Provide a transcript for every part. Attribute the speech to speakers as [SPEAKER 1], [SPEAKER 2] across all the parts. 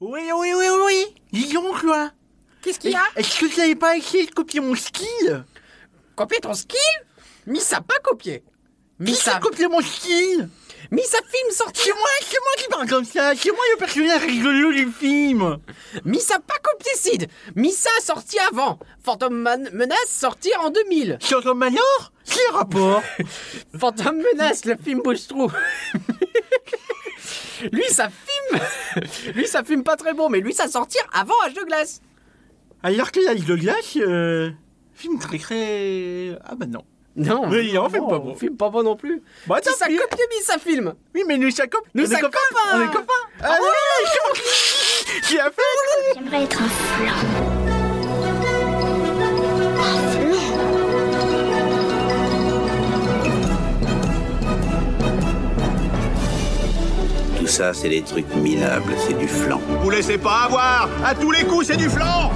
[SPEAKER 1] Oui, oui, oui, oui Dis donc, là
[SPEAKER 2] Qu'est-ce qu'il y a
[SPEAKER 1] Est-ce que vous n'avez pas essayé de copier mon style
[SPEAKER 2] Copier ton skill Mais ça pas copié. Mais
[SPEAKER 1] Qui c'est
[SPEAKER 2] ça,
[SPEAKER 1] copié mon style
[SPEAKER 2] mais ça filme sorti.
[SPEAKER 1] C'est moi, c'est moi qui parle comme ça C'est moi le personnage rigolo du film
[SPEAKER 2] Mais ça pas copié Sid. Mais ça sorti avant. Phantom Man- Menace sorti en 2000.
[SPEAKER 1] Sur un Manor C'est rapport
[SPEAKER 2] Phantom Menace, le film Bouche-Trou. lui, ça filme. Lui, ça filme pas très bon, mais lui, ça sortir avant Âge de glace.
[SPEAKER 1] Alors que l'Ice de glace, euh, film très très... Ah bah non.
[SPEAKER 2] Non.
[SPEAKER 1] Mais il en fait pas bon.
[SPEAKER 2] On filme pas Ah, bon non plus.
[SPEAKER 1] Bah
[SPEAKER 2] Si
[SPEAKER 1] tant
[SPEAKER 2] ça
[SPEAKER 1] pis.
[SPEAKER 2] copie, mais ça filme.
[SPEAKER 1] Oui mais nous ça copie.
[SPEAKER 2] Nous,
[SPEAKER 1] on
[SPEAKER 2] ça
[SPEAKER 1] est copains.
[SPEAKER 2] copains.
[SPEAKER 1] On est copains. Ah ouais, c'est bon. Qui a fait
[SPEAKER 3] J'aimerais être un flan.
[SPEAKER 4] Tout ça, c'est des trucs minables, c'est du flan.
[SPEAKER 5] Vous laissez pas avoir À tous les coups, c'est du flanc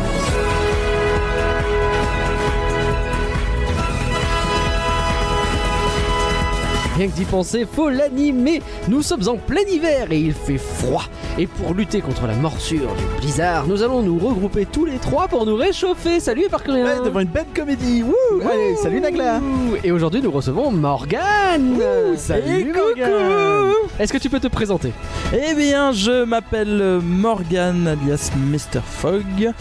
[SPEAKER 6] Rien que d'y penser, faut l'animer. Nous sommes en plein hiver et il fait froid. Et pour lutter contre la morsure du blizzard, nous allons nous regrouper tous les trois pour nous réchauffer. Salut Éparcurien
[SPEAKER 7] Ouais, devant une belle comédie. Wouh Allez, salut Nagla.
[SPEAKER 6] Ouh, Et aujourd'hui, nous recevons Morgane
[SPEAKER 7] salut,
[SPEAKER 6] Et coucou
[SPEAKER 7] Morgane.
[SPEAKER 6] Est-ce que tu peux te présenter
[SPEAKER 7] Eh bien, je m'appelle euh, Morgan alias Mr. Fogg.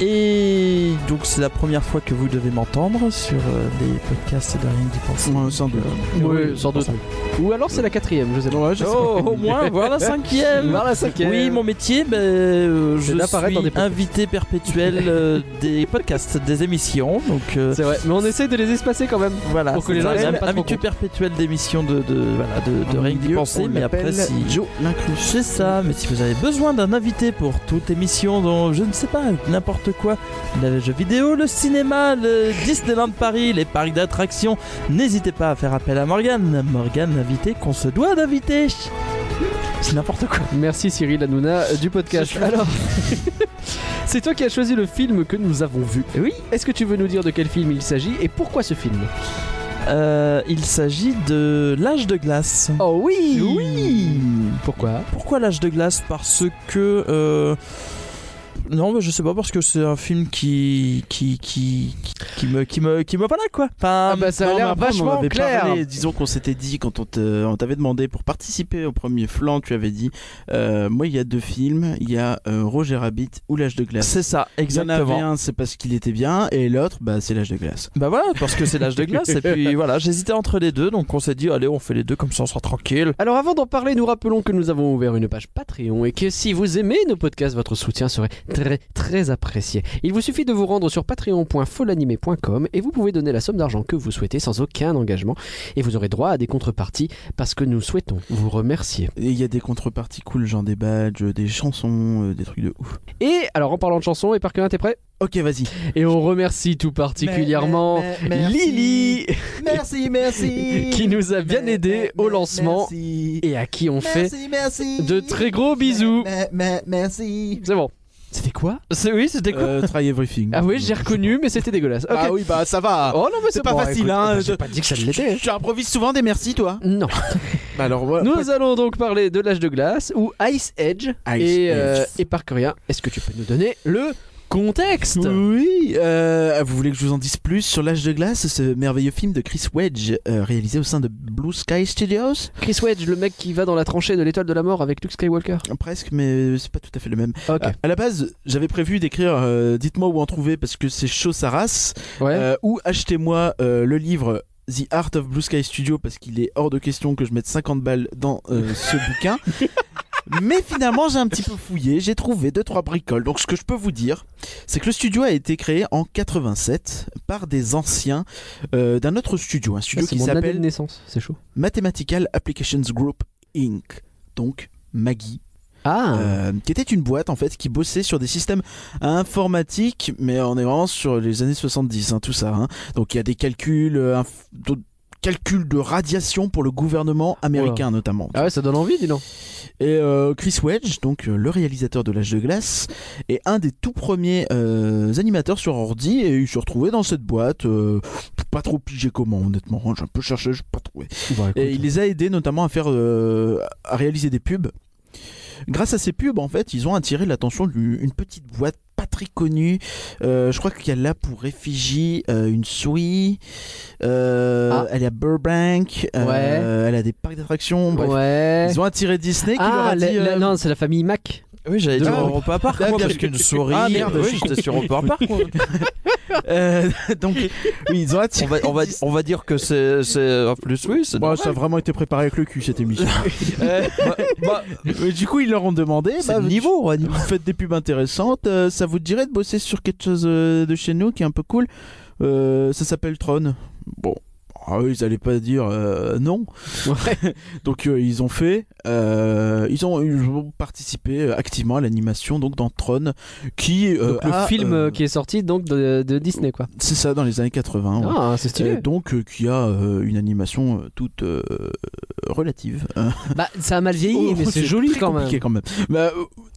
[SPEAKER 7] Et donc, c'est la première fois que vous devez m'entendre sur euh, les podcasts de Rien que d'y penser.
[SPEAKER 8] sans doute.
[SPEAKER 7] Euh,
[SPEAKER 6] Oui, sans doute. Ou alors c'est la quatrième, je sais pas.
[SPEAKER 8] Ouais, je sais.
[SPEAKER 7] Oh, au moins, voilà la cinquième.
[SPEAKER 6] Voilà, ça qui est-
[SPEAKER 7] Oui, mon métier, ben, euh,
[SPEAKER 6] C'est
[SPEAKER 7] je
[SPEAKER 6] d'apparaître
[SPEAKER 7] suis
[SPEAKER 6] dans des podcasts.
[SPEAKER 7] invité perpétuel euh, des podcasts, des émissions. Donc euh,
[SPEAKER 6] C'est vrai, mais on essaie de les espacer quand même.
[SPEAKER 7] voilà,
[SPEAKER 6] Pour que les gens, ils
[SPEAKER 7] c'est
[SPEAKER 6] aiment
[SPEAKER 7] un
[SPEAKER 6] pas trop
[SPEAKER 7] invité
[SPEAKER 6] comprendre.
[SPEAKER 7] perpétuel d'émissions de, de, voilà, de, de rien que d'y penser. Mais après, si
[SPEAKER 8] Joe l'inclus.
[SPEAKER 7] C'est ça, mais si vous avez besoin d'un invité pour toute émission dont je ne sais pas, n'importe quoi, le jeu vidéo, le cinéma, le Disneyland Paris, les parcs d'attractions, n'hésitez pas à faire appel à Morgane. Morgane, invité qu'on se doit d'inviter. C'est n'importe quoi.
[SPEAKER 6] Merci Cyril Hanouna euh, du podcast. Alors, c'est toi qui as choisi le film que nous avons vu. Oui. Est-ce que tu veux nous dire de quel film il s'agit et pourquoi ce film
[SPEAKER 7] Euh, il s'agit de l'âge de glace.
[SPEAKER 6] Oh oui
[SPEAKER 7] Oui
[SPEAKER 6] Pourquoi
[SPEAKER 7] Pourquoi l'âge de glace Parce que... euh, Non, mais je sais pas, parce que c'est un film qui... qui... qui... qui- qui me... qui me... qui me... Voilà quoi Enfin,
[SPEAKER 6] Ah bah ça
[SPEAKER 8] Non,
[SPEAKER 6] a
[SPEAKER 8] mais
[SPEAKER 6] l'air
[SPEAKER 8] après, on en
[SPEAKER 6] vachement
[SPEAKER 8] avait
[SPEAKER 6] clair
[SPEAKER 8] parlé, disons qu'on s'était dit quand on te- on t'avait demandé pour participer au premier flanc, tu avais dit euh, moi il y a deux films, il y a euh, Roger Rabbit ou L'âge de glace.
[SPEAKER 7] C'est ça,
[SPEAKER 8] Il y en avait
[SPEAKER 7] exactement.
[SPEAKER 8] un, c'est parce qu'il était bien, et l'autre, bah, c'est l'âge de glace.
[SPEAKER 7] Bah voilà, parce que c'est l'âge de glace. et puis voilà, j'hésitais entre les deux, donc on s'est dit, allez, on fait les deux, comme ça on sera tranquille.
[SPEAKER 6] Alors avant d'en parler, nous rappelons que nous avons ouvert une page Patreon et que si vous aimez nos podcasts, votre soutien serait très très apprécié. Il vous suffit de vous rendre sur patreon.folanimé.com et vous pouvez donner la somme d'argent que vous souhaitez sans aucun engagement et vous aurez droit à des contreparties parce que nous souhaitons vous remercier.
[SPEAKER 8] Et il y a des contreparties cool, genre des badges, des chansons, euh, des trucs de ouf.
[SPEAKER 6] Et alors en parlant de chansons, et par t'es prêt
[SPEAKER 8] Ok, vas-y.
[SPEAKER 6] Et on remercie tout particulièrement
[SPEAKER 8] Mais- mais- mais-
[SPEAKER 6] Lily
[SPEAKER 8] Merci, merci.
[SPEAKER 6] qui nous a bien aidé au lancement
[SPEAKER 8] Merci,
[SPEAKER 6] et à qui on fait
[SPEAKER 8] merci.
[SPEAKER 6] de très gros bisous.
[SPEAKER 8] Merci.
[SPEAKER 6] C'est bon. C'était quoi C'est oui, c'était
[SPEAKER 8] Euh, try everything.
[SPEAKER 6] Ah oui, j'ai reconnu, mais c'était dégueulasse. Ok.
[SPEAKER 8] Ah oui, bah ça va.
[SPEAKER 6] Oh non, mais
[SPEAKER 8] c'est pas
[SPEAKER 6] bon,
[SPEAKER 8] facile,
[SPEAKER 6] écoute,
[SPEAKER 8] hein.
[SPEAKER 6] bah, J'ai
[SPEAKER 8] Je-
[SPEAKER 6] pas dit que ça ne l'était. hein.
[SPEAKER 8] Tu improvises souvent des merci, toi
[SPEAKER 6] Non.
[SPEAKER 8] Bah alors voilà.
[SPEAKER 6] Nous allons donc parler de l'âge de glace ou Ice Edge.
[SPEAKER 8] Ice
[SPEAKER 6] et, euh,
[SPEAKER 8] Edge.
[SPEAKER 6] et par coréen, est-ce que tu peux nous donner le contexte
[SPEAKER 8] Oui, euh, vous voulez que je vous en dise plus sur l'âge de glace, ce merveilleux film de Chris Wedge euh, réalisé au sein de Blue Sky Studios
[SPEAKER 6] Chris Wedge, le mec qui va dans la tranchée de l'étoile de la mort avec Luke Skywalker.
[SPEAKER 8] Presque, mais c'est pas tout à fait le même.
[SPEAKER 6] Ok.
[SPEAKER 8] À- À la base, j'avais prévu d'écrire euh, Dites-moi où en trouver parce que c'est chaud sa race,
[SPEAKER 6] Ouais.
[SPEAKER 8] euh, ou achetez-moi euh, le livre The Art of Blue Sky Studio parce qu'il est hors de question que je mette 50 balles dans euh, ce bouquin. Mais finalement, j'ai un petit peu fouillé, j'ai trouvé deux trois bricoles. Donc ce que je peux vous dire, c'est que le studio a été créé en 87 par des anciens euh, d'un autre studio, un
[SPEAKER 6] Ah,
[SPEAKER 8] studio
[SPEAKER 6] c'est
[SPEAKER 8] qui
[SPEAKER 6] mon année
[SPEAKER 8] s'appelle
[SPEAKER 6] de naissance, c'est chaud.
[SPEAKER 8] Mathematical Applications Group Inc. Donc Maggie
[SPEAKER 6] Ah
[SPEAKER 8] euh, qui était une boîte en fait qui bossait sur des systèmes informatiques, mais on est vraiment sur les années 70, hein, tout ça. hein. Donc il y a des calculs, euh, inf- de- calculs de radiation pour le gouvernement américain notamment.
[SPEAKER 6] Ah ouais, ça donne envie, dis donc.
[SPEAKER 8] Et euh, Chris Wedge, donc euh, le réalisateur de L'âge de glace, est un des tout premiers euh, animateurs sur ordi et il se retrouvait dans cette boîte, euh, pas trop pigé comment honnêtement, hein, j'ai un peu cherché, j'ai pas trouvé. Et il les a aidés notamment à faire euh, à réaliser des pubs. grâce à ces pubs, en fait, ils ont attiré l'attention d'une petite boîte pas très connue. Euh, je crois qu'il y a là pour effigie euh, une souris. Euh,
[SPEAKER 6] Ah.
[SPEAKER 8] Elle est à Burbank. euh, Elle a des parcs d'attractions. Bref.
[SPEAKER 6] Ouais.
[SPEAKER 8] Ils ont attiré Disney qui leur
[SPEAKER 6] Ah,
[SPEAKER 8] a dit.
[SPEAKER 6] la- la-
[SPEAKER 8] euh,
[SPEAKER 6] non, c'est la famille Mac.
[SPEAKER 7] Oui, j'allais
[SPEAKER 8] De
[SPEAKER 7] dire
[SPEAKER 8] Europe.
[SPEAKER 7] Europa Park,
[SPEAKER 8] Ah,
[SPEAKER 7] moi,
[SPEAKER 8] bien
[SPEAKER 7] parce
[SPEAKER 8] sûr.
[SPEAKER 7] qu'une souris.
[SPEAKER 8] Ah, merde,
[SPEAKER 7] oui,
[SPEAKER 8] je-
[SPEAKER 7] j'étais sur Europa Park. moi.
[SPEAKER 8] euh, donc, oui, ils ont attiré.
[SPEAKER 7] on, va, on, va, on va dire que c'est. c'est- En plus, oui, c'est.
[SPEAKER 8] Bon, ça a vraiment été préparé avec le cul cette émission.
[SPEAKER 7] Euh, bah, bah,
[SPEAKER 8] Mais du coup, ils leur ont demandé.
[SPEAKER 7] c'est
[SPEAKER 8] bah,
[SPEAKER 7] le niveau, on va dire.
[SPEAKER 8] vous faites des pubs intéressantes, euh, ça vous dirait de bosser sur quelque chose euh, de chez nous qui est un peu cool Euh, Ça s'appelle Tron. Bon. Ah, eux, ils allaient pas dire euh, non. donc euh, ils ont fait, euh, ils, ont, ils ont participé euh, activement à l'animation donc dans Tron, qui euh,
[SPEAKER 6] Donc, le
[SPEAKER 8] a,
[SPEAKER 6] film
[SPEAKER 8] euh,
[SPEAKER 6] euh, qui est sorti donc de, de Disney quoi.
[SPEAKER 8] c'est ça dans les années 80. ouais.
[SPEAKER 6] Ah, c'est stylé.
[SPEAKER 8] Euh, donc euh, qui a euh, une animation euh, toute euh, relative. hein.
[SPEAKER 6] Bah, ça a mal vieilli,
[SPEAKER 8] Oh,
[SPEAKER 6] mais c'est joli
[SPEAKER 8] très
[SPEAKER 6] quand même.
[SPEAKER 8] compliqué quand même. Bah, euh,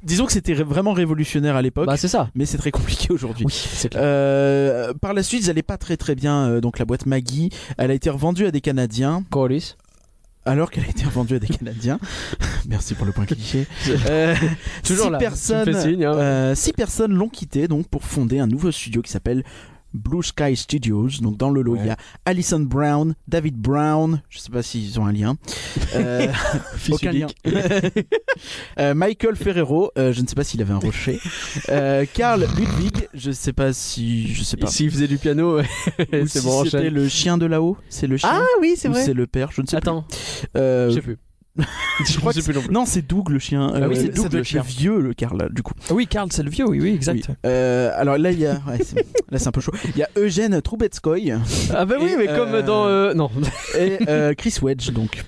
[SPEAKER 8] disons que c'était ré- vraiment révolutionnaire à l'époque,
[SPEAKER 6] Bah, c'est ça.
[SPEAKER 8] mais c'est très compliqué aujourd'hui.
[SPEAKER 6] Oui, c'est clair.
[SPEAKER 8] Euh, par la suite, ils allaient pas très très bien. euh, donc la boîte Maggie, elle a été revendue à des Canadiens,
[SPEAKER 6] Corollis.
[SPEAKER 8] alors qu'elle a été revendue à des Canadiens. Merci pour le point cliché. Euh,
[SPEAKER 6] Toujours
[SPEAKER 8] six
[SPEAKER 6] là, tu me
[SPEAKER 8] Personnes,
[SPEAKER 6] fais signe, hein.
[SPEAKER 8] euh, six personnes l'ont quitté donc pour fonder un nouveau studio qui s'appelle Blue Sky Studios. Donc dans le lot, il y a Alison Brown, David Brown. Je sais pas s'ils ont un lien. Euh, aucun lien. Euh, Michael Ferrero, euh, je ne sais pas s'il avait un rocher. Euh, Karl Ludwig, je sais pas si, je sais pas.
[SPEAKER 6] S'il faisait du piano, ouais,
[SPEAKER 8] Euh, Ou
[SPEAKER 6] c'est
[SPEAKER 8] si
[SPEAKER 6] bon,
[SPEAKER 8] c'était
[SPEAKER 6] enchaîne.
[SPEAKER 8] le chien de là-haut, c'est le chien.
[SPEAKER 6] Ah oui, c'est
[SPEAKER 8] ou
[SPEAKER 6] vrai.
[SPEAKER 8] c'est Euh, le père, je ne sais pas.
[SPEAKER 6] Attends, je sais plus. je
[SPEAKER 8] crois
[SPEAKER 6] sais
[SPEAKER 8] que
[SPEAKER 6] plus non plus.
[SPEAKER 8] Non, c'est Doug le chien.
[SPEAKER 6] Ah oui, c'est Doug,
[SPEAKER 8] ça doit
[SPEAKER 6] le
[SPEAKER 8] être
[SPEAKER 6] chien.
[SPEAKER 8] vieux le Karl du coup.
[SPEAKER 7] Oui, Karl, c'est le vieux, oui, oui, exact.
[SPEAKER 8] Oui. Euh, alors là il y a ouais, c'est- là c'est un peu chaud. Il y a Eugène Troubetskoy
[SPEAKER 6] Ah bah oui,
[SPEAKER 8] Et,
[SPEAKER 6] mais comme
[SPEAKER 8] euh,
[SPEAKER 6] dans euh, non.
[SPEAKER 8] et euh, Chris Wedge donc.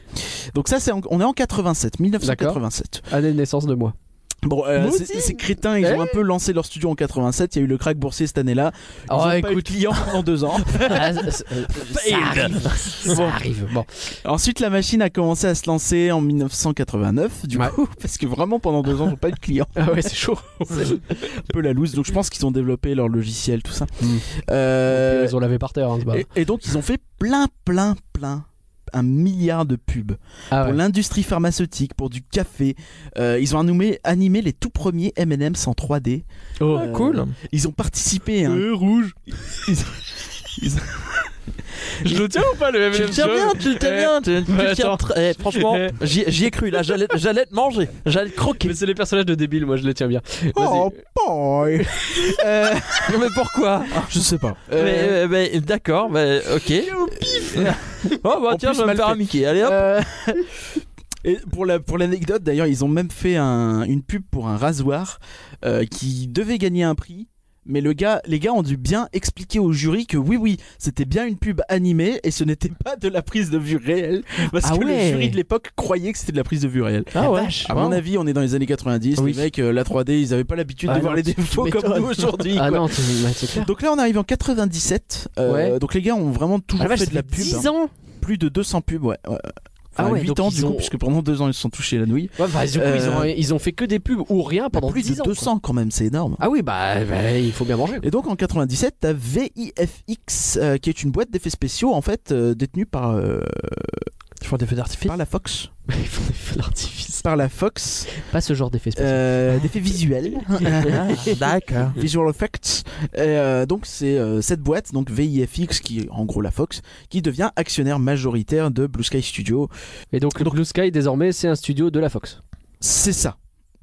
[SPEAKER 8] Donc ça c'est en- on est en 87, 1987.
[SPEAKER 6] Année de naissance de moi.
[SPEAKER 8] Bon euh,
[SPEAKER 6] Moi
[SPEAKER 8] c'est-
[SPEAKER 6] aussi.
[SPEAKER 8] ces crétins ils ont un peu lancé leur studio en 87, il y a eu le crack boursier cette année-là. Ils
[SPEAKER 6] Eh Oh,
[SPEAKER 8] ont pas eu de
[SPEAKER 6] écoute,
[SPEAKER 8] clients pendant deux ans.
[SPEAKER 6] ah, ça- ça- ça arrive. Ça arrive. Bon,
[SPEAKER 8] Ensuite, la machine a commencé à se lancer en 1989, du
[SPEAKER 6] Ouais.
[SPEAKER 8] coup, parce que vraiment pendant deux ans, ils n'ont pas eu de clients.
[SPEAKER 6] ah ouais, c'est chaud.
[SPEAKER 8] C'est un peu la loose. Donc, je pense qu'ils ont développé leur logiciel, tout ça.
[SPEAKER 6] Mm.
[SPEAKER 8] Euh,
[SPEAKER 6] Ils ont lavé par terre. Hein, c'est pas-
[SPEAKER 8] et, et donc, ils ont fait plein, plein, plein, un milliard de pubs
[SPEAKER 6] ah
[SPEAKER 8] pour
[SPEAKER 6] ouais.
[SPEAKER 8] l'industrie pharmaceutique, pour du café. Euh, ils ont animé, animé les tout premiers M&M's en 3D.
[SPEAKER 6] Oh.
[SPEAKER 8] Euh, Ils ont participé. Hein.
[SPEAKER 6] rouge.
[SPEAKER 7] Je le tiens ou pas, le
[SPEAKER 6] Tu le
[SPEAKER 7] M&M's
[SPEAKER 6] tiens bien,
[SPEAKER 7] tu le tiens bien. franchement, j'y j'y ai cru, là, j'allais j'allais te manger, j'allais te croquer.
[SPEAKER 6] Mais c'est les personnages de débiles, moi je les tiens bien.
[SPEAKER 8] Oh
[SPEAKER 6] Vas-y.
[SPEAKER 8] boy. Euh,
[SPEAKER 7] Non, mais pourquoi
[SPEAKER 6] Ah,
[SPEAKER 8] Je sais pas.
[SPEAKER 7] Mais,
[SPEAKER 8] Euh,
[SPEAKER 7] euh, mais, D'accord, mais, ok. oh bah
[SPEAKER 8] En
[SPEAKER 7] tiens,
[SPEAKER 8] plus,
[SPEAKER 7] je vais me
[SPEAKER 8] mal
[SPEAKER 7] faire
[SPEAKER 8] fait.
[SPEAKER 7] un Mickey, allez hop.
[SPEAKER 8] Euh, Et pour la pour l'anecdote d'ailleurs ils ont même fait un- une pub pour un rasoir euh, qui devait gagner un prix mais le gars les gars ont dû bien expliquer au jury que oui oui c'était bien une pub animée et ce n'était pas de la prise de vue réelle parce
[SPEAKER 6] Ah
[SPEAKER 8] que
[SPEAKER 6] ouais.
[SPEAKER 8] le jury de l'époque croyait que c'était de la prise de vue réelle.
[SPEAKER 6] Ah ouais.
[SPEAKER 8] À mon avis on est dans les années 90
[SPEAKER 6] Oui.
[SPEAKER 8] les mecs euh, la 3D ils avaient pas l'habitude
[SPEAKER 6] Ah
[SPEAKER 8] de voir
[SPEAKER 6] non,
[SPEAKER 8] les
[SPEAKER 6] tu- tu
[SPEAKER 8] défauts comme
[SPEAKER 6] m'étonnes.
[SPEAKER 8] nous aujourd'hui.
[SPEAKER 6] Ah
[SPEAKER 8] quoi.
[SPEAKER 6] non, tu- bah, c'est clair.
[SPEAKER 8] Donc là on arrive en 97 euh,
[SPEAKER 6] Ouais. Ah
[SPEAKER 8] donc les gars ont vraiment toujours fait de la pub. hein.
[SPEAKER 6] 10 ans
[SPEAKER 8] Plus de 200 pubs, ouais. ouais.
[SPEAKER 6] Ah
[SPEAKER 8] Enfin,
[SPEAKER 6] ouais,
[SPEAKER 8] 8
[SPEAKER 6] donc
[SPEAKER 8] ans
[SPEAKER 6] ils
[SPEAKER 8] du
[SPEAKER 6] ont-
[SPEAKER 8] coup, puisque pendant 2 ans ils se sont touchés la nouille.
[SPEAKER 6] Ouais, bah, du coup, ils, ont,
[SPEAKER 8] Euh,
[SPEAKER 6] ils ont fait que des pubs ou rien pendant
[SPEAKER 8] plus
[SPEAKER 6] 10
[SPEAKER 8] de
[SPEAKER 6] ans.
[SPEAKER 8] 200 quand même, c'est énorme.
[SPEAKER 6] quoi. Ah oui, bah, bah, il faut bien manger. quoi.
[SPEAKER 8] Et donc en 97, t'as VIFX, euh, qui est une boîte d'effets spéciaux en fait euh, détenue par, euh,
[SPEAKER 7] Je prends des feux d'artifice.
[SPEAKER 8] par la Fox.
[SPEAKER 6] Ils font des feux d'artifice.
[SPEAKER 8] Par la Fox,
[SPEAKER 6] Pas ce genre d'effet spécial.
[SPEAKER 8] euh, d'effets visuels.
[SPEAKER 7] D'accord.
[SPEAKER 8] Visual Effects. Et, euh, donc c'est euh, cette boîte, donc VIFX, qui est en gros la Fox, qui devient actionnaire majoritaire de Blue Sky Studio.
[SPEAKER 6] Et donc, le Blue Sky, désormais, c'est un studio de la Fox.
[SPEAKER 8] C'est ça.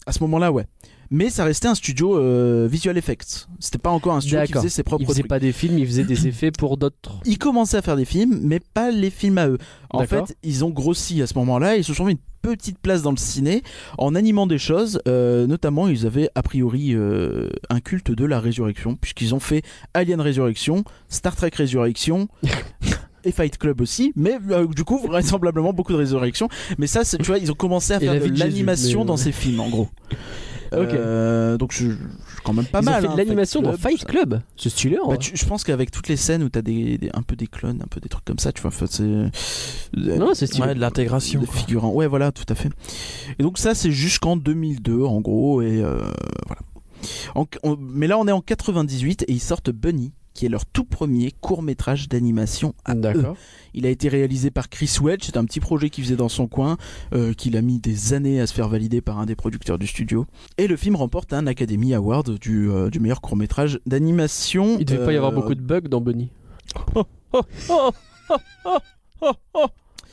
[SPEAKER 8] À ce moment-là, ouais. Mais ça restait un studio euh, Visual Effects. C'était pas encore un studio qui
[SPEAKER 6] D'accord.
[SPEAKER 8] faisait ses propres
[SPEAKER 6] Ils faisaient
[SPEAKER 8] trucs.
[SPEAKER 6] pas des films, ils faisaient des effets pour d'autres.
[SPEAKER 8] Ils commençaient à faire des films, mais pas les films à eux. En
[SPEAKER 6] D'accord.
[SPEAKER 8] fait, ils ont grossi à ce moment-là. Ils se sont mis une petite place dans le ciné en animant des choses. Euh, notamment, ils avaient a priori euh, un culte de la résurrection, puisqu'ils ont fait Alien Résurrection, Star Trek Résurrection. Et Fight Club aussi, mais euh, du coup vraisemblablement beaucoup de résurrection. Mais ça, c'est- tu vois, ils ont commencé à
[SPEAKER 6] Et la
[SPEAKER 8] faire
[SPEAKER 6] vie
[SPEAKER 8] de
[SPEAKER 6] de Jésus,
[SPEAKER 8] l'animation
[SPEAKER 6] mais,
[SPEAKER 8] dans
[SPEAKER 6] euh,
[SPEAKER 8] ces films, en gros.
[SPEAKER 6] Ok.
[SPEAKER 8] Euh, donc, je, je- quand même pas
[SPEAKER 6] ils
[SPEAKER 8] mal.
[SPEAKER 6] ont fait
[SPEAKER 8] hein,
[SPEAKER 6] de l'animation
[SPEAKER 8] Fight
[SPEAKER 6] dans
[SPEAKER 8] Club,
[SPEAKER 6] Fight Club. C'est stylé, hein. en
[SPEAKER 8] bah,
[SPEAKER 6] vrai.
[SPEAKER 8] tu- je pense qu'avec toutes les scènes où t'as des, des- un peu des clones, un peu des trucs comme ça, tu vois, enfin, c'est euh,
[SPEAKER 6] Non, c'est stylé.
[SPEAKER 7] Ouais, de l'intégration.
[SPEAKER 8] des
[SPEAKER 7] quoi.
[SPEAKER 8] figurants. Ouais, voilà, tout à fait. Et donc ça, c'est jusqu'en 2002 en gros, et euh, voilà. En- on- mais là, on est en 98 et ils sortent Bunny, qui est leur tout premier court métrage d'animation à eux. Il a été réalisé par Chris Wedge, c'est un petit projet qu'il faisait dans son coin, euh, qu'il a mis des années à se faire valider par un des producteurs du studio. Et le film remporte un Academy Award du, euh, du meilleur court métrage d'animation.
[SPEAKER 6] Il devait pas y avoir
[SPEAKER 8] Euh,
[SPEAKER 6] beaucoup de bugs dans Bunny. Oh,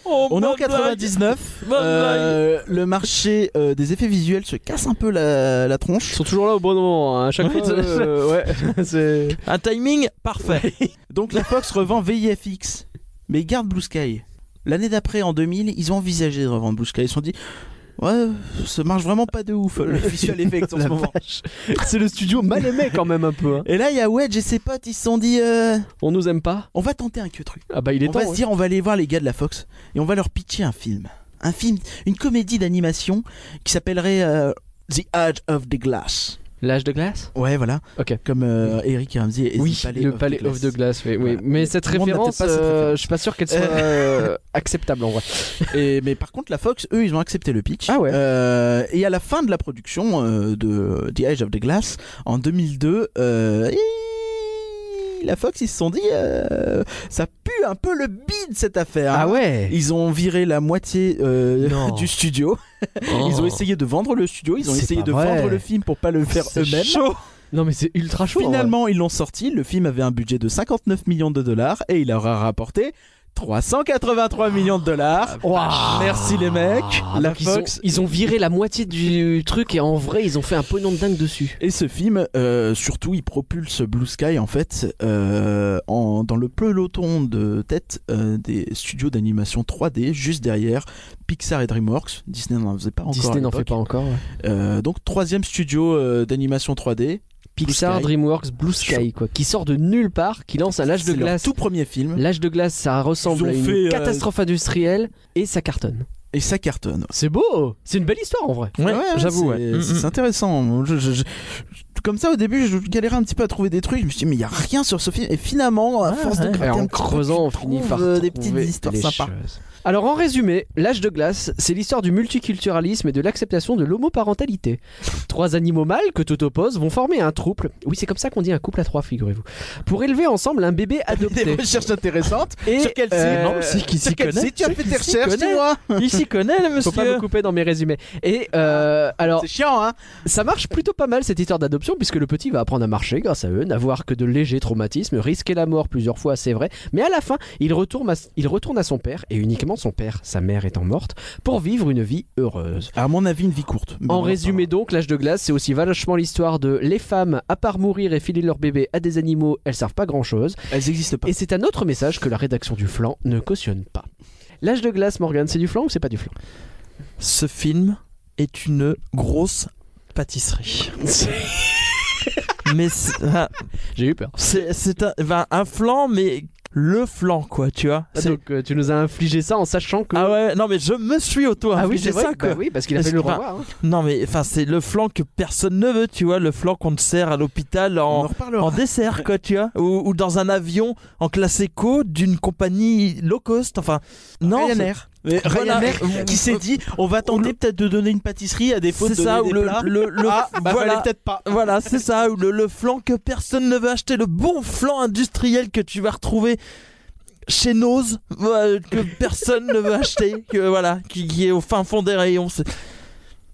[SPEAKER 8] On est en 99. Euh, le marché euh, des effets visuels se casse un peu la, la
[SPEAKER 6] Ils
[SPEAKER 8] tronche.
[SPEAKER 6] sont toujours là au bon moment, hein, à chaque
[SPEAKER 8] Ouais,
[SPEAKER 6] fois.
[SPEAKER 8] ouais,
[SPEAKER 6] euh, ouais, c'est-
[SPEAKER 7] Un timing parfait.
[SPEAKER 8] Donc la Fox revend VIFX, mais ils gardent Blue Sky. L'année d'après, en 2000, ils ont envisagé de revendre Blue Sky. Ils se sont dit, ouais, ça marche vraiment pas de ouf, le visual effect en ce
[SPEAKER 6] La
[SPEAKER 8] moment.
[SPEAKER 6] vache. C'est le studio mal aimé quand même un peu. hein.
[SPEAKER 8] Et là, il y a Wedge et ses potes, ils se sont dit, euh,
[SPEAKER 6] On nous aime pas
[SPEAKER 8] on va tenter un que truc.
[SPEAKER 6] Ah bah il est
[SPEAKER 8] on
[SPEAKER 6] temps.
[SPEAKER 8] va se
[SPEAKER 6] ouais.
[SPEAKER 8] dire, on va aller voir les gars de la Fox et on va leur pitcher un film. Un film, une comédie d'animation qui s'appellerait euh, The Age of the Glass.
[SPEAKER 6] L'âge de glace
[SPEAKER 8] Ouais, voilà.
[SPEAKER 6] Ok.
[SPEAKER 8] Comme euh, Eric Ramsey et
[SPEAKER 6] Oui,
[SPEAKER 8] The Palais
[SPEAKER 6] le
[SPEAKER 8] of
[SPEAKER 6] palais
[SPEAKER 8] the
[SPEAKER 6] of the
[SPEAKER 8] Glass.
[SPEAKER 6] glace. Oui, oui.
[SPEAKER 8] Voilà.
[SPEAKER 6] Mais cette
[SPEAKER 8] Tout le monde n'a
[SPEAKER 6] référence,
[SPEAKER 8] peut-être pas cette
[SPEAKER 6] euh,
[SPEAKER 8] référence.
[SPEAKER 6] je suis pas sûr qu'elle soit euh, acceptable en vrai.
[SPEAKER 8] Et- mais par contre, la Fox, eux, ils ont accepté le pitch.
[SPEAKER 6] Ah ouais.
[SPEAKER 8] Euh, et à la fin de la production euh, de The Age of the Glass, en 2002, euh, hi- la Fox, ils se sont dit, euh, ça pue un peu le bide cette affaire. hein.
[SPEAKER 6] Ah ouais.
[SPEAKER 8] Ils ont viré la moitié euh,
[SPEAKER 6] Non. Oh.
[SPEAKER 8] du studio. Ils ont essayé de vendre le studio. Ils ont
[SPEAKER 6] C'est
[SPEAKER 8] essayé
[SPEAKER 6] pas
[SPEAKER 8] de
[SPEAKER 6] vrai.
[SPEAKER 8] vendre le film pour pas le faire
[SPEAKER 6] C'est
[SPEAKER 8] eux-mêmes.
[SPEAKER 6] chaud. Non mais c'est ultra chaud. en vrai.
[SPEAKER 8] Finalement, ils l'ont sorti. Le film avait un budget de 59 millions de dollars et il leur a rapporté 383 millions de dollars.
[SPEAKER 6] Waouh.
[SPEAKER 8] Merci les mecs.
[SPEAKER 6] Ah,
[SPEAKER 8] La
[SPEAKER 6] donc ils
[SPEAKER 8] Fox.
[SPEAKER 6] ont- ils ont viré la moitié du truc et en vrai ils ont fait un pognon de dingue dessus.
[SPEAKER 8] Et ce film, euh, surtout, il propulse Blue Sky en fait euh, en- dans le peloton de tête euh, des studios d'animation 3D, juste derrière Pixar et DreamWorks. Disney n'en faisait pas encore.
[SPEAKER 6] Disney
[SPEAKER 8] à
[SPEAKER 6] n'en fait pas
[SPEAKER 8] l'époque.
[SPEAKER 6] encore. ouais.
[SPEAKER 8] Euh, donc troisième studio euh, d'animation 3D.
[SPEAKER 6] Pixar,
[SPEAKER 8] Sky.
[SPEAKER 6] DreamWorks, Blue Sky quoi, qui sort de nulle part, qui lance un l'âge de
[SPEAKER 8] C'est leur
[SPEAKER 6] glace.
[SPEAKER 8] Tout premier film.
[SPEAKER 6] L'âge de glace, ça
[SPEAKER 8] Ils
[SPEAKER 6] ressemble
[SPEAKER 8] ont
[SPEAKER 6] à une
[SPEAKER 8] fait, euh,
[SPEAKER 6] catastrophe industrielle et ça cartonne.
[SPEAKER 8] Et ça cartonne.
[SPEAKER 6] C'est beau, c'est une belle histoire en vrai.
[SPEAKER 8] Ouais,
[SPEAKER 7] j'avoue,
[SPEAKER 8] c'est-
[SPEAKER 7] ouais. Mm,
[SPEAKER 8] C'est
[SPEAKER 7] mm.
[SPEAKER 8] intéressant. Je- je- je- comme ça, au début, je galérais un petit peu à trouver des trucs. Je me suis dit, mais il n'y a rien sur ce film. Et finalement, à
[SPEAKER 7] Ouais,
[SPEAKER 8] force de
[SPEAKER 7] ouais.
[SPEAKER 8] gratter
[SPEAKER 6] Et
[SPEAKER 8] un
[SPEAKER 6] en
[SPEAKER 8] petit peu,
[SPEAKER 6] creusant,
[SPEAKER 8] tu
[SPEAKER 6] on finit
[SPEAKER 8] trouves,
[SPEAKER 6] par
[SPEAKER 8] euh, des
[SPEAKER 6] trouver
[SPEAKER 8] petites histoires
[SPEAKER 6] les
[SPEAKER 8] sympas.
[SPEAKER 6] choses. Alors en résumé, l'âge de glace, c'est l'histoire du multiculturalisme et de l'acceptation de l'homoparentalité. trois animaux mâles que tout oppose vont former un trouble. Oui, c'est comme ça qu'on dit un couple à trois, figurez-vous. Pour élever ensemble un bébé adopté.
[SPEAKER 8] Des recherches intéressantes.
[SPEAKER 6] Et,
[SPEAKER 8] sur quel site
[SPEAKER 6] euh,
[SPEAKER 8] Non, mais
[SPEAKER 7] C'est qui s'y
[SPEAKER 8] Sur quel
[SPEAKER 7] connaît
[SPEAKER 8] site tu as fait tes recherches,
[SPEAKER 7] connaît
[SPEAKER 8] dis-moi
[SPEAKER 7] Il s'y connaît, le
[SPEAKER 6] Faut pas
[SPEAKER 7] monsieur.
[SPEAKER 6] me couper dans mes résumés. Et euh, alors,
[SPEAKER 8] C'est chiant, hein
[SPEAKER 6] Ça marche plutôt pas mal cette histoire d'adoption puisque le petit va apprendre à marcher grâce à eux, n'avoir que de légers traumatismes, risquer la mort plusieurs fois c'est vrai, mais à la fin il retourne à, il retourne à son père et uniquement son père, sa mère étant morte, pour vivre une vie heureuse.
[SPEAKER 8] À mon avis, une vie courte. Mais
[SPEAKER 6] En
[SPEAKER 8] bon,
[SPEAKER 6] résumé donc, l'âge de glace c'est aussi vachement l'histoire de les femmes, à part mourir et filer leur bébé à des animaux, elles servent pas grand chose.
[SPEAKER 8] enfin, Elles existent pas.
[SPEAKER 6] Et c'est un autre message que la rédaction du flanc ne cautionne pas. L'âge de glace, Morgan, c'est du flanc ou c'est pas du flanc
[SPEAKER 7] Ce film est une grosse pâtisserie. mais c'est ah,
[SPEAKER 6] J'ai eu peur.
[SPEAKER 7] c'est- c'est un, ben, un flan, mais le flan, quoi, tu vois. C'est-
[SPEAKER 6] Donc euh, tu nous as infligé ça en sachant que...
[SPEAKER 7] Ah ouais, non, mais je me suis auto
[SPEAKER 6] Ah oui, c'est vrai.
[SPEAKER 7] ça, quoi.
[SPEAKER 6] Bah oui, parce qu'il a
[SPEAKER 7] Parce
[SPEAKER 6] fallu le
[SPEAKER 7] que, enfin,
[SPEAKER 6] revoir. hein.
[SPEAKER 7] Non, mais enfin, c'est le flan que personne ne veut, tu vois. Le flan qu'on te sert à l'hôpital
[SPEAKER 8] On en
[SPEAKER 7] en,
[SPEAKER 8] reparlera.
[SPEAKER 7] en dessert, quoi, tu vois. Ou, ou dans un avion en classe éco d'une compagnie low cost. Enfin, non. c'est-
[SPEAKER 8] Ryanair. Mais
[SPEAKER 7] Voilà.
[SPEAKER 8] Ryanair qui s'est dit on va tenter peut-être de donner une pâtisserie à défaut de
[SPEAKER 7] C'est ça,
[SPEAKER 8] donner
[SPEAKER 7] ou
[SPEAKER 8] des
[SPEAKER 7] le,
[SPEAKER 8] plats.
[SPEAKER 7] le, le-
[SPEAKER 8] Ah, bah
[SPEAKER 7] voilà.
[SPEAKER 8] fallait peut-être pas.
[SPEAKER 7] Voilà, c'est ça, ou le, le flan que personne ne veut acheter, le bon flan industriel que tu vas retrouver chez Nose, euh, que personne ne veut acheter, que voilà, qui, qui est au fin fond des rayons. c'est-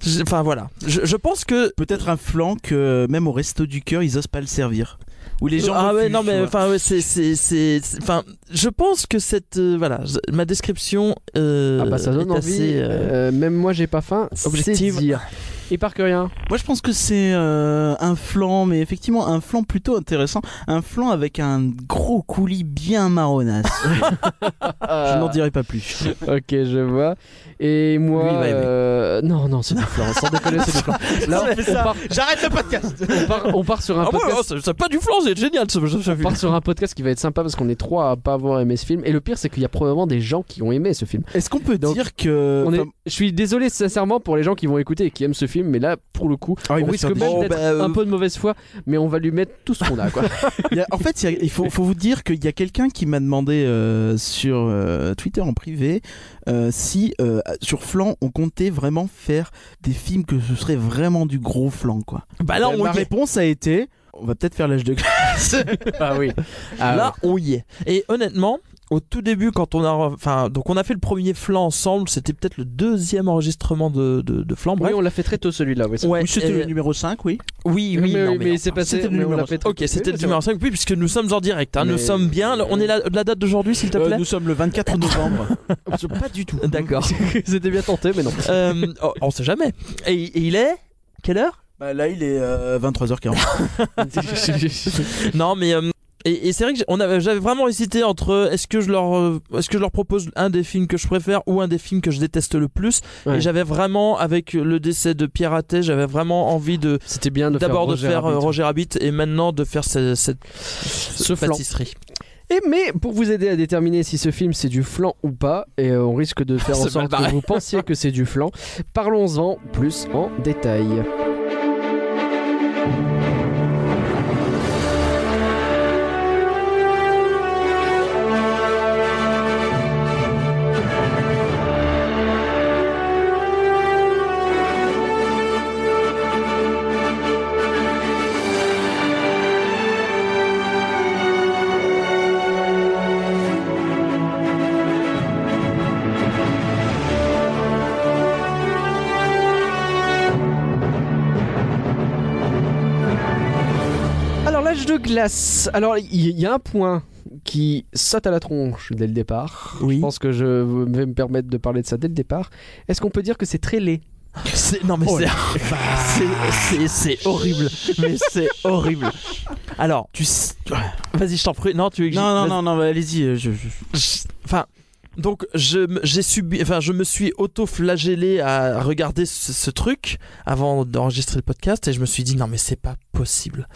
[SPEAKER 7] Je- Enfin voilà, je, je pense que
[SPEAKER 8] Peut-être un flanc que euh, même au resto du cœur, ils osent pas le servir. Ou les gens
[SPEAKER 7] ah ouais
[SPEAKER 8] refusent,
[SPEAKER 7] non
[SPEAKER 8] tu
[SPEAKER 7] mais
[SPEAKER 8] vois.
[SPEAKER 7] enfin ouais, c'est c'est c'est c'est- enfin je pense que cette euh, voilà je- ma description euh,
[SPEAKER 6] Ah bah ça donne
[SPEAKER 7] est
[SPEAKER 6] envie.
[SPEAKER 7] assez euh,
[SPEAKER 6] Euh, même moi j'ai pas faim. c'est
[SPEAKER 7] objective.
[SPEAKER 6] dire. Et par hein. que rien.
[SPEAKER 8] Moi, je pense que c'est euh, un flan, mais effectivement un flan plutôt intéressant, un flan avec un gros coulis bien marronasse.
[SPEAKER 7] Euh.
[SPEAKER 8] je n'en dirai pas plus.
[SPEAKER 6] Ok, je vois. Et
[SPEAKER 7] Lui,
[SPEAKER 6] moi,
[SPEAKER 7] il va aimer.
[SPEAKER 6] euh, non non, c'est du flan. Sans déconner, c'est du flan. Là,
[SPEAKER 8] Ça fait
[SPEAKER 6] on
[SPEAKER 8] ça.
[SPEAKER 6] part,
[SPEAKER 8] J'arrête le podcast.
[SPEAKER 6] on part, on part sur un
[SPEAKER 7] ah ouais, oh,
[SPEAKER 6] podcast.
[SPEAKER 7] ouais, c'est- c'est pas du flan c'est génial ce, ce- ce
[SPEAKER 6] on
[SPEAKER 7] film.
[SPEAKER 6] part sur un podcast qui va être sympa parce qu'on est trois à pas avoir aimé ce film. Et le pire, c'est qu'il y a probablement des gens qui ont aimé ce film.
[SPEAKER 8] Est-ce qu'on peut
[SPEAKER 6] Donc,
[SPEAKER 8] dire que
[SPEAKER 6] On est...
[SPEAKER 8] enfin,
[SPEAKER 6] Je suis désolé sincèrement pour les gens qui vont écouter et qui aiment ce film, mais là, pour le coup,
[SPEAKER 8] Ah, il
[SPEAKER 6] on
[SPEAKER 8] va se
[SPEAKER 6] risque
[SPEAKER 8] faire
[SPEAKER 6] même
[SPEAKER 8] des-
[SPEAKER 7] Oh,
[SPEAKER 6] d'être
[SPEAKER 7] bah, euh,
[SPEAKER 6] un peu de mauvaise foi, mais on va lui mettre tout ce qu'on a. Quoi.
[SPEAKER 8] Il y a- en fait, il y a- il faut, faut vous dire qu'il y a quelqu'un qui m'a demandé euh, sur euh, Twitter en privé euh, si euh, sur Flan on comptait vraiment faire des films que ce serait vraiment du gros flan quoi.
[SPEAKER 7] bah là
[SPEAKER 8] Euh,
[SPEAKER 7] on
[SPEAKER 8] ma
[SPEAKER 7] y est.
[SPEAKER 8] réponse a été on va peut-être faire l'âge de glace.
[SPEAKER 6] Ah oui. Ah
[SPEAKER 7] Là, on y est. Et honnêtement, au tout début, quand on a, enfin, donc on a fait le premier flan ensemble, c'était peut-être le deuxième enregistrement de, de, de flan.
[SPEAKER 6] oui.
[SPEAKER 7] Bref.
[SPEAKER 6] Oui, on l'a fait très tôt celui-là. Oui, ça-
[SPEAKER 7] Ouais,
[SPEAKER 8] Ou c'était
[SPEAKER 7] euh,
[SPEAKER 8] le numéro 5, oui.
[SPEAKER 7] oui, oui,
[SPEAKER 6] Eh, mais,
[SPEAKER 7] non,
[SPEAKER 6] mais
[SPEAKER 7] mais
[SPEAKER 6] c'est
[SPEAKER 7] enfin,
[SPEAKER 6] passé.
[SPEAKER 8] c'était le
[SPEAKER 6] mais on
[SPEAKER 8] numéro
[SPEAKER 6] l'a fait très
[SPEAKER 7] Ok,
[SPEAKER 6] tôt.
[SPEAKER 7] c'était
[SPEAKER 6] Oui,
[SPEAKER 7] le
[SPEAKER 6] c'est
[SPEAKER 7] numéro
[SPEAKER 6] vrai.
[SPEAKER 7] 5, oui, puisque nous sommes en direct. hein,
[SPEAKER 6] Mais-
[SPEAKER 7] Nous sommes bien. le- On est là, la date d'aujourd'hui, s'il te
[SPEAKER 8] Euh,
[SPEAKER 7] plaît
[SPEAKER 8] nous sommes le 24 novembre.
[SPEAKER 6] Pas du tout.
[SPEAKER 7] D'accord.
[SPEAKER 6] c'était bien tenté, mais non.
[SPEAKER 7] Euh, oh, on sait jamais. Et, et il est Quelle heure
[SPEAKER 8] Bah, là, il est euh, 23h40.
[SPEAKER 7] Non, mais. euh, et, et c'est vrai que j'ai- on avait- j'avais vraiment hésité entre euh, est-ce que je leur euh, est-ce que je leur propose un des films que je préfère ou un des films que je déteste le plus
[SPEAKER 6] Ouais.
[SPEAKER 7] et j'avais vraiment avec le décès de Pierre Attet j'avais vraiment envie de
[SPEAKER 6] C'était bien de faire
[SPEAKER 7] d'abord de
[SPEAKER 6] Roger
[SPEAKER 7] faire euh,
[SPEAKER 6] Rabbit.
[SPEAKER 7] Roger Rabbit et maintenant de faire ce- cette
[SPEAKER 6] Ce flan.
[SPEAKER 7] pâtisserie
[SPEAKER 6] Et Eh, mais pour vous aider à déterminer si ce film c'est du flan ou pas, et euh, on risque de faire en
[SPEAKER 7] C'est mal
[SPEAKER 6] sorte que
[SPEAKER 7] barré.
[SPEAKER 6] vous pensiez que c'est du flan, parlons-en plus en détail. Alors l'âge de glace, alors il y, y a un point qui saute à la tronche dès le départ.
[SPEAKER 7] Oui.
[SPEAKER 6] Je pense que je vais me permettre de parler de ça dès le départ. Est-ce qu'on peut dire que c'est très laid
[SPEAKER 7] C'est- non
[SPEAKER 6] Oh
[SPEAKER 7] mais c'est- c'est- c'est c'est horrible mais c'est horrible alors
[SPEAKER 8] tu sais-
[SPEAKER 7] vas-y je t'en prie non tu veux que j'y-
[SPEAKER 8] Non, non,
[SPEAKER 7] vas-y.
[SPEAKER 8] non, non, bah, allez-y. euh, je- je-
[SPEAKER 7] Enfin, donc je m- j'ai subi, enfin je me suis auto-flagellé à regarder ce, ce truc avant d'enregistrer le podcast et je me suis dit non mais c'est pas possible.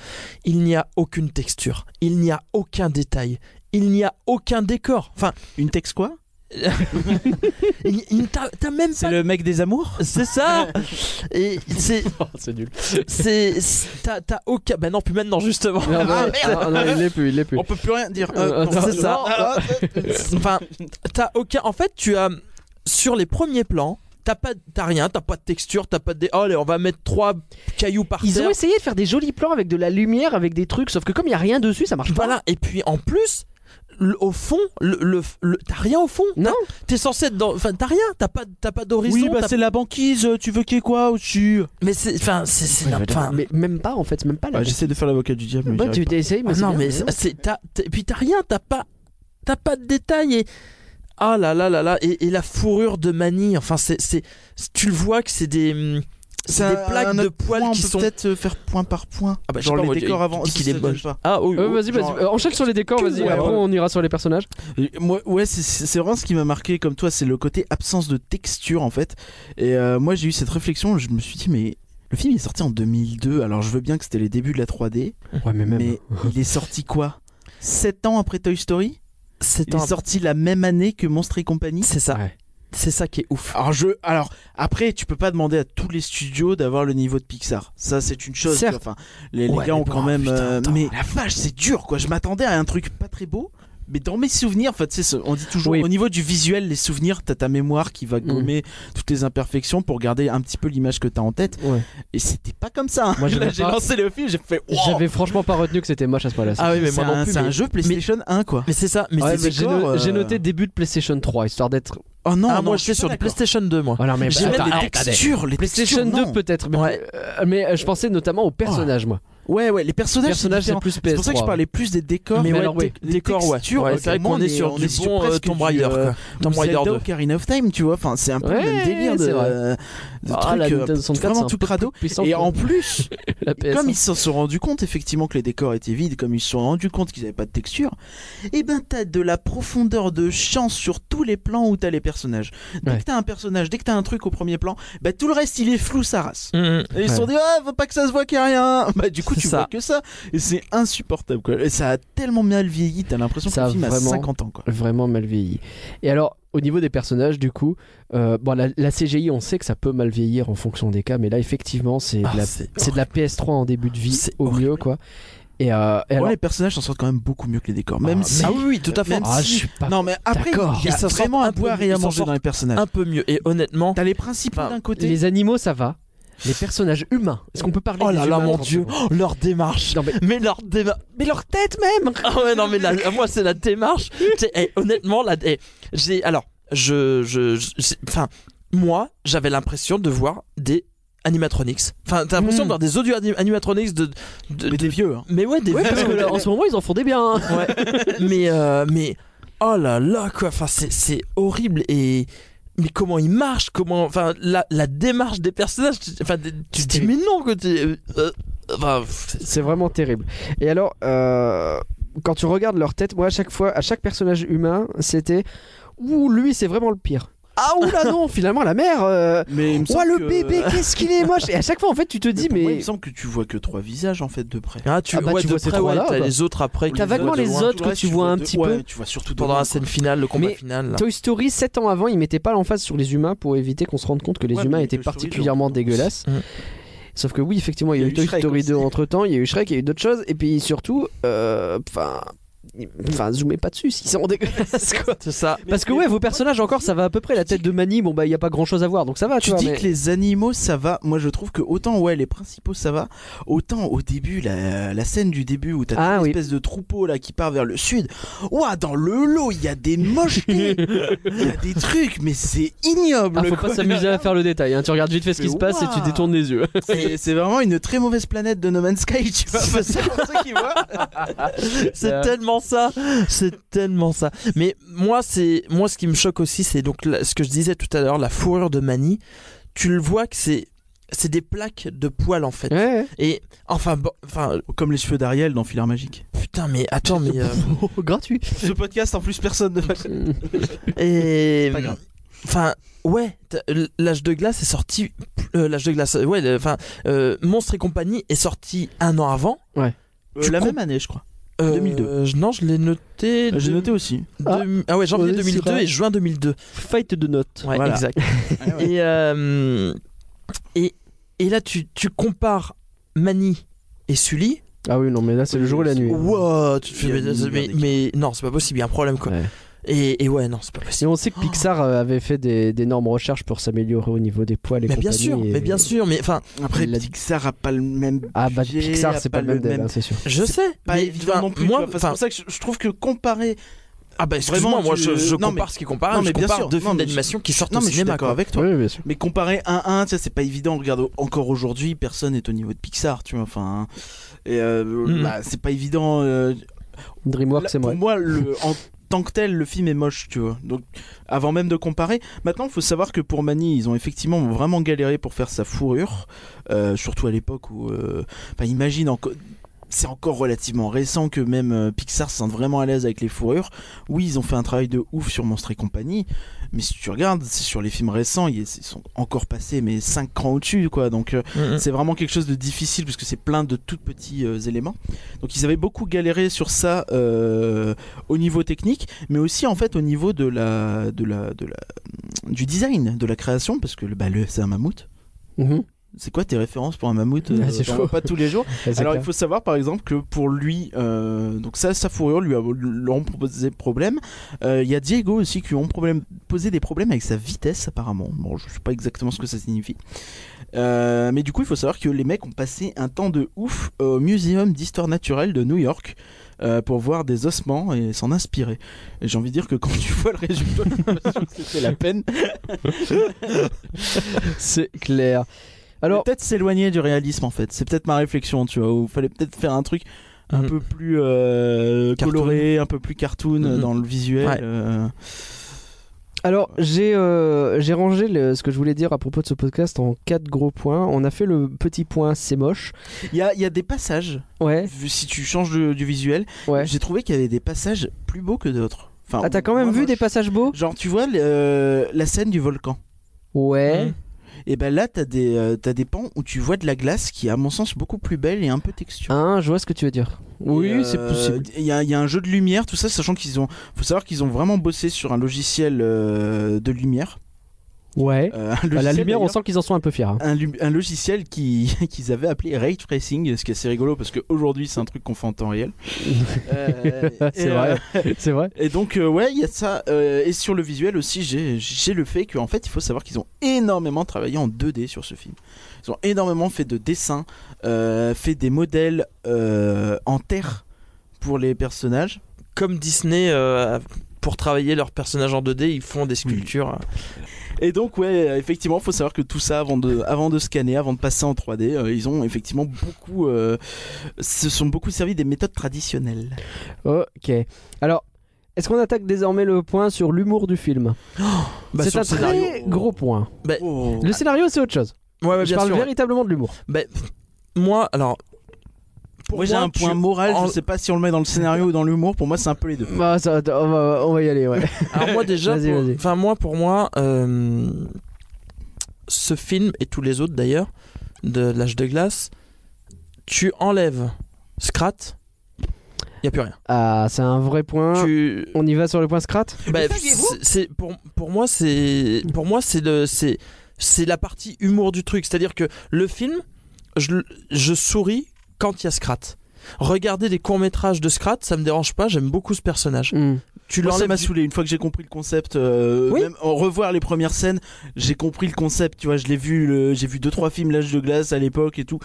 [SPEAKER 7] Il n'y a aucune texture, il n'y a aucun détail, il n'y a aucun décor. Enfin,
[SPEAKER 8] Une texte quoi
[SPEAKER 7] il- il- t'as t'as même
[SPEAKER 8] C'est
[SPEAKER 7] pas.
[SPEAKER 8] le mec des amours
[SPEAKER 7] C'est ça. et c'est
[SPEAKER 6] C'est nul.
[SPEAKER 7] c'est c'est- t'as t'as aucun. Ben non plus maintenant justement.
[SPEAKER 6] Non, non, non, non, il l'est plus, il l'est plus.
[SPEAKER 8] On peut plus rien dire.
[SPEAKER 6] Euh,
[SPEAKER 8] non,
[SPEAKER 7] c'est
[SPEAKER 8] non,
[SPEAKER 7] ça.
[SPEAKER 8] non, non, non.
[SPEAKER 7] Enfin, t'as aucun. En fait, tu as sur les premiers plans. T'as pas, t'as rien, t'as pas de texture, t'as pas de. dé- Oh, allez, on va mettre trois cailloux par
[SPEAKER 6] Ils
[SPEAKER 7] terre.
[SPEAKER 6] ont essayé de faire des jolis plans avec de la lumière, avec des trucs, sauf que comme il y a rien dessus, ça marche pas.
[SPEAKER 7] Voilà. Et puis en plus, le- au fond, le, le- le- t'as rien au fond.
[SPEAKER 6] Non.
[SPEAKER 7] T'as- T'es censé être dans. Enfin, t'as rien. T'as pas, t'as pas d'horizon.
[SPEAKER 8] Oui, bah
[SPEAKER 7] t'as-
[SPEAKER 8] c'est la banquise. Tu veux qu'il y ait quoi au-dessus
[SPEAKER 7] Mais c'est, enfin, c'est, c'est- enfin,
[SPEAKER 6] mais même pas en fait, c'est même pas la.
[SPEAKER 8] Bah, J'essaie de faire l'avocat du diable. mais
[SPEAKER 6] Bah,
[SPEAKER 8] j'y
[SPEAKER 6] tu
[SPEAKER 8] arrive pas.
[SPEAKER 6] t'essayes, mais
[SPEAKER 7] ah
[SPEAKER 6] c'est
[SPEAKER 7] non,
[SPEAKER 6] bien,
[SPEAKER 7] mais c'est, t'as, t'as- et puis t'as rien. T'as pas, t'as pas de détails. Et ah là là là là. Et, et la fourrure de Mani. Enfin, c'est, c'est, tu le vois que c'est des. hum,
[SPEAKER 8] C'est
[SPEAKER 7] des
[SPEAKER 8] un-
[SPEAKER 7] plaques
[SPEAKER 8] un
[SPEAKER 7] de
[SPEAKER 8] autre
[SPEAKER 7] poils
[SPEAKER 8] point,
[SPEAKER 7] qui
[SPEAKER 8] on peut
[SPEAKER 7] sont-
[SPEAKER 8] peut-être euh, faire point par point.
[SPEAKER 7] Ah bah, je sais
[SPEAKER 8] Genre
[SPEAKER 7] pas,
[SPEAKER 8] les
[SPEAKER 7] moi, tu-
[SPEAKER 8] décors
[SPEAKER 7] tu
[SPEAKER 8] avant.
[SPEAKER 7] dis
[SPEAKER 8] ça,
[SPEAKER 7] qu'il est
[SPEAKER 8] ça, j'aime
[SPEAKER 7] moche.
[SPEAKER 8] pas.
[SPEAKER 7] Ah oui,
[SPEAKER 6] Euh,
[SPEAKER 7] oui.
[SPEAKER 6] vas-y, vas-y,
[SPEAKER 8] genre-
[SPEAKER 6] euh, enchaîne sur les décors, vas-y,
[SPEAKER 8] Ouais,
[SPEAKER 6] après
[SPEAKER 8] ouais.
[SPEAKER 6] on ira sur les personnages.
[SPEAKER 8] Et Euh, Moi, ouais, c'est- c'est c'est vraiment ce qui m'a marqué comme toi, c'est le côté absence de texture en fait. Et euh, moi, j'ai eu cette réflexion, je me suis dit, mais le film il est sorti en 2002, alors je veux bien que c'était les débuts de la 3D,
[SPEAKER 6] Ouais, mais
[SPEAKER 8] mais il est sorti quoi 7 ans après Toy Story
[SPEAKER 7] c'est
[SPEAKER 8] Il
[SPEAKER 7] un-
[SPEAKER 8] est sorti la même année que Monstre et compagnie
[SPEAKER 7] c'est ça,
[SPEAKER 6] Ouais.
[SPEAKER 7] c'est ça qui est ouf.
[SPEAKER 8] alors je, alors après tu peux pas demander à tous les studios d'avoir le niveau de Pixar. Ça c'est une chose.
[SPEAKER 6] Certes.
[SPEAKER 8] tu vois. Enfin, les, les
[SPEAKER 7] Ouais,
[SPEAKER 8] gars ont
[SPEAKER 7] mais bon,
[SPEAKER 8] quand même.
[SPEAKER 7] putain,
[SPEAKER 8] euh,
[SPEAKER 7] attends.
[SPEAKER 8] mais la vache c'est dur quoi. Je m'attendais à un truc pas très beau. Mais dans mes souvenirs, enfin, tu sais, ce- on dit toujours
[SPEAKER 6] Oui.
[SPEAKER 8] au niveau du visuel, les souvenirs, t'as ta mémoire qui
[SPEAKER 7] Mm.
[SPEAKER 8] va gommer toutes les imperfections pour garder un petit peu l'image que t'as en tête.
[SPEAKER 6] Ouais.
[SPEAKER 8] Et c'était pas comme ça. hein.
[SPEAKER 6] Moi, j'avais
[SPEAKER 8] Là, j'ai
[SPEAKER 6] pas-
[SPEAKER 8] lancé le film, j'ai fait. wow.
[SPEAKER 6] J'avais franchement pas retenu que c'était moche à ce moment-là.
[SPEAKER 7] Ah oui, mais
[SPEAKER 8] C'est
[SPEAKER 7] moi non
[SPEAKER 8] un,
[SPEAKER 7] plus.
[SPEAKER 8] c'est
[SPEAKER 7] mais-
[SPEAKER 8] un jeu PlayStation 1 quoi.
[SPEAKER 7] Mais c'est ça, mais
[SPEAKER 8] Ouais,
[SPEAKER 7] c'est-
[SPEAKER 8] mais
[SPEAKER 6] j'ai,
[SPEAKER 8] d'accord,
[SPEAKER 6] no-
[SPEAKER 8] euh.
[SPEAKER 6] j'ai noté début de PlayStation 3, histoire d'être.
[SPEAKER 8] Oh non,
[SPEAKER 7] Ah,
[SPEAKER 8] non,
[SPEAKER 7] moi
[SPEAKER 8] je
[SPEAKER 7] j'étais
[SPEAKER 8] suis
[SPEAKER 7] sur
[SPEAKER 8] pas
[SPEAKER 7] du
[SPEAKER 8] d'accord.
[SPEAKER 7] PlayStation 2 moi.
[SPEAKER 6] Voilà, mais
[SPEAKER 7] J'ai
[SPEAKER 6] bah,
[SPEAKER 7] même
[SPEAKER 6] attends,
[SPEAKER 7] des
[SPEAKER 6] attends,
[SPEAKER 8] Texture, les
[SPEAKER 6] PlayStation
[SPEAKER 8] textures,
[SPEAKER 6] 2
[SPEAKER 8] non.
[SPEAKER 6] peut-être, mais,
[SPEAKER 7] Ouais.
[SPEAKER 6] euh, mais euh, je pensais notamment aux personnages, moi.
[SPEAKER 8] Ouais, ouais, les personnages. c'est
[SPEAKER 6] Personnages, c'est
[SPEAKER 8] différent.
[SPEAKER 6] plus
[SPEAKER 8] C'est pour ça que je
[SPEAKER 6] PS3,
[SPEAKER 8] parlais plus des décors.
[SPEAKER 6] Mais
[SPEAKER 7] Mais
[SPEAKER 6] ouais,
[SPEAKER 7] ouais,
[SPEAKER 6] alors, ouais.
[SPEAKER 8] les
[SPEAKER 7] décor, ouais.
[SPEAKER 8] textures, euh,
[SPEAKER 7] Ouais,
[SPEAKER 8] ouais,
[SPEAKER 7] c'est vrai
[SPEAKER 8] clairement,
[SPEAKER 7] qu'on est
[SPEAKER 8] on
[SPEAKER 7] sur
[SPEAKER 8] est-
[SPEAKER 7] du
[SPEAKER 8] on est sur
[SPEAKER 7] bon euh,
[SPEAKER 8] presque
[SPEAKER 7] Tomb
[SPEAKER 8] du,
[SPEAKER 7] Raider.
[SPEAKER 8] euh,
[SPEAKER 7] quoi. Tomb
[SPEAKER 8] Zelda
[SPEAKER 7] Raider 2.
[SPEAKER 8] Ocarina of Time, tu vois. Enfin, c'est un peu le
[SPEAKER 6] Ouais,
[SPEAKER 8] même délire de,
[SPEAKER 6] c'est vrai.
[SPEAKER 8] euh, de
[SPEAKER 6] Ah,
[SPEAKER 8] truc,
[SPEAKER 6] la
[SPEAKER 8] euh,
[SPEAKER 6] Nintendo 64,
[SPEAKER 8] vraiment
[SPEAKER 6] c'est un
[SPEAKER 8] tout
[SPEAKER 6] peu
[SPEAKER 8] crado.
[SPEAKER 6] plus puissant
[SPEAKER 8] Et
[SPEAKER 6] que
[SPEAKER 8] en plus,
[SPEAKER 6] La PS.
[SPEAKER 8] comme ils se sont rendus compte effectivement que les décors étaient vides, comme ils se sont rendus compte qu'ils n'avaient pas de texture, et ben t'as de la profondeur de champ sur tous les plans où t'as les personnages. Dès
[SPEAKER 6] Ouais.
[SPEAKER 8] que t'as un personnage, dès que t'as un truc au premier plan, bah tout le reste il est flou sa race.
[SPEAKER 7] Mhm.
[SPEAKER 8] Et ils se sont dit, ah, faut pas que ça se voit qu'il y a rien. Bah, du coup,
[SPEAKER 7] C'est
[SPEAKER 8] tu
[SPEAKER 7] ça.
[SPEAKER 8] vois que ça. Et c'est insupportable, quoi. Et ça a tellement mal vieilli, t'as l'impression que
[SPEAKER 6] Ça
[SPEAKER 8] le
[SPEAKER 6] a
[SPEAKER 8] film
[SPEAKER 6] vraiment-
[SPEAKER 8] a 50 ans, quoi.
[SPEAKER 6] Vraiment mal vieilli. Et alors, au niveau des personnages, du coup, euh, bon, la, la CGI, on sait que ça peut mal vieillir en fonction des cas, mais là, effectivement, c'est
[SPEAKER 7] Ah,
[SPEAKER 6] de la
[SPEAKER 7] c'est-
[SPEAKER 6] C'est de la PS3 en début de vie
[SPEAKER 7] C'est
[SPEAKER 6] au
[SPEAKER 7] horrible.
[SPEAKER 6] mieux quoi. Et, euh, et
[SPEAKER 8] Ouais,
[SPEAKER 6] alors,
[SPEAKER 8] les personnages s'en sortent quand même beaucoup mieux que les décors. Même
[SPEAKER 6] Ah,
[SPEAKER 8] si.
[SPEAKER 7] Ah oui, oui, tout à fait.
[SPEAKER 8] Même
[SPEAKER 6] ah,
[SPEAKER 8] si-
[SPEAKER 6] je suis pas
[SPEAKER 8] Non, mais après,
[SPEAKER 6] D'accord.
[SPEAKER 8] il y
[SPEAKER 7] Ils
[SPEAKER 8] a
[SPEAKER 7] s'en sortent
[SPEAKER 8] vraiment
[SPEAKER 7] un
[SPEAKER 8] à
[SPEAKER 7] peu
[SPEAKER 8] boire
[SPEAKER 7] mieux,
[SPEAKER 8] et
[SPEAKER 7] ils
[SPEAKER 8] à
[SPEAKER 7] s'en
[SPEAKER 8] manger
[SPEAKER 7] sortent
[SPEAKER 8] dans les personnages.
[SPEAKER 7] Un peu mieux. Et honnêtement,
[SPEAKER 8] T'as les principaux
[SPEAKER 7] Enfin,
[SPEAKER 8] d'un côté.
[SPEAKER 6] les animaux ça va. les personnages humains. Est-ce qu'on peut parler
[SPEAKER 7] Oh
[SPEAKER 6] des
[SPEAKER 7] là
[SPEAKER 6] humains
[SPEAKER 7] là, mon
[SPEAKER 6] trente
[SPEAKER 7] dieu,
[SPEAKER 6] secondes
[SPEAKER 7] Oh, leur démarche.
[SPEAKER 6] Non, mais-
[SPEAKER 7] Mais leur démarche.
[SPEAKER 6] Mais leur tête même
[SPEAKER 7] Ah ouais, non, mais la- moi, c'est la démarche. Tu sais, eh, honnêtement, là, eh, j'ai. Alors, je. je, je- c'est- enfin, moi, j'avais l'impression de voir des animatronics. Enfin, t'as l'impression
[SPEAKER 6] Mm.
[SPEAKER 7] de voir des audio anim- animatronics de. de-
[SPEAKER 8] Mais des vieux, hein.
[SPEAKER 7] Hmm. mais ouais, des
[SPEAKER 6] Ouais,
[SPEAKER 7] vrais-
[SPEAKER 6] parce que là, en ce moment, ils en font des biens. hein.
[SPEAKER 7] Ouais. mais, euh, mais. Oh là là, quoi. Enfin, c'est c'est horrible. Et. Mais comment ils marchent Comment. Enfin, la, la démarche des personnages. tu- Enfin, des- tu te dis, mais non, que t'es- euh, enfin, pff,
[SPEAKER 6] C'est vraiment terrible. Et alors, euh, quand tu regardes leur tête, moi à chaque fois, à chaque personnage humain, c'était ouh lui c'est vraiment le pire. Ah oula non, finalement la mère. Euh...
[SPEAKER 8] Mais il me
[SPEAKER 6] ouah,
[SPEAKER 8] semble
[SPEAKER 6] le
[SPEAKER 8] que- euh,
[SPEAKER 6] bébé, qu'est-ce qu'il est moche Et à chaque fois en fait, tu te dis
[SPEAKER 8] Pour moi, il
[SPEAKER 6] mais
[SPEAKER 8] me semble que tu vois que trois visages en fait de près.
[SPEAKER 7] Ah, tu,
[SPEAKER 6] Ah bah,
[SPEAKER 7] ouais,
[SPEAKER 6] tu
[SPEAKER 7] de
[SPEAKER 6] vois ces
[SPEAKER 7] près, ouais,
[SPEAKER 6] trois-là,
[SPEAKER 7] t'as
[SPEAKER 6] quoi.
[SPEAKER 7] les autres après. qui
[SPEAKER 6] T'as
[SPEAKER 7] les
[SPEAKER 6] vaguement
[SPEAKER 7] voient de
[SPEAKER 6] les
[SPEAKER 7] loin.
[SPEAKER 6] autres que tu vois un
[SPEAKER 8] de-
[SPEAKER 6] petit
[SPEAKER 8] ouais,
[SPEAKER 6] peu.
[SPEAKER 8] Tu vois surtout de
[SPEAKER 7] pendant
[SPEAKER 8] loin,
[SPEAKER 7] la scène
[SPEAKER 8] quoi.
[SPEAKER 7] finale, le combat
[SPEAKER 6] Mais
[SPEAKER 7] final. là.
[SPEAKER 6] Toy Story 7 ans avant, ils mettaient pas l'emphase sur les humains pour éviter qu'on se rende compte que les
[SPEAKER 8] Ouais,
[SPEAKER 6] humains
[SPEAKER 8] mais
[SPEAKER 6] étaient
[SPEAKER 8] Toy Story, hein.
[SPEAKER 6] particulièrement
[SPEAKER 8] genre,
[SPEAKER 6] dégueulasses.
[SPEAKER 7] Mm.
[SPEAKER 6] Sauf que oui, effectivement, il y a eu Toy
[SPEAKER 8] Shrek
[SPEAKER 6] Story
[SPEAKER 8] aussi.
[SPEAKER 6] 2 entre temps, il y a eu Shrek, il y a eu d'autres choses, et puis surtout, euh, enfin, enfin, zoomez pas dessus, ils sont dégueulasses quoi.
[SPEAKER 7] C'est ça.
[SPEAKER 6] Parce que ouais, vos personnages encore, ça va à peu près. La tête de Manny, bon bah il y a pas grand chose à voir, donc ça va. Ah, Tu,
[SPEAKER 8] Tu
[SPEAKER 6] vois,
[SPEAKER 8] dis
[SPEAKER 6] mais-
[SPEAKER 8] que les animaux ça va. Moi je trouve que autant ouais les principaux ça va, autant au début la, la scène du début où t'as
[SPEAKER 6] Ah
[SPEAKER 8] une
[SPEAKER 6] oui.
[SPEAKER 8] espèce de troupeau là qui part vers le sud. Ouah dans le lot il y a des mochetés, il y a des trucs mais c'est ignoble.
[SPEAKER 6] Ah, faut
[SPEAKER 8] quoi.
[SPEAKER 6] pas s'amuser à faire le détail. hein. Tu regardes vite fait ce qui
[SPEAKER 8] Mais
[SPEAKER 6] se passe et tu
[SPEAKER 8] ouah.
[SPEAKER 6] détournes les yeux.
[SPEAKER 8] C'est c'est vraiment une très mauvaise planète de No Man's Sky tu vois.
[SPEAKER 7] C'est
[SPEAKER 8] C'est pour ça qu'ils voient.
[SPEAKER 7] C'est
[SPEAKER 6] Euh.
[SPEAKER 7] tellement ça. C'est tellement ça. Mais moi, c'est moi ce qui me choque aussi, c'est donc la- ce que je disais tout à l'heure, la fourrure de Mani. Tu le vois que c'est c'est des plaques de poils en fait.
[SPEAKER 6] Ouais.
[SPEAKER 7] Et enfin, bon, enfin,
[SPEAKER 8] Comme les cheveux d'Ariel dans Filaire Magique.
[SPEAKER 7] putain, mais attends, mais euh,
[SPEAKER 6] gratuit.
[SPEAKER 8] Ce podcast en plus personne ne va
[SPEAKER 7] et euh,
[SPEAKER 8] Pas grave.
[SPEAKER 7] enfin ouais, t'as- euh, l'âge de glace est sorti, euh, l'âge de glace, ouais, le- enfin, euh, Monstre et compagnie est sorti un an avant.
[SPEAKER 8] Euh, La
[SPEAKER 7] crois-
[SPEAKER 8] même année je crois.
[SPEAKER 7] Euh,
[SPEAKER 8] 2002.
[SPEAKER 7] non, je l'ai noté.
[SPEAKER 8] Euh, Bah, J'ai
[SPEAKER 7] de-
[SPEAKER 8] noté aussi.
[SPEAKER 6] Ah.
[SPEAKER 7] Ah, ah ouais, janvier
[SPEAKER 6] Ouais,
[SPEAKER 7] 2002
[SPEAKER 6] c'est
[SPEAKER 7] et juin 2002.
[SPEAKER 6] Fight de notes.
[SPEAKER 7] Ouais,
[SPEAKER 8] Voilà.
[SPEAKER 7] exact. Et, euh, et, et là, tu, tu compares Mani et Sully.
[SPEAKER 6] Ah oui, non, mais là c'est le jour et la nuit.
[SPEAKER 7] Wow, tu te fais-
[SPEAKER 8] Il y a
[SPEAKER 7] mais,
[SPEAKER 8] une univers
[SPEAKER 7] mais-
[SPEAKER 8] d'équipe.
[SPEAKER 7] mais non, c'est pas possible, il y a un problème quoi.
[SPEAKER 6] Ouais.
[SPEAKER 7] Et, et ouais, non, c'est pas
[SPEAKER 6] Et
[SPEAKER 7] possible.
[SPEAKER 6] on sait que Pixar euh, avait fait des- d'énormes recherches pour s'améliorer au niveau des poils et
[SPEAKER 7] Mais bien
[SPEAKER 6] compagnie,
[SPEAKER 7] sûr,
[SPEAKER 6] et- euh,
[SPEAKER 7] mais bien sûr, mais enfin,
[SPEAKER 8] Après
[SPEAKER 6] Il l'a-
[SPEAKER 8] Pixar a pas le même.
[SPEAKER 6] Ah bah
[SPEAKER 8] budget,
[SPEAKER 6] Pixar,
[SPEAKER 8] a
[SPEAKER 6] c'est pas le même dev, hein, c'est sûr.
[SPEAKER 7] je sais.
[SPEAKER 8] Pas
[SPEAKER 7] mais,
[SPEAKER 8] évident
[SPEAKER 7] enfin,
[SPEAKER 8] non plus.
[SPEAKER 7] Moi,
[SPEAKER 8] tu vois, c'est
[SPEAKER 7] enfin,
[SPEAKER 8] pour ça que je, je trouve que comparer.
[SPEAKER 7] ah bah excuse-moi,
[SPEAKER 8] vraiment,
[SPEAKER 7] moi
[SPEAKER 8] tu-
[SPEAKER 7] je, je
[SPEAKER 8] non,
[SPEAKER 7] compare
[SPEAKER 8] mais-
[SPEAKER 7] ce qui est comparable.
[SPEAKER 8] non, mais
[SPEAKER 7] Ah, je
[SPEAKER 8] bien
[SPEAKER 7] compare
[SPEAKER 8] sûr,
[SPEAKER 7] deux
[SPEAKER 8] non,
[SPEAKER 7] films
[SPEAKER 8] mais je-
[SPEAKER 7] d'animation qui sortent
[SPEAKER 8] Non
[SPEAKER 7] au
[SPEAKER 8] mais je suis
[SPEAKER 7] cinéma.
[SPEAKER 8] d'accord
[SPEAKER 7] quoi.
[SPEAKER 8] avec toi.
[SPEAKER 6] Oui, bien sûr.
[SPEAKER 8] Mais comparer 1-1, tu sais, c'est pas évident. Regarde, encore aujourd'hui, personne n'est au niveau de Pixar, tu vois. Enfin, et euh,
[SPEAKER 7] Mm.
[SPEAKER 8] bah, c'est pas évident. euh, là,
[SPEAKER 6] DreamWorks, c'est
[SPEAKER 8] pour
[SPEAKER 6] moi.
[SPEAKER 8] moi, le, en tant que tel, le film est moche, tu vois. Donc, avant même de comparer, maintenant, il faut savoir que pour Mani, ils ont effectivement vraiment galéré pour faire sa fourrure, euh, surtout à l'époque où, euh, enfin, imagine encore. C'est encore relativement récent que même euh, Pixar se sente vraiment à l'aise avec les fourrures. Oui, ils ont fait un travail de ouf sur Monstre et compagnie, mais si tu regardes c'est sur les films récents, ils ils sont encore passés mais 5 crans au-dessus quoi. Donc euh,
[SPEAKER 7] Mm, mm.
[SPEAKER 8] c'est vraiment quelque chose de difficile parce que c'est plein de tout petits euh, éléments. Donc ils avaient beaucoup galéré sur ça euh, au niveau technique, mais aussi en fait au niveau de la, de la, de la, du design, de la création, parce que le- bah, le, c'est un mammouth.
[SPEAKER 6] Mhm.
[SPEAKER 8] C'est quoi tes références pour un mammouth
[SPEAKER 6] Ah,
[SPEAKER 8] euh,
[SPEAKER 6] c'est
[SPEAKER 8] t'en
[SPEAKER 6] chaud.
[SPEAKER 8] vois Pas tous les jours.
[SPEAKER 6] Ouais, Bah, c'est
[SPEAKER 8] Alors
[SPEAKER 6] clair.
[SPEAKER 8] il faut savoir par exemple que pour lui, euh, donc ça, sa fourrure lui a leur ont posé problème. Euh, Il y a Diego aussi qui lui ont problème, posé des problèmes avec sa vitesse apparemment. Bon, je sais pas exactement ce que ça signifie. Euh, mais du coup, il faut savoir que les mecs ont passé un temps de ouf au Muséum d'histoire naturelle de New York euh, pour voir des ossements et s'en inspirer. Et j'ai envie de dire que quand tu vois le résultat, j'ai l'impression que c'était la peine.
[SPEAKER 6] C'est clair. Alors,
[SPEAKER 8] Mais peut-être s'éloigner du réalisme en fait. C'est peut-être ma réflexion, tu vois. où Il fallait peut-être faire un truc un
[SPEAKER 7] Mm.
[SPEAKER 6] Mhm.
[SPEAKER 8] peu plus euh,
[SPEAKER 7] Cartoon.
[SPEAKER 8] coloré, un peu plus cartoon euh,
[SPEAKER 7] Mhm.
[SPEAKER 8] dans le visuel.
[SPEAKER 7] Ouais.
[SPEAKER 8] euh.
[SPEAKER 6] Alors, j'ai euh, j'ai rangé le- ce que je voulais dire à propos de ce podcast en quatre gros points. On a fait le petit point, c'est moche.
[SPEAKER 8] Il y, a, il y a des passages.
[SPEAKER 6] Ouais,
[SPEAKER 8] vu- Si tu changes de- du visuel,
[SPEAKER 6] ouais.
[SPEAKER 8] j'ai trouvé qu'il y avait des passages plus beaux que d'autres. Enfin,
[SPEAKER 6] Ah, t'as quand même
[SPEAKER 8] moi,
[SPEAKER 6] vu
[SPEAKER 8] moi,
[SPEAKER 6] des
[SPEAKER 8] je-
[SPEAKER 6] passages beaux
[SPEAKER 8] Genre, tu vois le- euh, la scène du volcan.
[SPEAKER 6] Ouais.
[SPEAKER 7] Mm.
[SPEAKER 8] Et ben là, t'as des, euh, t'as des pans où tu vois de la glace qui est, à mon sens, beaucoup plus belle et un peu texturée.
[SPEAKER 6] Hein, je vois ce que tu veux dire. Oui,
[SPEAKER 8] Et, euh,
[SPEAKER 6] c'est possible.
[SPEAKER 8] Il y, a- il y a un jeu de lumière, tout ça, sachant qu'ils ont. faut savoir qu'ils ont vraiment bossé sur un logiciel euh, de lumière.
[SPEAKER 6] Ouais.
[SPEAKER 8] Euh, un
[SPEAKER 6] Bah, la
[SPEAKER 8] logiciel,
[SPEAKER 6] lumière, on
[SPEAKER 8] d'ailleurs.
[SPEAKER 6] sent qu'ils en sont un peu fiers. hein.
[SPEAKER 8] un, lu- un logiciel qui qu'ils avaient appelé Ray Tracing, ce qui est assez rigolo parce qu'aujourd'hui c'est un truc qu'on fait en temps réel. Euh,
[SPEAKER 6] C'est
[SPEAKER 8] et,
[SPEAKER 6] vrai.
[SPEAKER 8] euh,
[SPEAKER 6] C'est vrai.
[SPEAKER 8] et donc euh, ouais, il y a ça. euh, et sur le visuel aussi, j'ai- j'ai le fait qu'en fait il faut savoir qu'ils ont énormément travaillé en 2D sur ce film. Ils ont énormément fait de dessins, euh, fait des modèles euh, en terre pour les personnages.
[SPEAKER 7] Comme Disney, euh, pour travailler leurs personnages en 2D, ils font des sculptures. euh.
[SPEAKER 8] Et donc ouais, euh, effectivement, faut savoir que tout ça avant de avant de scanner, avant de passer en 3D, euh, ils ont effectivement beaucoup euh, se sont beaucoup servis des méthodes traditionnelles.
[SPEAKER 6] Ok. Alors, est-ce qu'on attaque désormais le point sur l'humour du film
[SPEAKER 7] Bah,
[SPEAKER 6] C'est
[SPEAKER 7] sur
[SPEAKER 6] un
[SPEAKER 7] le scénario.
[SPEAKER 6] très gros point.
[SPEAKER 8] Oh.
[SPEAKER 6] Le scénario, c'est autre chose.
[SPEAKER 7] Ouais, ouais,
[SPEAKER 6] Je
[SPEAKER 7] bien
[SPEAKER 6] parle
[SPEAKER 7] sûr. ouais.
[SPEAKER 6] véritablement de l'humour.
[SPEAKER 7] Bah, moi, alors,
[SPEAKER 8] Pour
[SPEAKER 7] Moi,
[SPEAKER 8] moi,
[SPEAKER 7] j'ai un
[SPEAKER 8] tu-
[SPEAKER 7] point
[SPEAKER 8] moral,
[SPEAKER 7] en-
[SPEAKER 8] je sais pas si on le met dans le scénario ou dans l'humour, pour moi c'est un peu les deux.
[SPEAKER 6] Bah, ça, on, va, on va y aller, ouais.
[SPEAKER 7] alors moi déjà,
[SPEAKER 6] Vas-y,
[SPEAKER 7] pour-
[SPEAKER 6] vas-y.
[SPEAKER 7] enfin moi pour moi, euh, ce film et tous les autres d'ailleurs de l'âge de glace, tu enlèves Scrat, il y a plus rien.
[SPEAKER 6] Ah, c'est un vrai point.
[SPEAKER 7] Tu
[SPEAKER 6] On y va sur le point Scrat
[SPEAKER 7] Bah,
[SPEAKER 2] saviez-vous
[SPEAKER 7] c'est- c'est pour pour moi c'est pour moi c'est le c'est c'est la partie humour du truc, c'est-à-dire que le film je, le- je souris quand il y a Scrat. Regarder des courts-métrages de Scrat, ça me dérange pas, j'aime beaucoup ce personnage. Tu
[SPEAKER 8] Moi, ça
[SPEAKER 7] l'enlèves
[SPEAKER 8] m'a
[SPEAKER 7] du-
[SPEAKER 8] saoulé une fois que j'ai compris le concept. euh,
[SPEAKER 7] Oui.
[SPEAKER 8] Même en revoir les premières scènes, j'ai compris le concept. Tu vois, je l'ai vu, le- j'ai vu deux trois films L'âge de glace à l'époque et tout.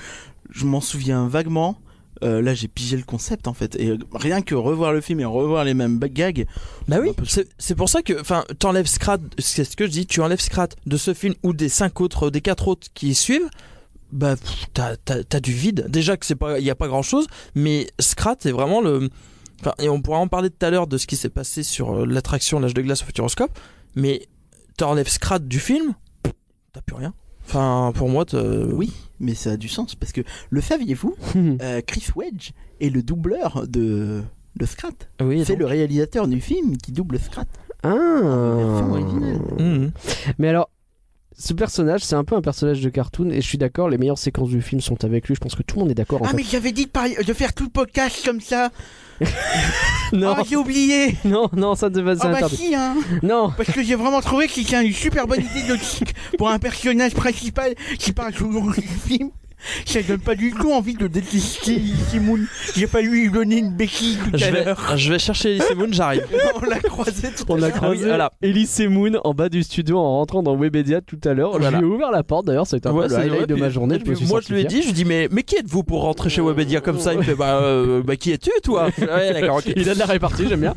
[SPEAKER 8] Je m'en souviens vaguement. Euh, là, j'ai pigé le concept en fait. Et euh, rien que revoir le film et revoir les mêmes ba- gags.
[SPEAKER 7] Bah oui,
[SPEAKER 8] un peu-
[SPEAKER 7] c'est c'est pour ça que, enfin, t'enlèves Scrat, c'est ce que je dis, tu enlèves Scrat de ce film ou des cinq autres, des quatre autres qui suivent, bah pff, t'as t'as- t'as du vide. Déjà que c'est pas, il y a pas grand chose, mais Scrat est vraiment le, enfin, et on pourra en parler tout à l'heure de ce qui s'est passé sur euh, l'attraction L'âge de glace au Futuroscope, mais t'enlèves Scrat du film, t'as plus rien. Enfin, pour moi, t'as-
[SPEAKER 8] Oui, mais ça a du sens parce que le saviez-vous, euh, Chris Wedge est le doubleur de de Scrat.
[SPEAKER 7] oui,
[SPEAKER 8] C'est
[SPEAKER 7] donc-
[SPEAKER 8] le réalisateur du film qui double Scrat. version originale.
[SPEAKER 6] ah.
[SPEAKER 7] Mhm.
[SPEAKER 6] Mais alors, ce personnage, c'est un peu un personnage de cartoon, et je suis d'accord, les meilleures séquences du film sont avec lui, je pense que tout le monde est d'accord en
[SPEAKER 8] Ah
[SPEAKER 6] fait.
[SPEAKER 8] mais j'avais dit de, parler- de faire tout le podcast comme ça.
[SPEAKER 6] Non,
[SPEAKER 8] Oh, j'ai oublié.
[SPEAKER 6] non, non, ça ne va
[SPEAKER 8] Ah
[SPEAKER 6] pas
[SPEAKER 8] bah si hein.
[SPEAKER 6] Non,
[SPEAKER 8] Parce que j'ai vraiment trouvé que c'était une super bonne idée de pour un personnage principal qui parle tout le long du film. Ça donne pas du tout envie de détester Simon. J'ai pas lui donner une béquille tout
[SPEAKER 7] je
[SPEAKER 8] à
[SPEAKER 7] vais,
[SPEAKER 8] l'heure.
[SPEAKER 7] Ah, je vais chercher Elise Moon, j'arrive.
[SPEAKER 8] On l'a croisé tout
[SPEAKER 6] on a croisé
[SPEAKER 7] Ah oui, voilà.
[SPEAKER 6] Elise et Moon en bas du studio en rentrant dans Webedia tout à l'heure.
[SPEAKER 7] Voilà.
[SPEAKER 6] Je lui ai ouvert la porte d'ailleurs, c'était un
[SPEAKER 7] Ouais,
[SPEAKER 6] peu le
[SPEAKER 7] c'est vrai,
[SPEAKER 6] highlight de
[SPEAKER 7] puis-
[SPEAKER 6] ma journée.
[SPEAKER 7] puis
[SPEAKER 6] je me suis
[SPEAKER 7] moi,
[SPEAKER 6] senti
[SPEAKER 7] je lui
[SPEAKER 6] fier.
[SPEAKER 7] ai dit, je lui ai dit, mais, mais qui êtes-vous pour rentrer chez Webedia comme ça Il me fait, bah, euh, bah, qui es-tu, toi Je fais, Ouais, d'accord, ok.
[SPEAKER 6] Il a de la répartie, j'aime bien.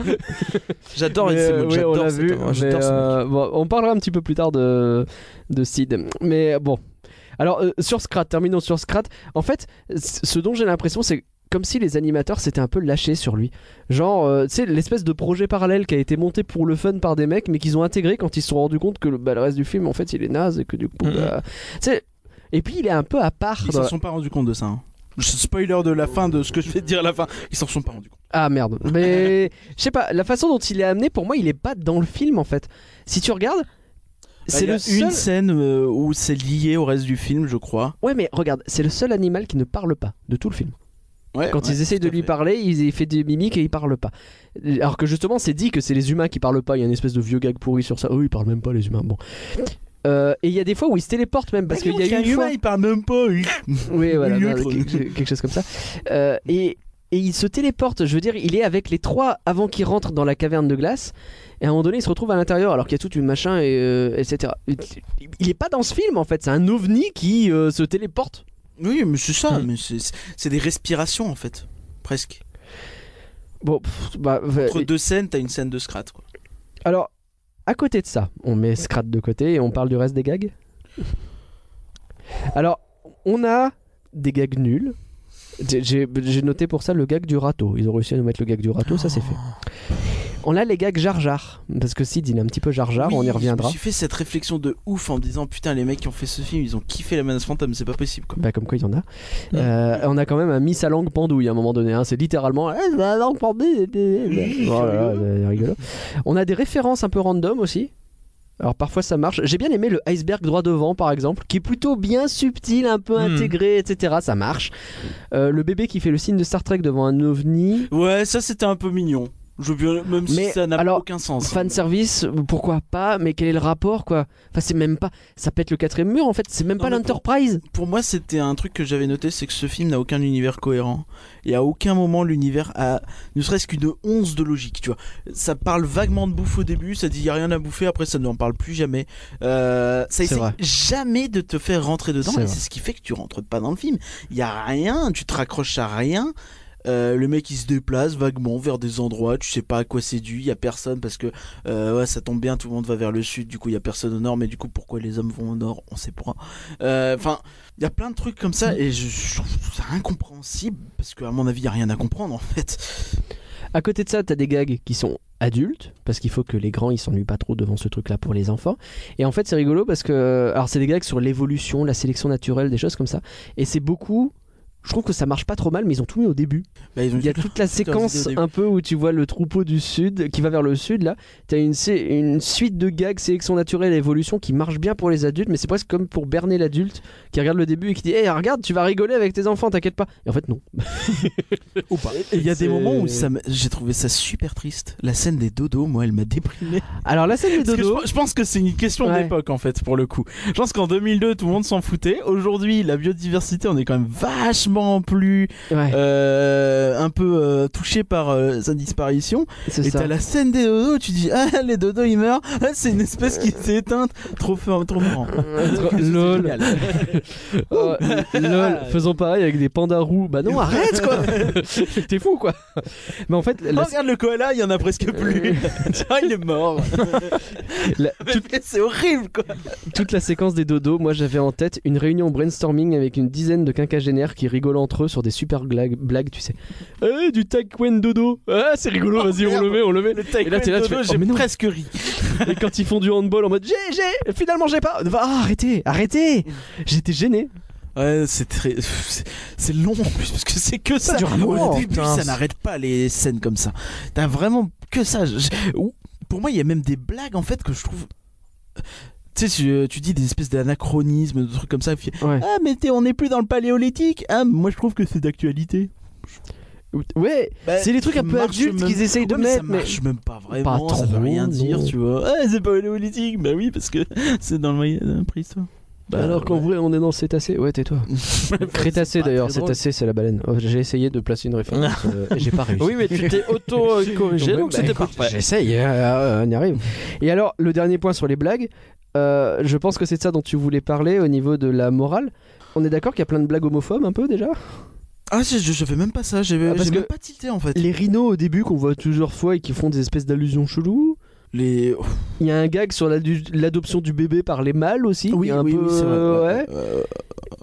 [SPEAKER 7] J'adore
[SPEAKER 6] Mais,
[SPEAKER 7] Elise
[SPEAKER 6] euh,
[SPEAKER 7] Moon,
[SPEAKER 6] oui, on
[SPEAKER 7] j'adore
[SPEAKER 6] l'a
[SPEAKER 7] cet
[SPEAKER 6] vu.
[SPEAKER 7] homme,
[SPEAKER 6] mais,
[SPEAKER 7] j'adore ce mec.
[SPEAKER 6] euh, bon, on parlera un petit peu plus tard de, de Sid. Mais euh, bon. Alors, euh, sur Scrat, terminons sur Scrat. En fait, c- ce dont j'ai l'impression, c'est comme si les animateurs s'étaient un peu lâchés sur lui. Genre, euh, tu sais, l'espèce de projet parallèle qui a été monté pour le fun par des mecs, mais qu'ils ont intégré quand ils se sont rendus compte que le, bah, le reste du film, en fait, il est naze et que du coup.
[SPEAKER 7] Mhm.
[SPEAKER 6] bah, tu sais. Et puis, il est un peu à part.
[SPEAKER 8] Ils
[SPEAKER 6] dans
[SPEAKER 8] s'en
[SPEAKER 6] la-
[SPEAKER 8] sont pas rendu compte de ça. hein. Spoiler de la fin de ce que je vais te dire à la fin. Ils s'en sont pas rendu compte.
[SPEAKER 6] Ah merde. Mais je sais pas, la façon dont il est amené, pour moi, il est pas dans le film en fait. Si tu regardes,
[SPEAKER 7] Bah,
[SPEAKER 6] c'est le seul.
[SPEAKER 8] scène où c'est lié au reste du film, je crois.
[SPEAKER 6] Ouais, mais regarde, c'est le seul animal qui ne parle pas de tout le film.
[SPEAKER 8] Ouais,
[SPEAKER 6] Quand ils essayent de lui parler, ils- il fait des mimiques et il parle pas. Alors que justement, c'est dit que c'est les humains qui parlent pas. Il y a une espèce de vieux gag pourri sur ça. Eux, ils parlent même pas, les humains. Bon. Euh, et il y a des fois où ils se téléportent même parce qu'il Ah, y a eu une fois.
[SPEAKER 8] il parle même pas.
[SPEAKER 6] Oui, voilà,
[SPEAKER 8] Une
[SPEAKER 6] non,
[SPEAKER 8] autre.
[SPEAKER 6] quelque, quelque chose comme ça. Euh, et, et il se téléporte, je veux dire, il est avec les trois avant qu'il rentre dans la caverne de glace, et à un moment donné, il se retrouve à l'intérieur alors qu'il y a toute une machin, et, euh, etc. Il est pas dans ce film en fait, c'est un ovni qui euh, se téléporte.
[SPEAKER 8] Oui, mais c'est ça.
[SPEAKER 7] Mm.
[SPEAKER 8] Mais c'est- c'est c'est des respirations en fait, presque.
[SPEAKER 6] Bon, pff, bah, va-
[SPEAKER 8] Entre deux scènes, t'as une scène de scrat. Quoi.
[SPEAKER 6] alors, à côté de ça, on met Scrat de côté et on parle du reste des gags. Alors, on a des gags nuls. J'ai- J'ai j'ai noté pour ça le gag du râteau. Ils ont réussi à nous mettre le gag du râteau, ça c'est fait.
[SPEAKER 8] Oh.
[SPEAKER 6] On a les gags Jar Jar, parce que Sid il est un petit peu Jar Jar,
[SPEAKER 8] Oui,
[SPEAKER 6] on y reviendra.
[SPEAKER 8] Je me suis fait cette réflexion de ouf en me disant putain les mecs qui ont fait ce film ils ont kiffé la menace fantôme c'est pas possible quoi.
[SPEAKER 6] Bah, comme quoi il y en a. Euh, on a quand même un Miss à langue pendouille à un moment donné, hein. c'est littéralement Eh, la langue pendouille. eh, eh, eh. Oh là là, c'est rigolo. On a des références un peu random aussi. Alors parfois ça marche. J'ai bien aimé le iceberg droit devant par exemple, qui est plutôt bien subtil, un peu
[SPEAKER 7] Mhm.
[SPEAKER 8] Hmm.
[SPEAKER 6] intégré, etc. Ça marche. Euh, le bébé qui fait le signe de Star Trek devant un ovni.
[SPEAKER 8] Ouais ça c'était un peu mignon. Je veux, même
[SPEAKER 6] Mais
[SPEAKER 8] si ça n'a
[SPEAKER 6] alors,
[SPEAKER 8] aucun sens.
[SPEAKER 6] Fan service, pourquoi pas Mais quel est le rapport quoi Enfin, c'est même pas. Ça pète le quatrième mur en fait. C'est même
[SPEAKER 8] Non,
[SPEAKER 6] pas
[SPEAKER 8] mais
[SPEAKER 6] l'Enterprise.
[SPEAKER 8] Pour moi, c'était un truc que j'avais noté, c'est que ce film n'a aucun univers cohérent. Et à aucun moment, l'univers a ne serait-ce qu'une once de logique, tu vois. Ça parle vaguement de bouffe au début, ça dit y a rien à bouffer, après ça n'en parle plus jamais. Euh, ça
[SPEAKER 6] C'est
[SPEAKER 8] essaie
[SPEAKER 6] vrai.
[SPEAKER 8] jamais de te faire rentrer dedans,
[SPEAKER 6] C'est
[SPEAKER 8] et
[SPEAKER 6] vrai.
[SPEAKER 8] c'est ce qui fait que tu rentres pas dans le film. Il y a rien, tu te raccroches à rien. Euh, le mec il se déplace vaguement vers des endroits, tu sais pas à quoi c'est dû, il y a personne parce que euh, ouais, ça tombe bien, tout le monde va vers le sud, du coup il y a personne au nord, mais du coup pourquoi les hommes vont au nord, on sait pas. Euh, Enfin, il y a plein de trucs comme ça et je, je trouve ça incompréhensible parce qu'à mon avis il y a rien à comprendre en fait.
[SPEAKER 6] À côté de ça, t'as des gags qui sont adultes parce qu'il faut que les grands ils s'ennuient pas trop devant ce truc là pour les enfants. Et en fait, c'est rigolo parce que euh, alors c'est des gags sur l'évolution, la sélection naturelle, des choses comme ça. Et c'est beaucoup. Je trouve que ça marche pas trop mal, mais ils ont tout mis au début.
[SPEAKER 8] Bah, ils ont
[SPEAKER 6] Il y a
[SPEAKER 8] dit-
[SPEAKER 6] toute la séquence
[SPEAKER 8] vidéo début.
[SPEAKER 6] un peu où tu vois le troupeau du sud qui va vers le sud là. T'as une, sé- une suite de gags sélection naturelle et évolution qui marche bien pour les adultes, mais c'est presque comme pour berner l'adulte qui regarde le début et qui dit Hey, regarde, tu vas rigoler avec tes enfants, t'inquiète pas. Et en fait, non.
[SPEAKER 8] Et Il y a
[SPEAKER 6] C'est-
[SPEAKER 8] des moments où ça m'a- j'ai trouvé ça super triste. La scène des dodos, moi, elle m'a déprimé.
[SPEAKER 6] Alors là, c'est les
[SPEAKER 8] Parce que je,
[SPEAKER 6] dodo.
[SPEAKER 8] pe- je pense que c'est une question
[SPEAKER 6] Ouais.
[SPEAKER 8] d'époque en fait pour le coup. Je pense qu'en 2002 tout le monde s'en foutait. Aujourd'hui la biodiversité on est quand même vachement plus
[SPEAKER 6] Ouais,
[SPEAKER 8] euh, un peu euh, touché par euh, sa disparition.
[SPEAKER 6] c'est
[SPEAKER 8] Et
[SPEAKER 6] ça.
[SPEAKER 8] t'as la scène des dodos, tu dis ah les dodos ils meurent, Ah, c'est une espèce qui s'est éteinte, trop fort, trop marrant.
[SPEAKER 6] Lol. Oh, Lol, faisons pareil avec des pandas roux. Bah non, arrête quoi T'es fou quoi Mais en fait,
[SPEAKER 8] Oh, Euh.
[SPEAKER 6] la-
[SPEAKER 8] regarde le koala, il y en a presque plus. Tiens, il est mort.
[SPEAKER 6] La-
[SPEAKER 8] Mais C'est horrible quoi.
[SPEAKER 6] toute la séquence des dodos, moi j'avais en tête une réunion brainstorming avec une dizaine de quinquagénaires qui rigolent entre eux sur des super gla- blagues, tu sais. Eh, du taekwondo Ah, c'est rigolo, vas-y, on le met, on le met.
[SPEAKER 8] Oh, Le
[SPEAKER 6] Et là, t'es là, tu fais,
[SPEAKER 8] taekwondo,
[SPEAKER 6] oh, mais
[SPEAKER 8] j'ai
[SPEAKER 6] non.
[SPEAKER 8] presque ri.
[SPEAKER 6] Et quand ils font du handball en mode j'ai, j'ai, finalement j'ai pas. Ah, arrêtez, arrêtez J'étais gêné.
[SPEAKER 8] Ouais, c'est très. c'est- C'est long en plus, parce que c'est que ça.
[SPEAKER 6] dure un
[SPEAKER 8] Au
[SPEAKER 6] moment,
[SPEAKER 8] début,
[SPEAKER 6] putain.
[SPEAKER 8] ça n'arrête pas les scènes comme ça. T'as vraiment que ça. Je- je- ou- Pour moi, il y a même des blagues en fait que je trouve. Tu sais, tu- tu dis des espèces d'anachronismes, de trucs comme ça. puis-
[SPEAKER 6] Ouais.
[SPEAKER 8] Ah, mais t'es- on n'est plus dans le paléolithique. Ah, moi je trouve que c'est d'actualité.
[SPEAKER 6] Ouais,
[SPEAKER 8] Bah,
[SPEAKER 6] c'est les trucs un
[SPEAKER 8] ça
[SPEAKER 6] peu
[SPEAKER 8] marche
[SPEAKER 6] adultes
[SPEAKER 8] même-
[SPEAKER 6] qu'ils essayent de
[SPEAKER 8] Ouais, mais
[SPEAKER 6] mettre.
[SPEAKER 8] Ça
[SPEAKER 6] mais-
[SPEAKER 8] marche même pas vraiment.
[SPEAKER 6] Pas
[SPEAKER 8] ça veut
[SPEAKER 6] trop,
[SPEAKER 8] rien dire,
[SPEAKER 6] non.
[SPEAKER 8] tu vois. Ah, c'est paléolithique. Bah oui, parce que c'est dans le moyen euh, préhistoire. Bah,
[SPEAKER 6] Alors qu'en
[SPEAKER 8] ouais.
[SPEAKER 6] vrai, on est dans le Cétacé. Ouais, tais-toi. Crétacé
[SPEAKER 8] pas
[SPEAKER 6] d'ailleurs,
[SPEAKER 8] très drôle.
[SPEAKER 6] Cétacé, c'est la baleine. Oh, J'ai essayé de placer une référence, euh, et j'ai pas réussi.
[SPEAKER 7] Oui, mais tu t'es auto-corrigé,
[SPEAKER 6] Ouais,
[SPEAKER 7] donc
[SPEAKER 6] bah,
[SPEAKER 7] c'était
[SPEAKER 6] écoute,
[SPEAKER 7] parfait.
[SPEAKER 6] J'essaye, euh, euh, on y arrive. Et alors, le dernier point sur les blagues, euh, je pense que c'est de ça dont tu voulais parler au niveau de la morale. On est d'accord qu'il y a plein de blagues homophobes un peu déjà
[SPEAKER 8] Ah, je, je, je fais même pas ça. J'ai
[SPEAKER 6] Ah, parce
[SPEAKER 8] j'ai
[SPEAKER 6] que-
[SPEAKER 8] même pas tilté en fait.
[SPEAKER 6] Les rhinos au début qu'on voit plusieurs fois et qui font des espèces d'allusions cheloues.
[SPEAKER 8] Les.
[SPEAKER 6] Il y a un gag sur la- du- l'adoption du bébé par les mâles aussi. qui est un peu,
[SPEAKER 8] c'est vrai.
[SPEAKER 6] ouais.
[SPEAKER 8] Euh,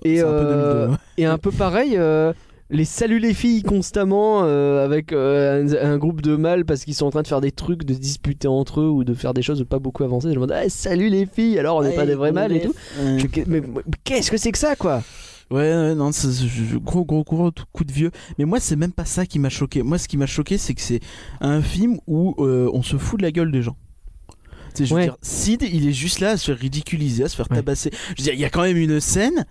[SPEAKER 6] Et,
[SPEAKER 8] c'est un peu
[SPEAKER 6] euh,
[SPEAKER 8] 2002, ouais.
[SPEAKER 6] Et un peu pareil, euh, les saluts les filles constamment euh, avec euh, un, un groupe de mâles parce qu'ils sont en train de faire des trucs, de se disputer entre eux ou de faire des choses pas beaucoup avancées. Je me demande, ah, salut les filles, alors on n'est pas des vrais mâles et tout.
[SPEAKER 8] Ouais,
[SPEAKER 6] Je- mais mais qu'est-ce que c'est que ça quoi
[SPEAKER 8] ouais, non, c'est- je- je- gros, gros, gros coup de vieux. Mais moi, c'est même pas ça qui m'a choqué. Moi, ce qui m'a choqué, c'est que c'est un film où euh, on se fout de la gueule des gens. Tu sais, Je veux
[SPEAKER 6] Ouais.
[SPEAKER 8] dire, Sid, il est juste là à se faire ridiculiser, à se faire
[SPEAKER 6] Ouais.
[SPEAKER 8] tabasser. Je veux dire, il y a quand même une scène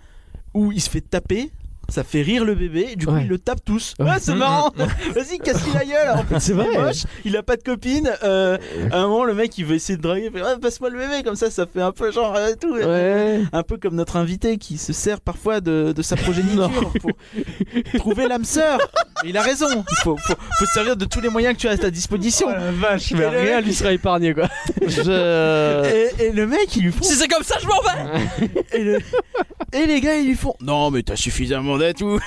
[SPEAKER 8] où il se fait taper. Ça fait rire le bébé, et du coup
[SPEAKER 6] Ouais.
[SPEAKER 8] ils le tapent tous.
[SPEAKER 6] Ouais. Mm,
[SPEAKER 8] Ouais, c'est marrant! Vas-y, casse-lui la gueule! En plus,
[SPEAKER 6] C'est
[SPEAKER 8] il est moche, il a pas de copine. euh, à un moment, le mec il veut essayer de draguer, il fait, Ouais, passe-moi le bébé, comme ça, ça fait un peu genre euh, tout.
[SPEAKER 6] Ouais.
[SPEAKER 8] Un peu comme notre invité qui se sert parfois de, de sa progéniture pour trouver l'âme sœur. Mais Il a raison. Il faut, faut, faut se servir de tous les moyens que tu as à ta disposition.
[SPEAKER 6] vache,
[SPEAKER 8] Oh mais rien
[SPEAKER 6] lui sera épargné quoi.
[SPEAKER 8] Et, et le mec, il lui font.
[SPEAKER 7] Si c'est comme ça, je m'en vais
[SPEAKER 8] Et, le- et les gars, ils lui font. Non, mais t'as suffisamment d'atouts.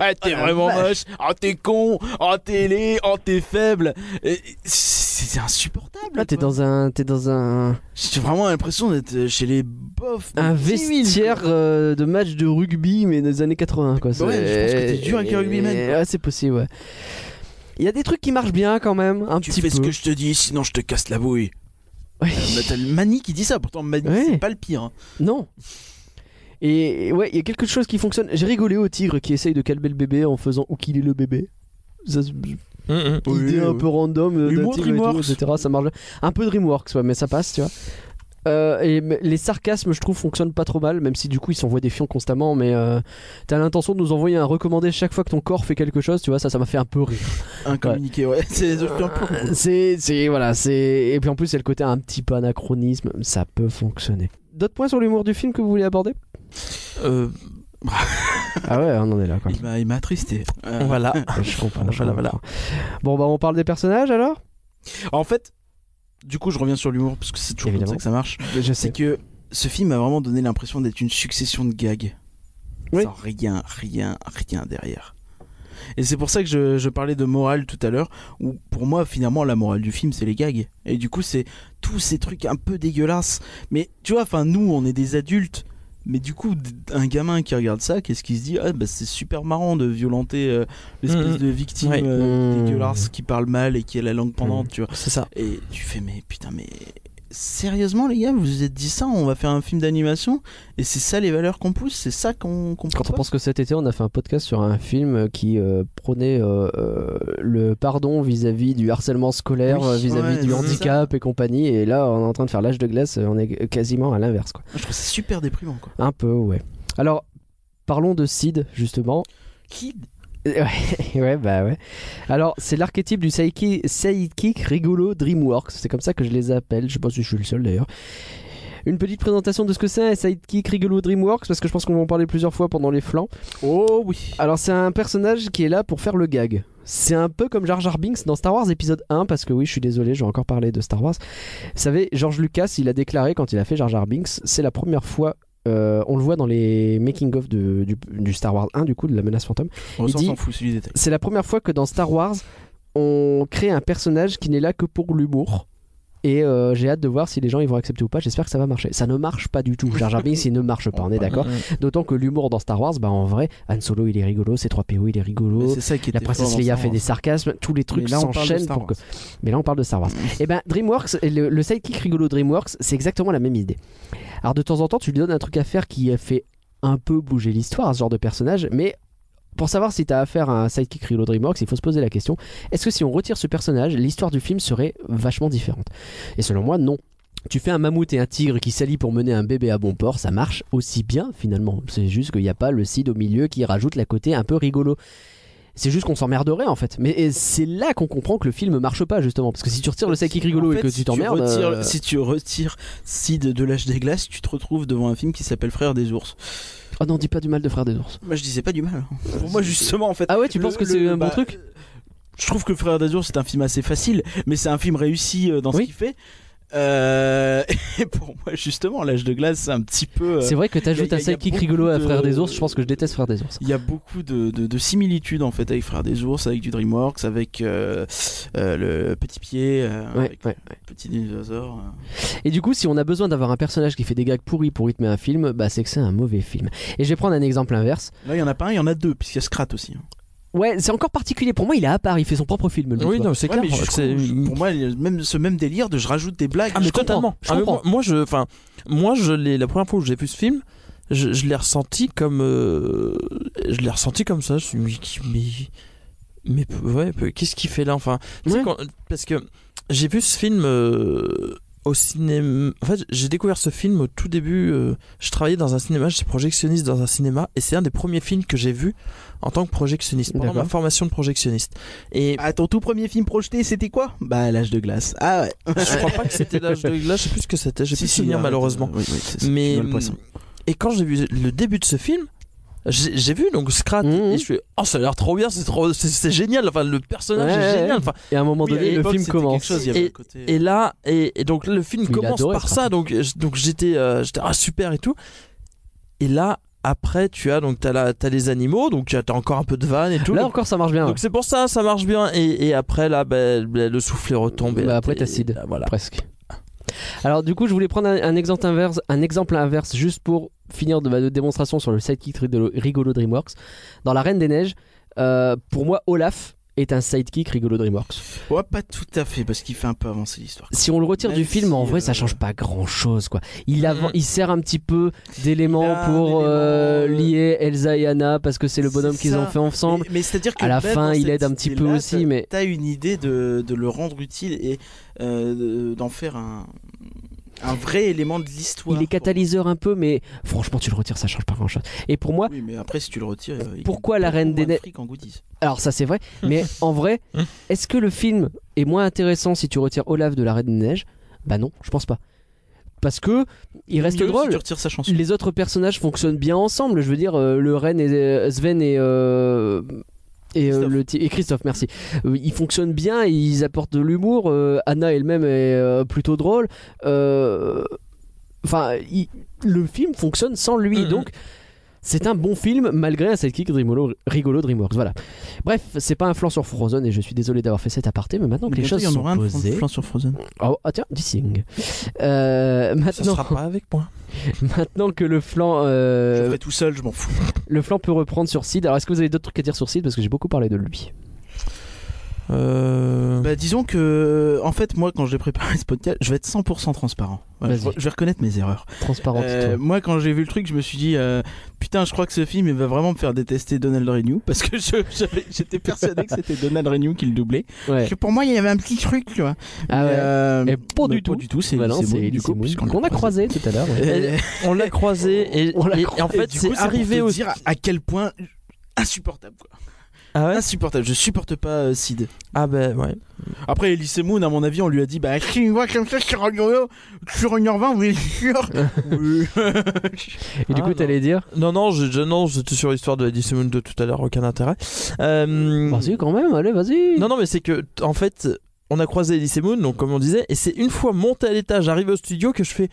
[SPEAKER 8] ah, t'es vraiment moche. Ah, t'es con. Ah, t'es laid. Ah, t'es faible. Et- et C'est c'est insupportable.
[SPEAKER 6] Là t'es dans un, t'es dans un,
[SPEAKER 8] J'ai vraiment l'impression d'être chez les bofs.
[SPEAKER 6] un
[SPEAKER 8] Des 10 000,
[SPEAKER 6] vestiaire
[SPEAKER 8] quoi.
[SPEAKER 6] euh, de match de rugby mais des années 80 quoi.
[SPEAKER 8] Bah ouais,
[SPEAKER 6] C'est-
[SPEAKER 8] je pense que t'es dur avec un rugbyman, quoi.
[SPEAKER 6] Ouais, c'est possible. Ouais. Il y a des trucs qui marchent bien quand même, un
[SPEAKER 8] Tu
[SPEAKER 6] petit
[SPEAKER 8] fais
[SPEAKER 6] peu.
[SPEAKER 8] ce que je te dis, sinon je te casse la bouille.
[SPEAKER 6] Ouais.
[SPEAKER 8] Euh, bah, t'as le Mani qui dit ça, pourtant Mani
[SPEAKER 6] Ouais.
[SPEAKER 8] c'est pas le pire. hein.
[SPEAKER 6] Non. Et et ouais, il y a quelque chose qui fonctionne. J'ai rigolé au tigre qui essaye de calmer le bébé en faisant où qu'il est le bébé. Ça, c'est- idée un peu random euh, d'un
[SPEAKER 8] L'humour
[SPEAKER 6] tigre et tout,
[SPEAKER 8] Dreamworks.
[SPEAKER 6] etc. Ça marche. Un peu DreamWorks, ouais, mais ça passe, tu vois. Euh, et m- les sarcasmes, je trouve, fonctionnent pas trop mal, même si du coup ils s'envoient des fions constamment. Mais euh, t'as l'intention de nous envoyer un recommandé chaque fois que ton corps fait quelque chose, tu vois, ça, ça m'a fait un peu rire.
[SPEAKER 8] Un communiqué, ouais. C'est c'est un peu relou.
[SPEAKER 6] C'est, c'est, voilà, c'est. Et puis en plus, c'est le côté un petit peu anachronisme, ça peut fonctionner. D'autres points sur l'humour du film que vous voulez aborder
[SPEAKER 8] Euh,
[SPEAKER 6] Ah ouais, on en est là, quoi.
[SPEAKER 8] il m'a- Il m'a attristé. Euh,
[SPEAKER 7] Voilà.
[SPEAKER 6] Je comprends. je
[SPEAKER 8] Voilà, voilà.
[SPEAKER 6] comprends. Bon, bah, on parle des personnages alors
[SPEAKER 8] En fait, du coup, je reviens sur l'humour parce que c'est toujours comme
[SPEAKER 6] Évidemment.
[SPEAKER 8] ça que ça marche.
[SPEAKER 6] Je
[SPEAKER 8] C'est que ce film a vraiment donné l'impression d'être une succession de gags.
[SPEAKER 6] Oui.
[SPEAKER 8] Sans rien, rien, rien derrière. Et c'est pour ça que je, je parlais de morale tout à l'heure, où pour moi, finalement, la morale du film, c'est les gags. Et du coup, c'est tous ces trucs un peu dégueulasses. Mais tu vois, enfin, nous, on est des adultes. Mais du coup, d- un gamin qui regarde ça, qu'est-ce qu'il se dit Ah, bah, c'est super marrant de violenter euh, l'espèce
[SPEAKER 6] Mmh.
[SPEAKER 7] Mhm.
[SPEAKER 8] de victime
[SPEAKER 7] Ouais.
[SPEAKER 8] euh,
[SPEAKER 6] Mhm.
[SPEAKER 8] dégueulasse qui parle mal et qui a la langue
[SPEAKER 6] Mmh.
[SPEAKER 8] pendante, tu vois.
[SPEAKER 7] C'est ça.
[SPEAKER 8] Et tu fais, mais putain, mais sérieusement, les gars, vous vous êtes dit ça, on va faire un film d'animation, et c'est ça les valeurs qu'on pousse, c'est ça qu'on qu'on
[SPEAKER 6] Quand on
[SPEAKER 8] propose
[SPEAKER 6] pense que cet été, on a fait un podcast sur un film qui euh, prônait euh, euh, le pardon vis-à-vis du harcèlement scolaire,
[SPEAKER 8] Oui,
[SPEAKER 6] euh, vis-à-vis
[SPEAKER 8] ouais,
[SPEAKER 6] du
[SPEAKER 8] c'est
[SPEAKER 6] handicap et compagnie. Et là, on est en train de faire l'âge de glace, euh, on est quasiment à l'inverse. Quoi.
[SPEAKER 8] Je trouve ça super déprimant, quoi.
[SPEAKER 6] Un peu, ouais. Alors, parlons de Sid, justement.
[SPEAKER 8] Kid
[SPEAKER 6] Ouais, ouais, bah ouais. Alors, c'est l'archétype du sidekick, sidekick rigolo DreamWorks. C'est comme ça que je les appelle. Je sais pas si je suis le seul d'ailleurs. Une petite présentation de ce que c'est un sidekick rigolo DreamWorks, parce que je pense qu'on va en parler plusieurs fois pendant les flancs.
[SPEAKER 8] Oh oui
[SPEAKER 6] Alors c'est un personnage qui est là pour faire le gag. C'est un peu comme Jar Jar Binks dans Star Wars épisode 1 parce que oui, je suis désolé, j'ai encore parlé de Star Wars. Vous savez, George Lucas, il a déclaré quand il a fait Jar Jar Binks, c'est la première fois euh, on le voit dans les making of de- du, du Star Wars 1 du coup de la menace fantôme.
[SPEAKER 8] On
[SPEAKER 6] Il
[SPEAKER 8] s'en
[SPEAKER 6] dit-
[SPEAKER 8] s'en fout, celui des détails.
[SPEAKER 6] C'est la première fois que dans Star Wars, on crée un personnage qui n'est là que pour l'humour. Et euh, j'ai hâte de voir si les gens ils vont accepter ou pas. J'espère que ça va marcher. Ça ne marche pas du tout. Jar Jar Binks, il ne marche pas. On est d'accord. D'autant que l'humour dans Star Wars, bah en vrai, Han Solo il est rigolo, C3PO il est rigolo.
[SPEAKER 8] Mais C'est ça qui était
[SPEAKER 6] Oh, La princesse
[SPEAKER 8] fort dans
[SPEAKER 6] Leia
[SPEAKER 8] Star
[SPEAKER 6] fait des
[SPEAKER 8] Wars.
[SPEAKER 6] sarcasmes, tous les trucs
[SPEAKER 8] Mais là, on parle de
[SPEAKER 6] s'enchaînent
[SPEAKER 8] Star
[SPEAKER 6] pour que.
[SPEAKER 8] Wars. Mm.
[SPEAKER 6] Mais là, on parle de Star Wars. et ben, DreamWorks, et le, le sidekick rigolo DreamWorks, c'est exactement la même idée. Alors, de temps en temps, tu lui donnes un truc à faire qui fait un peu bouger l'histoire à ce genre de personnage, mais. Pour savoir si tu as affaire à un sidekick rigolo DreamWorks, il faut se poser la question est-ce que si on retire ce personnage, l'histoire du film serait vachement différente Et selon moi, non. Tu fais un mammouth et un tigre qui s'allient pour mener un bébé à bon port, ça marche aussi bien finalement. C'est juste qu'il n'y a pas le Cid au milieu qui rajoute la côté un peu rigolo. C'est juste qu'on s'emmerderait en fait. Mais et c'est là qu'on comprend que le film marche pas justement. Parce que si tu retires le sidekick rigolo
[SPEAKER 8] En fait,
[SPEAKER 6] et que
[SPEAKER 8] si
[SPEAKER 6] tu t'emmerdes.
[SPEAKER 8] retires-
[SPEAKER 6] euh,
[SPEAKER 8] Si tu retires Sid de l'âge des glaces, tu te retrouves devant un film qui s'appelle Frères des ours.
[SPEAKER 6] Oh non, dis pas du mal de Frères des ours.
[SPEAKER 8] Moi, je disais pas du mal. hein. Pour moi, justement, en fait.
[SPEAKER 6] Ah ouais, tu
[SPEAKER 8] Le-
[SPEAKER 6] penses que
[SPEAKER 8] le-
[SPEAKER 6] c'est un
[SPEAKER 8] bah,
[SPEAKER 6] bon truc
[SPEAKER 8] Je trouve que Frères d'Azur c'est un film assez facile, mais c'est un film réussi euh, dans
[SPEAKER 6] Oui.
[SPEAKER 8] ce qu'il fait. Euh, Et pour moi, justement, l'âge de glace, c'est un petit peu. euh,
[SPEAKER 6] C'est vrai que t'ajoutes
[SPEAKER 8] y a-
[SPEAKER 6] un
[SPEAKER 8] y a
[SPEAKER 6] sidekick
[SPEAKER 8] beaucoup
[SPEAKER 6] rigolo à
[SPEAKER 8] de-
[SPEAKER 6] Frères des ours, je pense que je déteste Frères des ours. hein.
[SPEAKER 8] Il y a beaucoup de, de, de similitudes en fait avec Frères des ours, avec du DreamWorks, avec euh, euh, le petit pied, euh,
[SPEAKER 6] Ouais,
[SPEAKER 8] avec
[SPEAKER 6] ouais.
[SPEAKER 8] le petit dinosaure. euh.
[SPEAKER 6] Et du coup, si on a besoin d'avoir un personnage qui fait des gags pourris pour rythmer un film, bah c'est que c'est un mauvais film. Et je vais prendre un exemple inverse.
[SPEAKER 8] Là, il y en a pas un, il y en a deux, puisqu'il y a Scrat aussi. hein.
[SPEAKER 6] Ouais, c'est encore particulier pour moi, il est à part, il fait son propre film. lui,
[SPEAKER 7] Oui,
[SPEAKER 6] tu vois.
[SPEAKER 7] non, c'est
[SPEAKER 8] Ouais,
[SPEAKER 7] clair.
[SPEAKER 8] mais jusqu'où-
[SPEAKER 7] c'est-
[SPEAKER 8] je- pour moi, il y a même ce même délire de je rajoute des blagues.
[SPEAKER 7] Ah mais
[SPEAKER 6] Je comprends,
[SPEAKER 7] totalement.
[SPEAKER 6] je
[SPEAKER 7] Ah, mais
[SPEAKER 6] comprends.
[SPEAKER 7] moi, moi, je, enfin, moi, je l'ai. La première fois où j'ai vu ce film, je, je l'ai ressenti comme, euh, je l'ai ressenti comme ça. Je me suis dit, mais, mais ouais, mais qu'est-ce qu'il fait là, enfin, tu sais,
[SPEAKER 6] Ouais.
[SPEAKER 7] quand- parce que j'ai vu ce film euh, au cinéma. En fait, j'ai découvert ce film au tout début. euh, je travaillais dans un cinéma, j'étais projectionniste dans un cinéma, et c'est un des premiers films que j'ai vu en tant que projectionniste pendant
[SPEAKER 6] D'accord.
[SPEAKER 7] ma formation de projectionniste. Et
[SPEAKER 8] Ah, ton tout premier film projeté, c'était quoi Bah, l'âge de glace. Ah ouais.
[SPEAKER 7] je crois pas que c'était l'âge de glace. Je sais plus ce que c'était. J'ai
[SPEAKER 8] Si,
[SPEAKER 7] plus de
[SPEAKER 8] si,
[SPEAKER 7] souvenir
[SPEAKER 8] arrête,
[SPEAKER 7] malheureusement.
[SPEAKER 8] euh, oui, oui, c'est ça,
[SPEAKER 7] Mais
[SPEAKER 8] Noël Poisson.
[SPEAKER 7] et quand j'ai vu le début de ce film, j'ai j'ai vu donc Scrat
[SPEAKER 6] Mhm.
[SPEAKER 7] et je fais oh ça a l'air trop bien, c'est trop c'est- c'est génial, enfin le personnage
[SPEAKER 6] Ouais,
[SPEAKER 7] est
[SPEAKER 6] ouais,
[SPEAKER 7] génial,
[SPEAKER 6] ouais.
[SPEAKER 7] enfin
[SPEAKER 6] Et à un moment
[SPEAKER 8] Oui, à
[SPEAKER 6] donné, le
[SPEAKER 8] l'époque,
[SPEAKER 6] film
[SPEAKER 8] c'était quelque
[SPEAKER 6] commence.
[SPEAKER 8] chose, il y avait le côté- euh,
[SPEAKER 7] et là et, et donc le film
[SPEAKER 6] Il
[SPEAKER 7] commence
[SPEAKER 6] adorait
[SPEAKER 7] par
[SPEAKER 6] Scrat.
[SPEAKER 7] ça donc je- donc j'étais euh, j'étais ah super et tout et là après tu as donc t'as la- t'as les animaux donc tu as t'as encore un peu de vanne et tout
[SPEAKER 6] Là
[SPEAKER 7] donc
[SPEAKER 6] encore, ça marche bien.
[SPEAKER 7] donc c'est pour ça ça marche bien et, et après là ben, ben, le souffle est retombé
[SPEAKER 6] Bah, après,
[SPEAKER 7] Et-
[SPEAKER 6] t'as Sid.
[SPEAKER 7] bah, voilà
[SPEAKER 6] Presque. Alors du coup, je voulais prendre un, un exemple inverse, un exemple inverse juste pour finir de ma démonstration sur le sidekick rigolo, rigolo DreamWorks. Dans La Reine des Neiges, euh, pour moi, Olaf est un sidekick rigolo DreamWorks.
[SPEAKER 8] Ouais, pas tout à fait, parce qu'il fait un peu avancer l'histoire.
[SPEAKER 6] Si on le retire
[SPEAKER 8] Même
[SPEAKER 6] du film, en
[SPEAKER 8] si,
[SPEAKER 6] vrai, ça
[SPEAKER 8] euh, Mm-hmm.
[SPEAKER 6] change pas grand-chose, quoi. Il,
[SPEAKER 7] Mhm.
[SPEAKER 6] avan- il sert un petit peu d'éléments
[SPEAKER 8] Il a un
[SPEAKER 6] pour euh,
[SPEAKER 8] élément, euh,
[SPEAKER 6] lier Elsa et Anna parce que c'est le
[SPEAKER 8] c'est
[SPEAKER 6] bonhomme qu'ils ont
[SPEAKER 8] ça.
[SPEAKER 6] fait ensemble.
[SPEAKER 8] Mais, mais c'est-à-dire que
[SPEAKER 6] à la
[SPEAKER 8] même
[SPEAKER 6] fin,
[SPEAKER 8] dans
[SPEAKER 6] il
[SPEAKER 8] cette
[SPEAKER 6] aide un petit peu
[SPEAKER 8] idée-là,
[SPEAKER 6] aussi,
[SPEAKER 8] t'as-
[SPEAKER 6] mais-
[SPEAKER 8] t'as une idée de, de le rendre utile et euh, de- d'en faire un. un vrai élément de l'histoire.
[SPEAKER 6] Il est
[SPEAKER 8] pour moi.
[SPEAKER 6] catalyseur un peu, mais franchement, tu le retires, ça change pas grand chose. Et pour moi,
[SPEAKER 8] Oui, mais après, si tu le retires, euh, il
[SPEAKER 6] Pourquoi
[SPEAKER 8] gagne
[SPEAKER 6] la
[SPEAKER 8] beaucoup
[SPEAKER 6] Reine des
[SPEAKER 8] moins de
[SPEAKER 6] Neiges-
[SPEAKER 8] fric en goodies.
[SPEAKER 6] alors ça c'est vrai,
[SPEAKER 8] Mm.
[SPEAKER 6] mais en vrai, est-ce que le film est moins intéressant si tu retires Olaf de la Reine des Neiges Bah non, je pense pas. Parce que il reste
[SPEAKER 8] Mieux Si
[SPEAKER 6] drôle.
[SPEAKER 8] tu retires sa chanson.
[SPEAKER 6] Les autres personnages fonctionnent bien ensemble. Je veux dire, euh, le Ren et euh, Sven et. euh, et, euh,
[SPEAKER 8] Christophe.
[SPEAKER 6] le ti- et Christophe, merci. Euh, ils fonctionnent bien, ils apportent de l'humour. euh, Anna elle-même est euh, plutôt drôle. Euh, Enfin, il- le film fonctionne sans lui.
[SPEAKER 9] Mhm.
[SPEAKER 6] Donc, c'est un bon film malgré un sidekick rigolo, rigolo DreamWorks. Voilà. Bref, c'est pas un flanc sur Frozen et je suis désolé d'avoir fait cet aparté, mais maintenant que les
[SPEAKER 8] Bientôt,
[SPEAKER 6] choses
[SPEAKER 8] il y en
[SPEAKER 6] sont
[SPEAKER 8] aura un de
[SPEAKER 6] posées.
[SPEAKER 8] Flan sur Frozen.
[SPEAKER 6] Oh, ah tiens, du sing. Euh,
[SPEAKER 7] Ça
[SPEAKER 6] maintenant,
[SPEAKER 7] sera pas avec moi.
[SPEAKER 6] maintenant que le flanc.
[SPEAKER 8] Je le
[SPEAKER 6] euh,
[SPEAKER 8] fais tout seul, je m'en fous.
[SPEAKER 6] le flanc peut reprendre sur Sid. Alors, est-ce que vous avez d'autres trucs à dire sur Sid Parce que j'ai beaucoup parlé de lui.
[SPEAKER 7] Euh...
[SPEAKER 8] Bah, disons que, en fait, moi, quand j'ai préparé ce podcast, je vais être 100% transparent. Voilà, je,
[SPEAKER 6] Vas-y.
[SPEAKER 8] je vais reconnaître mes erreurs.
[SPEAKER 6] Transparent.
[SPEAKER 8] Euh, moi, quand j'ai vu le truc, je me suis dit, euh, putain, je crois que ce film il va vraiment me faire détester Donald Renew parce que je- j'avais- j'étais persuadé que c'était Donald Renew qui le doublait.
[SPEAKER 6] Tito. Ouais.
[SPEAKER 8] Parce que pour moi, il y avait un petit truc, tu vois.
[SPEAKER 6] Ah
[SPEAKER 8] Mais,
[SPEAKER 6] ouais.
[SPEAKER 8] euh,
[SPEAKER 6] Et pas
[SPEAKER 8] bah,
[SPEAKER 6] du tout.
[SPEAKER 8] Pas du tout, c'est
[SPEAKER 6] Bah non,
[SPEAKER 8] Elise Moon,
[SPEAKER 6] c'est bah,
[SPEAKER 8] du coup,
[SPEAKER 6] Moon,
[SPEAKER 8] puisqu'on
[SPEAKER 6] qu'on
[SPEAKER 8] l'a
[SPEAKER 6] a croisé tout à l'heure. ouais.
[SPEAKER 8] Euh,
[SPEAKER 7] On l'a croisé et,
[SPEAKER 6] On l'a
[SPEAKER 7] et- et en
[SPEAKER 6] croisé,
[SPEAKER 7] fait
[SPEAKER 8] du
[SPEAKER 7] c'est
[SPEAKER 8] coup, pour
[SPEAKER 7] arrivé
[SPEAKER 8] te
[SPEAKER 7] au
[SPEAKER 8] dire à quel point insupportable quoi.
[SPEAKER 7] Ah ouais
[SPEAKER 8] Insupportable, je supporte pas euh, Sid.
[SPEAKER 7] Ah bah ouais.
[SPEAKER 8] Après Elise Moon à mon avis, on lui a dit bah si une voix comme ça sur un euro- sur 1h20, vous êtes sûr Oui.
[SPEAKER 6] Et du
[SPEAKER 7] Ah,
[SPEAKER 6] coup,
[SPEAKER 7] non.
[SPEAKER 6] t'allais dire
[SPEAKER 7] Non non, je, je- non, j'étais sur l'histoire de Eddie Simon de tout à l'heure, aucun intérêt. Euh,
[SPEAKER 6] Vas-y, Bah, quand même, allez, vas-y.
[SPEAKER 7] Non, non, mais c'est que, t- en fait, on a croisé Elise et Moon, donc comme on disait, et c'est une fois monté à l'étage, arrivé au studio, que je fais.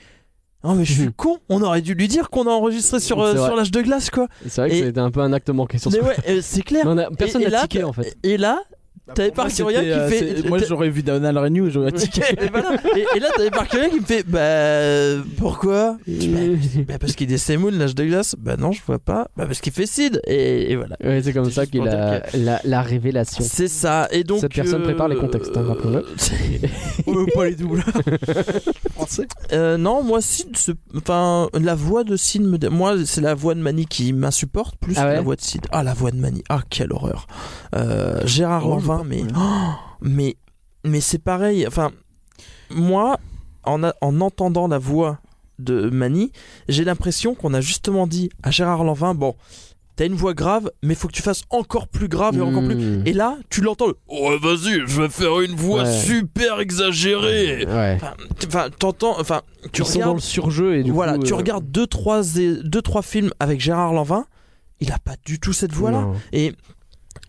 [SPEAKER 7] Non, mais je suis
[SPEAKER 6] Mhm.
[SPEAKER 7] con, on aurait dû lui dire qu'on a enregistré sur, euh,
[SPEAKER 6] C'est vrai.
[SPEAKER 7] sur l'âge de glace, quoi.
[SPEAKER 6] C'est vrai que
[SPEAKER 7] Et-
[SPEAKER 6] c'était un peu un acte manqué sur ce
[SPEAKER 7] Mais
[SPEAKER 6] coup.
[SPEAKER 7] ouais, euh, c'est clair.
[SPEAKER 6] Mais on a- Personne
[SPEAKER 7] Et- et
[SPEAKER 6] n'a
[SPEAKER 7] là,
[SPEAKER 6] tiqué en fait.
[SPEAKER 7] Et là, t'avais
[SPEAKER 8] Bah, Pour moi,
[SPEAKER 7] Parkeria
[SPEAKER 8] c'était, euh,
[SPEAKER 7] qui
[SPEAKER 8] c'est-
[SPEAKER 7] fait.
[SPEAKER 8] moi j'aurais vu Donald Renew, j'aurais dit
[SPEAKER 7] Et, voilà. Et- et là, t'avais Parkeria qui me fait Bah. euh, Pourquoi Bah, parce qu'il est Semoon, l'âge de glace. Bah, non, je vois pas. Bah, parce qu'il fait Sid. Et, et voilà.
[SPEAKER 6] Ouais, c'est comme
[SPEAKER 7] C'était
[SPEAKER 6] ça
[SPEAKER 7] juste
[SPEAKER 6] qu'il
[SPEAKER 7] pour
[SPEAKER 6] a
[SPEAKER 7] dire
[SPEAKER 6] la, la révélation.
[SPEAKER 7] C'est ça. Et donc. euh,
[SPEAKER 6] Cette personne prépare les contextes, hein, rappelons-le.
[SPEAKER 7] pas les doubleurs.
[SPEAKER 8] français.
[SPEAKER 7] Euh, non, moi, Sid, ce- enfin, la voix de Sid me. dé- Moi, c'est la voix de Manny qui m'insupporte plus
[SPEAKER 6] Ah
[SPEAKER 7] que la
[SPEAKER 6] ouais
[SPEAKER 7] voix de Sid. Ah, la voix de Manny. Ah, quelle horreur. Euh, Gérard
[SPEAKER 8] Oh, je
[SPEAKER 7] Lanvin, mais. oh, mais mais c'est pareil. Enfin, moi, en, a- en entendant la voix de Manny, j'ai l'impression qu'on a justement dit à Gérard Lanvin bon, t'as une voix grave, mais faut que tu fasses encore plus grave et encore plus.
[SPEAKER 6] Mmh.
[SPEAKER 7] Et là, tu l'entends. le, Ouais, vas-y, je vais faire une voix
[SPEAKER 6] Ouais.
[SPEAKER 7] super exagérée.
[SPEAKER 6] Ouais.
[SPEAKER 7] Enfin, t- Enfin, t'entends. Enfin, tu
[SPEAKER 6] Ils sont dans
[SPEAKER 7] regardes.
[SPEAKER 6] le surjeu et du
[SPEAKER 7] Voilà,
[SPEAKER 6] coup,
[SPEAKER 7] tu
[SPEAKER 6] euh,
[SPEAKER 7] regardes deux trois et- deux trois films avec Gérard Lanvin. Il a pas du tout cette voix là.
[SPEAKER 6] non.
[SPEAKER 7] Et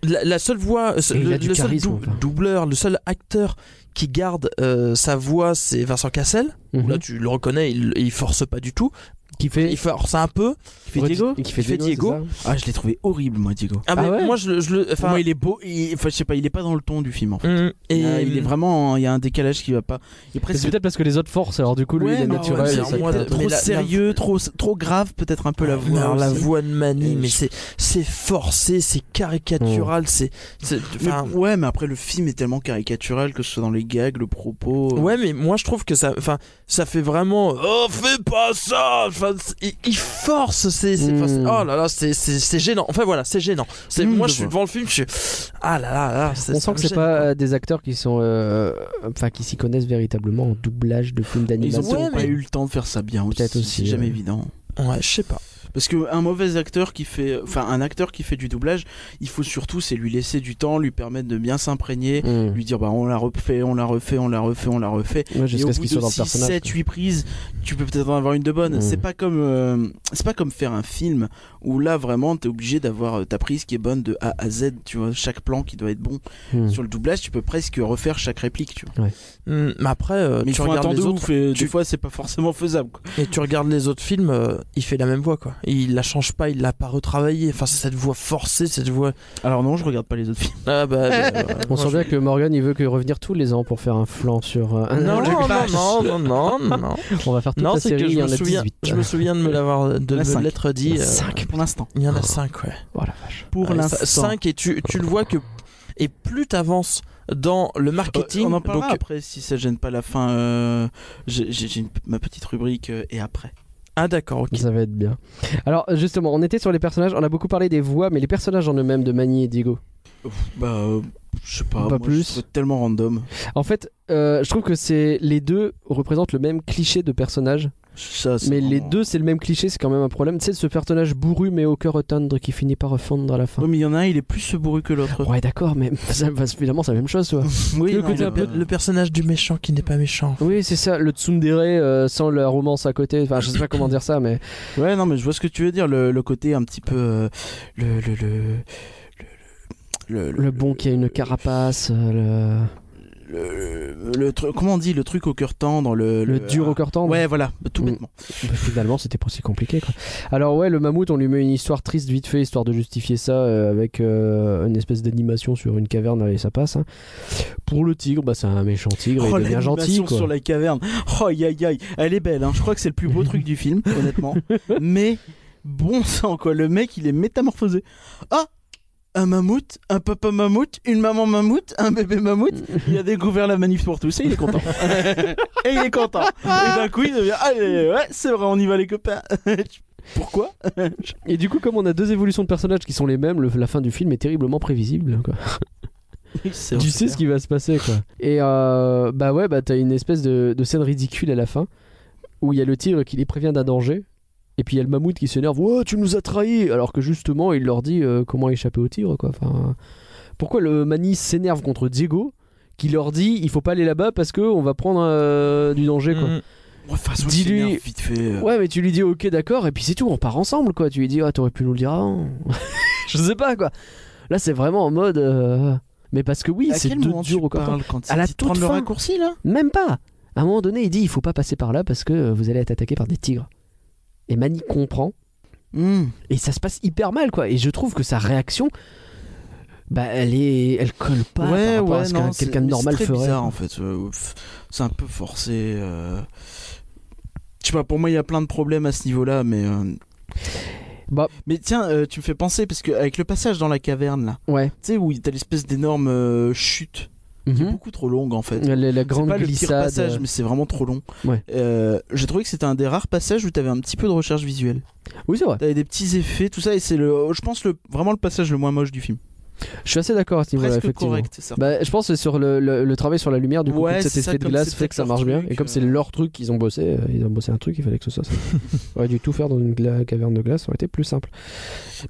[SPEAKER 7] la, la seule voix, euh,
[SPEAKER 6] Et il
[SPEAKER 7] le,
[SPEAKER 6] a du
[SPEAKER 7] le seul
[SPEAKER 6] charisme,
[SPEAKER 7] dou-
[SPEAKER 6] enfin.
[SPEAKER 7] doubleur, le seul acteur qui garde euh, sa voix, c'est Vincent Cassel.
[SPEAKER 6] Mhm.
[SPEAKER 7] Là, tu le reconnais, il, il force pas du tout.
[SPEAKER 6] Qui fait
[SPEAKER 7] Il force un peu.
[SPEAKER 6] qui
[SPEAKER 8] fait Diego
[SPEAKER 6] Qui fait
[SPEAKER 7] Il fait
[SPEAKER 6] Diego.
[SPEAKER 7] Diego.
[SPEAKER 8] Ah, je l'ai trouvé horrible moi Diego.
[SPEAKER 7] Ah,
[SPEAKER 6] Ah
[SPEAKER 7] mais
[SPEAKER 6] ouais
[SPEAKER 7] moi, je, le- je le.
[SPEAKER 8] Pour
[SPEAKER 7] enfin,
[SPEAKER 8] moi, il est beau, il- enfin je sais pas, il est pas dans le ton du film en fait.
[SPEAKER 7] Mhm. et
[SPEAKER 8] Ah, il est vraiment il y a un décalage qui va pas. Il est
[SPEAKER 6] Mais
[SPEAKER 8] presque
[SPEAKER 6] C'est peut-être parce que les autres forcent, alors du coup, lui,
[SPEAKER 8] Ouais,
[SPEAKER 6] il est
[SPEAKER 8] non, ouais,
[SPEAKER 6] naturel.
[SPEAKER 8] c'est
[SPEAKER 6] et
[SPEAKER 7] un
[SPEAKER 6] ça-
[SPEAKER 7] mois de-
[SPEAKER 8] trop
[SPEAKER 7] mais la- la-
[SPEAKER 8] sérieux, trop trop grave peut-être un peu la voix.
[SPEAKER 7] Alors, la
[SPEAKER 8] aussi.
[SPEAKER 7] voix Euh, de Mani,
[SPEAKER 8] Et
[SPEAKER 7] mais
[SPEAKER 8] je-
[SPEAKER 7] c'est c'est forcé, c'est caricatural, c'est c'est-
[SPEAKER 8] Mais-
[SPEAKER 7] enfin,
[SPEAKER 8] ouais, mais après le film est tellement caricatural que ce soit dans les gags, le propos. euh,
[SPEAKER 7] Ouais, mais moi je trouve que ça, enfin, ça fait vraiment. Oh, fais pas ça. Enfin, c'est- il, il force. C'est, c'est- enfin, c'est-
[SPEAKER 6] Mm.
[SPEAKER 7] oh là là, c'est, c'est, c'est gênant. Enfin voilà, c'est gênant. C'est
[SPEAKER 8] Mm,
[SPEAKER 7] moi,
[SPEAKER 8] je
[SPEAKER 7] je suis
[SPEAKER 8] vois.
[SPEAKER 7] devant le film, je suis. Ah là là là.
[SPEAKER 6] On
[SPEAKER 7] ça
[SPEAKER 6] sent que
[SPEAKER 7] me
[SPEAKER 6] c'est
[SPEAKER 7] gêne,
[SPEAKER 6] pas
[SPEAKER 7] quoi.
[SPEAKER 6] euh, des acteurs qui sont, euh, enfin, qui s'y connaissent véritablement en doublage de films
[SPEAKER 8] Ils
[SPEAKER 6] d'animation.
[SPEAKER 8] ont
[SPEAKER 7] Ouais,
[SPEAKER 8] pas
[SPEAKER 7] mais-
[SPEAKER 8] eu le temps de faire ça bien aussi.
[SPEAKER 6] Peut-être aussi,
[SPEAKER 8] C'est jamais
[SPEAKER 6] ouais.
[SPEAKER 8] évident.
[SPEAKER 7] Ouais, je sais pas.
[SPEAKER 8] Parce que un mauvais acteur qui fait, enfin un acteur qui fait du doublage, il faut surtout c'est lui laisser du temps, lui permettre de bien s'imprégner,
[SPEAKER 6] Mmh.
[SPEAKER 8] lui dire bah on l'a refait, on l'a refait, on l'a refait, on l'a refait.
[SPEAKER 6] Ouais,
[SPEAKER 8] Et au
[SPEAKER 6] jusqu'à ce
[SPEAKER 8] bout
[SPEAKER 6] qu'ils soient
[SPEAKER 8] de
[SPEAKER 6] dans le
[SPEAKER 8] 6,
[SPEAKER 6] personnage.
[SPEAKER 8] 7, 8 prises, tu peux peut-être en avoir une de bonne.
[SPEAKER 6] Mm.
[SPEAKER 8] C'est pas comme euh, c'est pas comme faire un film où là vraiment t'es obligé d'avoir euh, ta prise qui est bonne de A à Z, tu vois, chaque plan qui doit être bon.
[SPEAKER 6] quoi. Mmh.
[SPEAKER 8] Sur le doublage, tu peux presque refaire chaque réplique, tu vois.
[SPEAKER 7] Mm, mais après, euh,
[SPEAKER 8] Mais il
[SPEAKER 7] tu
[SPEAKER 8] faut un
[SPEAKER 7] regardes
[SPEAKER 8] temps
[SPEAKER 7] les
[SPEAKER 8] de
[SPEAKER 7] autres.
[SPEAKER 8] ouf et
[SPEAKER 7] tu-
[SPEAKER 8] des fois c'est pas forcément faisable. quoi.
[SPEAKER 7] Et tu regardes les autres films, euh, il fait la même voix quoi. Il la change pas, il l'a pas retravaillée. Enfin, c'est cette voix forcée, cette voix.
[SPEAKER 8] Alors non, je regarde pas les autres films.
[SPEAKER 7] Ah bah. bah, bah,
[SPEAKER 6] On
[SPEAKER 7] moi,
[SPEAKER 6] sent
[SPEAKER 7] je-
[SPEAKER 6] bien que Morgan il veut que revenir tous les ans pour faire un flanc sur. euh, un-
[SPEAKER 7] Non,
[SPEAKER 6] un-
[SPEAKER 7] non, non, non, non, non, non.
[SPEAKER 6] On va faire toute
[SPEAKER 7] Non,
[SPEAKER 6] la
[SPEAKER 7] c'est
[SPEAKER 6] série.
[SPEAKER 7] que
[SPEAKER 6] Il
[SPEAKER 7] je
[SPEAKER 6] y
[SPEAKER 7] me,
[SPEAKER 6] en a
[SPEAKER 7] souviens,
[SPEAKER 6] 18.
[SPEAKER 7] je me souviens de me l'avoir de
[SPEAKER 8] Il y en a
[SPEAKER 7] me
[SPEAKER 8] cinq.
[SPEAKER 7] l'être dit. euh,
[SPEAKER 8] pour l'instant.
[SPEAKER 7] Il y en a 5, ouais.
[SPEAKER 6] Oh la vache.
[SPEAKER 8] Pour
[SPEAKER 7] Ouais, ça-
[SPEAKER 8] l'instant.
[SPEAKER 7] cinq, et tu, tu le vois que. Et plus t'avances dans le marketing.
[SPEAKER 8] Euh, on en parlera
[SPEAKER 7] donc,
[SPEAKER 8] après si ça gêne pas la fin. euh, j'ai j'ai- j'ai une- ma petite rubrique euh, et après.
[SPEAKER 7] ah, d'accord, ok.
[SPEAKER 6] Ça va être bien. Alors justement, on était sur les personnages. On a beaucoup parlé des voix, mais les personnages en eux-mêmes de Manny et Diego.
[SPEAKER 8] Bah, euh, je sais pas.
[SPEAKER 6] Pas
[SPEAKER 8] moi, je
[SPEAKER 6] plus.
[SPEAKER 8] trouve tellement random.
[SPEAKER 6] En fait, euh, je trouve que c'est les deux représentent le même cliché de personnage,
[SPEAKER 8] Ça, c'est
[SPEAKER 6] mais les
[SPEAKER 8] vraiment-
[SPEAKER 6] deux c'est le même cliché, c'est quand même un problème. Tu sais, ce personnage bourru mais au cœur tendre qui finit par refondre à la fin.
[SPEAKER 8] Ouais, Oh, mais il y en a un, il est plus bourru que l'autre.
[SPEAKER 6] Ouais, d'accord, mais ça, bah, évidemment Oh, c'est la même chose, toi.
[SPEAKER 8] Oui,
[SPEAKER 7] le,
[SPEAKER 8] non,
[SPEAKER 7] côté
[SPEAKER 8] il
[SPEAKER 7] un
[SPEAKER 8] a
[SPEAKER 7] peu-
[SPEAKER 8] pas-
[SPEAKER 7] le personnage du méchant qui n'est pas méchant.
[SPEAKER 6] Oui, c'est ça, le tsundere euh, sans la romance à côté. Enfin, je sais pas comment dire ça, mais
[SPEAKER 8] Ouais, non, mais je vois ce que tu veux dire. Le, le côté un petit peu. euh, le, le, le, le, le,
[SPEAKER 6] le bon qui a une carapace, euh,
[SPEAKER 8] le- le- le truc. Comment on dit Le truc au cœur tendre. Le,
[SPEAKER 6] le, le dur au cœur tendre.
[SPEAKER 8] Ouais, voilà, tout
[SPEAKER 6] Mm.
[SPEAKER 8] bêtement.
[SPEAKER 6] Bah, finalement, c'était pas si compliqué. Quoi. Alors ouais, le mammouth, on lui met une histoire triste vite fait, histoire de justifier ça euh, avec euh, une espèce d'animation sur une caverne et ça passe. hein. Pour le tigre, bah c'est un méchant tigre,
[SPEAKER 8] Oh,
[SPEAKER 6] il devient
[SPEAKER 8] l'animation
[SPEAKER 6] gentil. Quoi.
[SPEAKER 8] sur la caverne. Oh, aïe, aïe, aïe. Elle est belle, hein. je crois que c'est le plus beau truc du film, honnêtement. Mais, bon sang, quoi. Le mec, il est métamorphosé. Ah Un mammouth, un papa mammouth, une maman mammouth, un bébé mammouth. Il a découvert la manif pour tous et il est content. et il est content. Et d'un coup, il devient Allez, ouais, c'est vrai, on y va, les copains. Pourquoi
[SPEAKER 6] Et du coup, comme on a deux évolutions de personnages qui sont les mêmes, le- la fin du film est terriblement prévisible. Quoi. Tu sais ce qui va se passer, quoi. Et euh, bah ouais, bah t'as une espèce de, de scène ridicule à la fin où il y a le tigre qui les prévient d'un danger. Et puis il y a le mammouth qui s'énerve, ouais, tu nous as trahis Alors que justement, il leur dit euh, comment échapper au tigre, quoi. Enfin, pourquoi le Manis s'énerve contre Diego qui leur dit il faut pas aller là-bas parce que on va prendre euh, du danger, quoi.
[SPEAKER 7] Mm.
[SPEAKER 8] Ouais, de toute façon,
[SPEAKER 6] Dis-lui-
[SPEAKER 8] c'est bien, vite fait. euh.
[SPEAKER 6] Ouais, mais tu lui dis ok, d'accord, et puis c'est tout, on part ensemble, quoi. Tu lui dis, ah, t'aurais pu nous le dire avant. Je sais pas, quoi. Là, c'est vraiment en mode. euh, Mais parce que oui,
[SPEAKER 8] À
[SPEAKER 6] c'est
[SPEAKER 8] quel
[SPEAKER 6] deux
[SPEAKER 8] moment tu
[SPEAKER 6] durs au corps.
[SPEAKER 8] parles quand
[SPEAKER 6] À la
[SPEAKER 8] ils te prennent
[SPEAKER 6] toute
[SPEAKER 8] le
[SPEAKER 6] fin.
[SPEAKER 8] raccourci là
[SPEAKER 6] Même pas. À un moment donné, il dit il faut pas passer par là parce que euh, vous allez être attaqué par des tigres. Et Manny comprend
[SPEAKER 8] Hmm.
[SPEAKER 6] et ça se passe hyper mal quoi. Et je trouve que sa réaction, bah elle est, elle colle pas par rapport à ce
[SPEAKER 8] non,
[SPEAKER 6] qu'un
[SPEAKER 8] c'est-
[SPEAKER 6] quelqu'un de
[SPEAKER 8] mais
[SPEAKER 6] normal
[SPEAKER 8] c'est très
[SPEAKER 6] ferait.
[SPEAKER 8] bizarre en fait. euh, pff, C'est un peu forcé. euh. Je sais pas, pour moi, il y a plein de problèmes à ce niveau-là, mais. euh,
[SPEAKER 6] Bah.
[SPEAKER 8] Mais tiens, euh, tu me fais penser, parce qu'avec le passage dans la caverne là,
[SPEAKER 6] Ouais.
[SPEAKER 8] tu sais, où t'as l'espèce d'énorme euh, chute, qui est
[SPEAKER 6] Mhm.
[SPEAKER 8] beaucoup trop longue en fait.
[SPEAKER 6] La, la
[SPEAKER 8] C'est
[SPEAKER 6] grande
[SPEAKER 8] pas le pire
[SPEAKER 6] glissade. euh.
[SPEAKER 8] passage, mais c'est vraiment trop long.
[SPEAKER 6] Ouais.
[SPEAKER 8] Euh, J'ai trouvé que c'était un des rares passages où t'avais un petit peu de recherche visuelle.
[SPEAKER 6] Oui c'est vrai.
[SPEAKER 8] T'avais des petits effets, tout ça, et c'est le, je pense le, vraiment le passage le moins moche du film.
[SPEAKER 6] Je suis assez d'accord à ce niveau-là
[SPEAKER 8] Presque
[SPEAKER 6] effectivement.
[SPEAKER 8] correct, ça.
[SPEAKER 6] Bah, je pense que sur le, le- le travail sur la lumière du coup
[SPEAKER 8] Ouais,
[SPEAKER 6] tout cet
[SPEAKER 8] c'est ça,
[SPEAKER 6] effet de
[SPEAKER 8] comme
[SPEAKER 6] glace
[SPEAKER 8] c'est
[SPEAKER 6] fait que ça
[SPEAKER 8] leur
[SPEAKER 6] marche bien
[SPEAKER 8] truc,
[SPEAKER 6] et comme c'est
[SPEAKER 8] euh.
[SPEAKER 6] leur truc qu'ils ont bossé euh, ils ont bossé un truc il fallait que ce soit ça aurait dû tout faire dans une gla- caverne de glace ça aurait été plus simple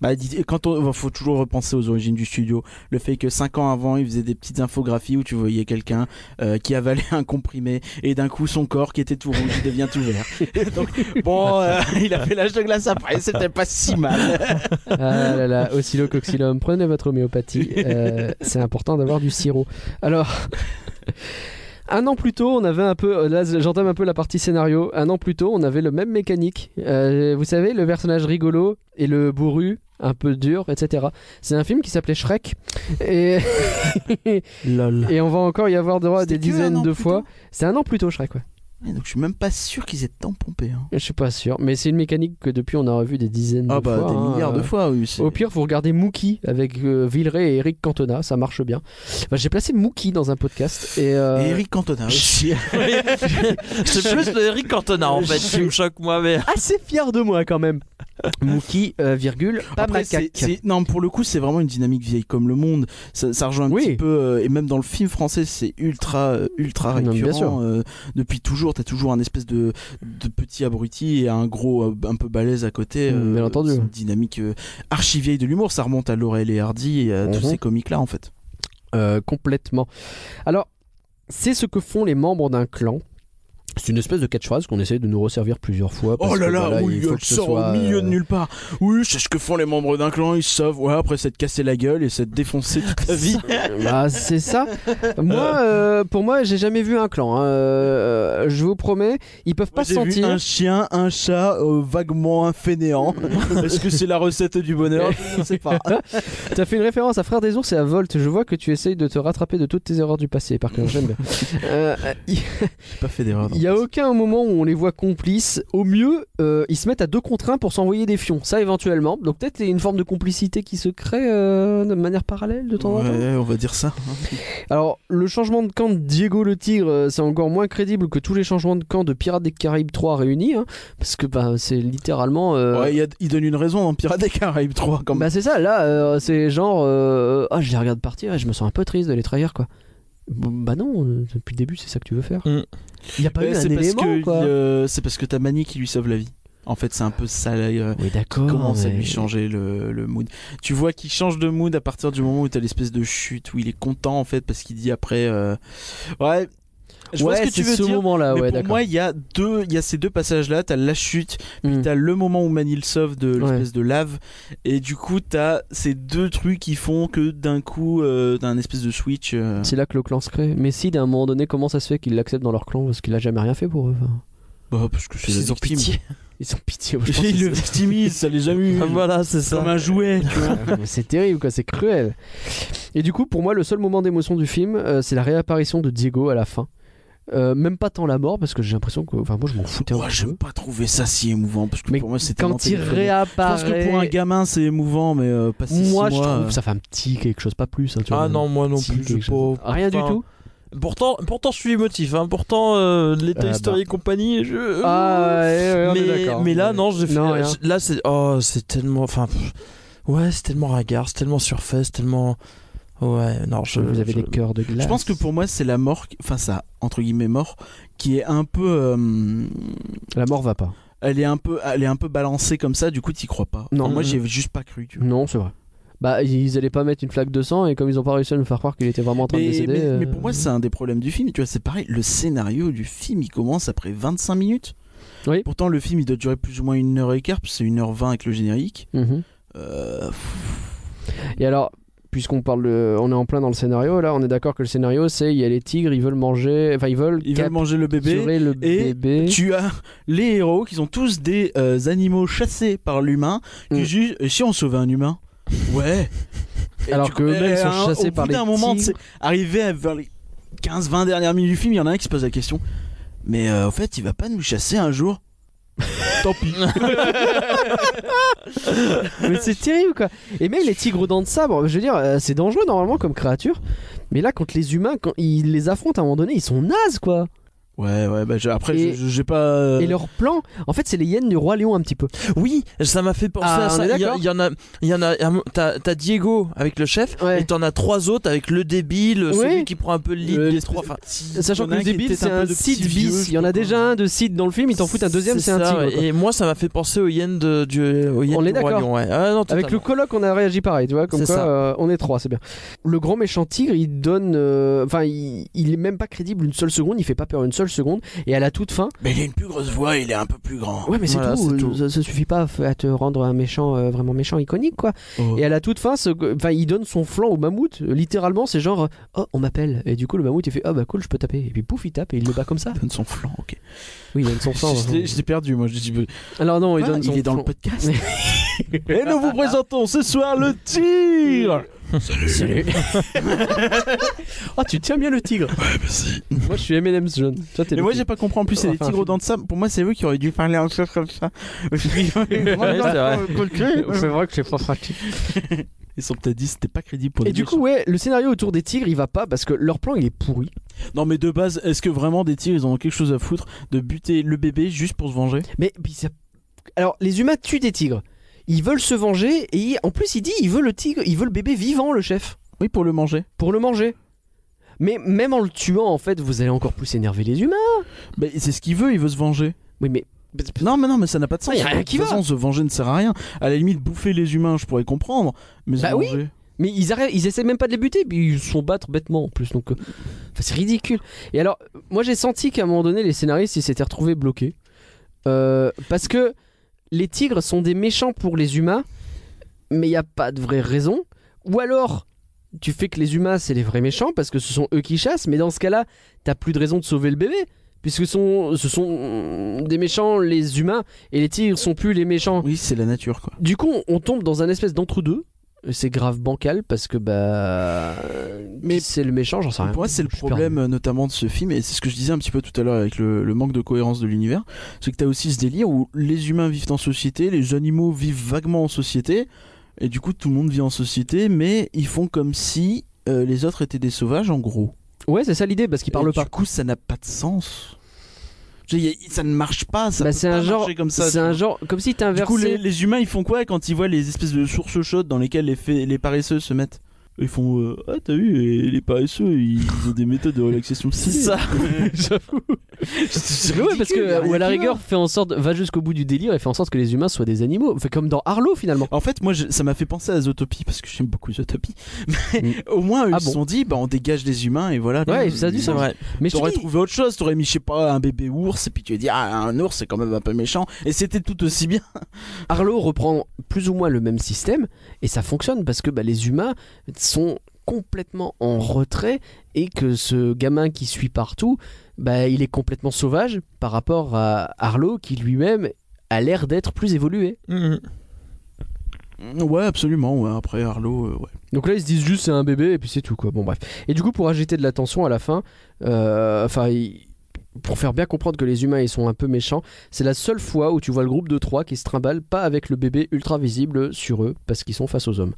[SPEAKER 8] Bah, dis- quand on bah, faut toujours repenser aux origines du studio. Le fait que 5 ans avant, ils faisaient des petites infographies où tu voyais quelqu'un euh, qui avalait un comprimé et d'un coup son corps qui était tout rouge il devient tout vert. Donc bon, euh, il a fait l'âge de glace après, c'était pas si mal.
[SPEAKER 6] Ah là là, oscillococylum, prenez votre homéopathie. euh, c'est important d'avoir du sirop. Alors, un an plus tôt, on avait un peu. euh, Là, j'entame un peu la partie scénario. Un an plus tôt, on avait le même mécanique. Euh, vous savez, le personnage rigolo et le bourru, un peu dur, etc. C'est un film qui s'appelait Shrek. Et,
[SPEAKER 7] Lol.
[SPEAKER 6] et on va encore y avoir droit à des
[SPEAKER 8] C'était que un an
[SPEAKER 6] dizaines de
[SPEAKER 8] plus
[SPEAKER 6] fois.
[SPEAKER 8] tôt
[SPEAKER 6] C'est un an plus tôt, Shrek, ouais.
[SPEAKER 8] Et donc je suis même pas sûr qu'ils aient tant pompé. hein.
[SPEAKER 6] Je suis pas sûr. Mais c'est une mécanique que depuis, on a revu des dizaines
[SPEAKER 8] Ah
[SPEAKER 6] de
[SPEAKER 8] bah
[SPEAKER 6] fois.
[SPEAKER 8] des
[SPEAKER 6] hein.
[SPEAKER 8] milliards de
[SPEAKER 6] Euh,
[SPEAKER 8] fois, oui. c'est-
[SPEAKER 6] Au pire, vous regardez Mookie avec euh, Villeray et Eric Cantona, ça marche bien. Enfin, J'ai placé Mookie dans un podcast et, euh,
[SPEAKER 8] Et Eric Cantona aussi.
[SPEAKER 7] C'est plus le Eric Cantona en fait qui me choque moi mais.
[SPEAKER 6] assez Ah, fier de moi quand même. Mookie, euh, virgule, pas
[SPEAKER 8] Après,
[SPEAKER 6] macaque.
[SPEAKER 8] c'est- c'est- non, pour le coup, c'est vraiment une dynamique vieille comme le monde. Ça, ça rejoint un
[SPEAKER 6] Oui.
[SPEAKER 8] petit peu, euh, et même dans le film français, c'est ultra, euh,
[SPEAKER 6] Non,
[SPEAKER 8] ultra
[SPEAKER 6] mais
[SPEAKER 8] récurrent.
[SPEAKER 6] bien sûr.
[SPEAKER 8] euh, depuis toujours, t'as toujours un espèce de, de petit abruti et un gros euh, un peu balèze à côté. euh,
[SPEAKER 6] Mm, bien entendu.
[SPEAKER 8] C'est une dynamique euh, archi vieille de l'humour. Ça remonte à Laurel et Hardy et à tous
[SPEAKER 6] Mhm.
[SPEAKER 8] ces comiques là, en fait.
[SPEAKER 6] Euh, complètement. Alors, c'est ce que font les membres d'un clan. C'est une espèce de catchphrase qu'on essaie de nous resservir plusieurs fois. parce
[SPEAKER 8] oh là
[SPEAKER 6] que,
[SPEAKER 8] là,
[SPEAKER 6] voilà,
[SPEAKER 8] oui,
[SPEAKER 6] il faut
[SPEAKER 8] elle
[SPEAKER 6] que ce
[SPEAKER 8] sort
[SPEAKER 6] soit,
[SPEAKER 8] au milieu de
[SPEAKER 6] euh,
[SPEAKER 8] nulle part. Oui, c'est ce que font les membres d'un clan. Ils savent, ouais, après, c'est de casser la gueule et c'est de défoncer toute la vie.
[SPEAKER 6] Bah, c'est ça. Moi, euh, pour moi, j'ai jamais vu un clan. hein. Euh, je vous promets, ils peuvent pas
[SPEAKER 8] Moi,
[SPEAKER 6] se
[SPEAKER 8] j'ai vu
[SPEAKER 6] sentir.
[SPEAKER 8] un chien, un chat, euh, vaguement un fainéant. Est-ce que c'est la recette du bonheur Je ne sais pas.
[SPEAKER 6] T'as fait une référence à Frères des ours et à Volt. Je vois que tu essayes de te rattraper de toutes tes erreurs du passé. Par contre, j'aime bien. Euh, il
[SPEAKER 8] J'ai pas fait d'erreur.
[SPEAKER 6] il Il n'y a aucun moment où on les voit complices. Au mieux, euh, ils se mettent à deux contre un pour s'envoyer des fions. Ça, éventuellement. Donc peut-être il y a une forme de complicité qui se crée euh, de manière parallèle de temps en temps.
[SPEAKER 8] Ouais, on va dire ça. hein.
[SPEAKER 6] Alors, le changement de camp de Diego le Tigre, euh, c'est encore moins crédible que tous les changements de camp de Pirates des Caraïbes 3 réunis, hein, parce que bah, c'est littéralement. euh,
[SPEAKER 8] Ouais, il, y a- il donne une raison dans Pirates des Caraïbes 3 quand même.
[SPEAKER 6] Bah c'est ça, là, euh, c'est genre... euh, Ah, je les regarde partir et je me sens un peu triste de les trahir, quoi. Bon, Bah non, euh, depuis le début, c'est ça que tu veux faire.
[SPEAKER 7] Mm.
[SPEAKER 6] Il n'y a Bah, pas
[SPEAKER 8] Euh,
[SPEAKER 6] eu un
[SPEAKER 8] c'est parce
[SPEAKER 6] élément,
[SPEAKER 8] que
[SPEAKER 6] quoi.
[SPEAKER 8] il, euh, c'est parce que t'as Mani qui lui sauve la vie. En fait, c'est un peu ça. là, euh,
[SPEAKER 6] Oui, d'accord.
[SPEAKER 8] commence à
[SPEAKER 6] Oh, mais-
[SPEAKER 8] lui changer le, le mood. Tu vois qu'il change de mood à partir du moment où t'as l'espèce de chute où il est content en fait parce qu'il dit après. euh, Ouais. Je vois
[SPEAKER 6] ouais,
[SPEAKER 8] ce que tu veux
[SPEAKER 6] c'est ce
[SPEAKER 8] dire.
[SPEAKER 6] moment-là, Ah
[SPEAKER 8] mais
[SPEAKER 6] ouais,
[SPEAKER 8] pour
[SPEAKER 6] d'accord.
[SPEAKER 8] moi, il y a deux, il y a ces deux passages là. T'as la chute,
[SPEAKER 6] Mm.
[SPEAKER 8] t'as le moment où Mani le sauve de l'espèce
[SPEAKER 6] Ouais.
[SPEAKER 8] de lave, et du coup t'as ces deux trucs qui font que d'un coup, euh, t'as un espèce de switch. euh,
[SPEAKER 6] C'est là que le clan se crée. Mais si, d'un moment donné, comment ça se fait qu'ils l'acceptent dans leur clan Parce qu'il a jamais rien fait pour eux. enfin.
[SPEAKER 8] Bah parce que c'est la
[SPEAKER 6] Ils ont
[SPEAKER 8] victime.
[SPEAKER 6] pitié. Ils ont pitié. moi, je pense que
[SPEAKER 8] Il le
[SPEAKER 6] c'est-
[SPEAKER 8] victimise, ça l'est jamais eu.
[SPEAKER 7] Ah, voilà, c'est ça.
[SPEAKER 8] Comme un
[SPEAKER 6] euh,
[SPEAKER 8] jouet.
[SPEAKER 6] Mais c'est terrible, quoi, c'est cruel. Et du coup, pour moi, le seul moment d'émotion du film, euh, c'est la réapparition de Diego à la fin. Euh, même pas tant la mort, parce que j'ai l'impression que. Enfin, moi, je m'en foutais un
[SPEAKER 8] Ouais,
[SPEAKER 6] peu.
[SPEAKER 8] j'aime pas trouver ça si émouvant parce que
[SPEAKER 6] Mais
[SPEAKER 8] pour moi c'était
[SPEAKER 6] Quand il réapparaît.
[SPEAKER 8] Je pense que pour un gamin c'est émouvant, mais euh, pas si
[SPEAKER 6] moi, je
[SPEAKER 8] mois,
[SPEAKER 6] trouve
[SPEAKER 8] euh,
[SPEAKER 6] ça fait un petit quelque chose, pas plus. hein, tu vois.
[SPEAKER 7] Ah non, moi non
[SPEAKER 6] Si,
[SPEAKER 7] plus, je
[SPEAKER 6] quelque chose.
[SPEAKER 7] pas-
[SPEAKER 6] Rien
[SPEAKER 7] enfin,
[SPEAKER 6] du tout.
[SPEAKER 7] Pourtant, pourtant, je suis émotif. hein. Pourtant, euh, les
[SPEAKER 6] bah.
[SPEAKER 7] Toy Story et compagnie,
[SPEAKER 8] euh,
[SPEAKER 7] je.
[SPEAKER 6] Ah, ouais, ouais, on est
[SPEAKER 7] mais,
[SPEAKER 6] d'accord.
[SPEAKER 7] mais là, non, j'ai fait.
[SPEAKER 6] Non, rien.
[SPEAKER 7] là, c'est. Oh, c'est tellement. Enfin, pff, ouais, c'est tellement ringard, c'est tellement surfait, c'est tellement. Ouais, non, je.
[SPEAKER 6] Vous avez
[SPEAKER 7] je-
[SPEAKER 6] les cœurs de glace.
[SPEAKER 8] Je pense que pour moi c'est la mort, qui- enfin ça entre guillemets mort, qui est un peu, euh,
[SPEAKER 6] La mort va pas.
[SPEAKER 8] elle est un peu, elle est un peu balancée comme ça. Du coup t'y crois pas.
[SPEAKER 6] Non. Mm-hmm.
[SPEAKER 8] Enfin, moi j'y ai juste pas cru. Tu vois.
[SPEAKER 6] Non, c'est vrai. Bah, ils allaient pas mettre une flaque de sang, et comme ils ont pas réussi à nous faire croire qu'il était vraiment en train de
[SPEAKER 8] Mais,
[SPEAKER 6] décéder.
[SPEAKER 8] mais- mais
[SPEAKER 6] euh,
[SPEAKER 8] pour moi c'est un des problèmes du film. Tu vois c'est pareil. Le scénario du film il commence après 25 minutes.
[SPEAKER 6] Oui.
[SPEAKER 8] Pourtant le film il doit durer plus ou moins une heure et quart, parce que c'est une heure 20 avec le générique.
[SPEAKER 6] mhm.
[SPEAKER 8] Euh,
[SPEAKER 6] Et alors, puisqu'on parle de- on est en plein dans le scénario, là, on est d'accord que le scénario, c'est il y a les tigres, ils veulent manger, enfin ils veulent
[SPEAKER 8] ils veulent manger le bébé.
[SPEAKER 6] capturer le
[SPEAKER 8] et
[SPEAKER 6] bébé.
[SPEAKER 8] Tu as les héros qui sont tous des euh, animaux chassés par l'humain qui
[SPEAKER 6] Mm.
[SPEAKER 8] jugent et si on sauvait un humain Ouais. Et
[SPEAKER 6] Alors
[SPEAKER 8] du
[SPEAKER 6] que eux-mêmes
[SPEAKER 8] et
[SPEAKER 6] sont
[SPEAKER 8] un-
[SPEAKER 6] chassés
[SPEAKER 8] au
[SPEAKER 6] par
[SPEAKER 8] bout
[SPEAKER 6] les
[SPEAKER 8] d'un moment,
[SPEAKER 6] tigres.
[SPEAKER 8] tu sais, arrivé à vers les 15-20 dernières minutes du film, il y en a un qui se pose la question. Mais euh, en fait, il va pas nous chasser un jour Tant pis.
[SPEAKER 6] Mais c'est terrible quoi. Et même les tigres aux dents de sabre, je veux dire, euh, c'est dangereux normalement comme créature. Mais là, quand les humains, quand ils les affrontent à un moment donné, ils sont nazes quoi.
[SPEAKER 8] Ouais, ouais. Bah, je- après,
[SPEAKER 6] Et-
[SPEAKER 8] je- je- j'ai pas. euh,
[SPEAKER 6] Et leur plan, en fait, c'est les hyènes du roi lion un petit peu.
[SPEAKER 7] Oui, ça m'a fait penser
[SPEAKER 6] Ah,
[SPEAKER 7] à
[SPEAKER 6] on est
[SPEAKER 7] ça. Il y, a-
[SPEAKER 6] d'accord.
[SPEAKER 7] il y en a, il y en a. un- T'as t'as Diego avec le chef,
[SPEAKER 6] Ouais.
[SPEAKER 7] et t'en as trois autres avec le débile,
[SPEAKER 6] Ouais.
[SPEAKER 7] celui qui prend un peu le lead
[SPEAKER 8] le-
[SPEAKER 7] des
[SPEAKER 8] l'espèce
[SPEAKER 7] trois.
[SPEAKER 8] de
[SPEAKER 7] enfin,
[SPEAKER 8] petit-
[SPEAKER 6] Sachant
[SPEAKER 8] il y
[SPEAKER 6] que
[SPEAKER 8] en a
[SPEAKER 6] le
[SPEAKER 8] qui
[SPEAKER 6] débile,
[SPEAKER 8] était
[SPEAKER 6] c'est
[SPEAKER 8] peu
[SPEAKER 6] un
[SPEAKER 8] de
[SPEAKER 6] Cid
[SPEAKER 8] petit vieux,
[SPEAKER 6] bis. Il y en a déjà un de Cid dans le film, ils t'en foutent un deuxième, c'est un
[SPEAKER 7] ça,
[SPEAKER 6] tigre.
[SPEAKER 7] ouais.
[SPEAKER 6] quoi.
[SPEAKER 7] Et moi, ça m'a fait penser aux hyènes de, du, aux hyènes
[SPEAKER 6] On est
[SPEAKER 7] du roi
[SPEAKER 6] d'accord.
[SPEAKER 7] lion, ouais. Ah, non,
[SPEAKER 6] Avec le
[SPEAKER 7] totalement.
[SPEAKER 6] colloque, on a réagi pareil, tu vois, comme
[SPEAKER 7] C'est
[SPEAKER 6] quoi
[SPEAKER 7] ça.
[SPEAKER 6] euh, on est trois, c'est bien. Le grand méchant tigre, il donne. euh, Enfin, il, il est même pas crédible une seule seconde, il fait pas peur une seule seconde, et à la toute fin.
[SPEAKER 8] Mais il a une plus grosse voix, il est un peu plus grand.
[SPEAKER 6] Ouais, mais c'est
[SPEAKER 7] Voilà,
[SPEAKER 6] tout,
[SPEAKER 7] c'est
[SPEAKER 6] euh,
[SPEAKER 7] tout.
[SPEAKER 6] Ça, ça suffit pas à f- à te rendre un méchant, euh, vraiment méchant, iconique, quoi.
[SPEAKER 8] Oh.
[SPEAKER 6] Et à la toute fin, ce- enfin, il donne son flanc au mammouth, Euh, littéralement, c'est genre, euh, oh, on m'appelle. Et du coup, le mammouth, il fait, ah bah cool, je peux taper. Et puis pouf, il tape et il le bat comme ça.
[SPEAKER 8] Il donne son flanc, ok.
[SPEAKER 6] Oui, il donne son flanc. hein.
[SPEAKER 8] Je l'ai- je l'ai perdu, moi. Je dis,
[SPEAKER 6] Alors non, il
[SPEAKER 8] Ah,
[SPEAKER 6] donne son
[SPEAKER 8] il est dans
[SPEAKER 6] flanc.
[SPEAKER 8] le podcast. Et nous vous présentons ce soir le tir
[SPEAKER 6] Salut. oh, tu tiens bien le tigre. Moi, je suis M&M's jaune. Toi, t'es
[SPEAKER 8] Mais
[SPEAKER 6] le
[SPEAKER 8] moi
[SPEAKER 6] tigre.
[SPEAKER 8] j'ai pas compris en plus, c'est
[SPEAKER 6] On va
[SPEAKER 8] les
[SPEAKER 6] faire un
[SPEAKER 8] tigres aux dents de sable. Pour moi, c'est eux qui auraient dû parler en chose comme ça.
[SPEAKER 6] C'est vrai que c'est pas pratique.
[SPEAKER 8] Ils sont peut-être dit c'était pas crédible pour
[SPEAKER 6] Et
[SPEAKER 8] des
[SPEAKER 6] du
[SPEAKER 8] méchants.
[SPEAKER 6] coup, ouais, le scénario autour des tigres, il va pas parce que leur plan, il est pourri.
[SPEAKER 8] Non, mais de base, est-ce que vraiment des tigres ils en ont quelque chose à foutre de buter le bébé juste pour se venger
[SPEAKER 6] Mais puis ça- alors, les humains tuent des tigres. Ils veulent se venger et en plus, il dit, il veut le tigre, il veut le bébé vivant, le chef,
[SPEAKER 8] Oui, pour le manger.
[SPEAKER 6] pour le manger. Mais même en le tuant, en fait, vous allez encore plus énerver les humains.
[SPEAKER 8] Mais c'est ce qu'il veut, il veut se venger.
[SPEAKER 6] Oui, mais
[SPEAKER 8] Non, mais non, mais ça n'a pas de sens.
[SPEAKER 6] Ah, y a rien qui
[SPEAKER 8] de toute
[SPEAKER 6] va.
[SPEAKER 8] façon, se venger ne sert à rien. À la limite, bouffer les humains, je pourrais comprendre. Mais se
[SPEAKER 6] Bah oui.
[SPEAKER 8] venger.
[SPEAKER 6] Mais ils arrêtent, ils essaient même pas de les buter, puis ils se font battre bêtement en plus, donc euh, enfin, c'est ridicule. Et alors, moi j'ai senti qu'à un moment donné, les scénaristes ils s'étaient retrouvés bloqués Euh, parce que les tigres sont des méchants pour les humains, mais il n'y a pas de vraie raison. Ou alors, tu fais que les humains c'est les vrais méchants parce que ce sont eux qui chassent, mais dans ce cas-là, t'as plus de raison de sauver le bébé. Puisque sont- ce sont des méchants, les humains, et les tigres sont plus les méchants.
[SPEAKER 8] Oui, c'est la nature quoi.
[SPEAKER 6] Du coup, on tombe dans un espèce d'entre-deux. C'est grave bancal parce que bah euh,
[SPEAKER 8] Mais-
[SPEAKER 6] Mais c'est le méchant, j'en sais rien.
[SPEAKER 8] Pour moi, c'est le
[SPEAKER 6] Je suis
[SPEAKER 8] problème euh, notamment de ce film, et c'est ce que je disais un petit peu tout à l'heure avec le, le manque de cohérence de l'univers, c'est que tu as aussi ce délire où les humains vivent en société, les animaux vivent vaguement en société, et du coup tout le monde vit en société, mais ils font comme si euh, les autres étaient des sauvages en gros.
[SPEAKER 6] perdu. Ouais, c'est ça l'idée parce qu'il parle
[SPEAKER 8] et
[SPEAKER 6] pas.
[SPEAKER 8] Du coup, ça n'a pas de sens. Je veux dire, y a- ça ne marche pas, ça
[SPEAKER 6] Bah,
[SPEAKER 8] peut
[SPEAKER 6] c'est
[SPEAKER 8] pas
[SPEAKER 6] un genre,
[SPEAKER 8] marcher comme ça.
[SPEAKER 6] c'est un genre, comme si
[SPEAKER 8] Du coup, les,
[SPEAKER 6] t'inversais.
[SPEAKER 8] les humains, ils font quoi quand ils voient les espèces de sources chaudes dans lesquelles les, fé- les paresseux se mettent Ils font euh, Ah, t'as vu, les, les paresseux, ils ont des méthodes de relaxation
[SPEAKER 6] C'est
[SPEAKER 8] stylées.
[SPEAKER 6] ça, j'avoue.
[SPEAKER 8] C'est
[SPEAKER 6] Mais ouais, parce
[SPEAKER 8] ridicule, hein. y a
[SPEAKER 6] que, ou à
[SPEAKER 8] rien
[SPEAKER 6] la
[SPEAKER 8] qui
[SPEAKER 6] rigueur,
[SPEAKER 8] va.
[SPEAKER 6] fait en sorte, va jusqu'au bout du délire et fait en sorte que les humains soient des animaux. Fait comme dans Arlo finalement.
[SPEAKER 8] En fait, moi, je- ça m'a fait penser à Zootopie parce que j'aime beaucoup Zootopie. Mais
[SPEAKER 6] Mm.
[SPEAKER 8] au moins, eux,
[SPEAKER 6] Ah
[SPEAKER 8] ils
[SPEAKER 6] bon
[SPEAKER 8] se sont dit, bah, on dégage les humains et voilà.
[SPEAKER 6] Ouais, ça a du
[SPEAKER 8] C'est
[SPEAKER 6] sens.
[SPEAKER 8] vrai.
[SPEAKER 6] Mais je te
[SPEAKER 8] T'aurais
[SPEAKER 6] dis,
[SPEAKER 8] trouvé autre chose, t'aurais mis, je sais pas, un bébé ours et puis tu as dit, ah, un ours, c'est quand même un peu méchant. Et c'était tout aussi bien.
[SPEAKER 6] Arlo reprend plus ou moins le même système et ça fonctionne parce que bah, les humains sont complètement en retrait et que ce gamin qui suit partout, bah, il est complètement sauvage par rapport à Arlo qui lui-même a l'air d'être plus évolué.
[SPEAKER 7] Mm,
[SPEAKER 8] Mm, Ouais, absolument. Ouais. Après, Arlo, euh, ouais.
[SPEAKER 6] Donc là ils se disent juste c'est un bébé et puis c'est tout quoi. Bon bref. Et du coup pour ajouter de la tension à la fin, euh, enfin il- pour faire bien comprendre que les humains ils sont un peu méchants, c'est la seule fois où tu vois le groupe de trois qui se trimballe pas avec le bébé ultra visible sur eux parce qu'ils sont face aux hommes.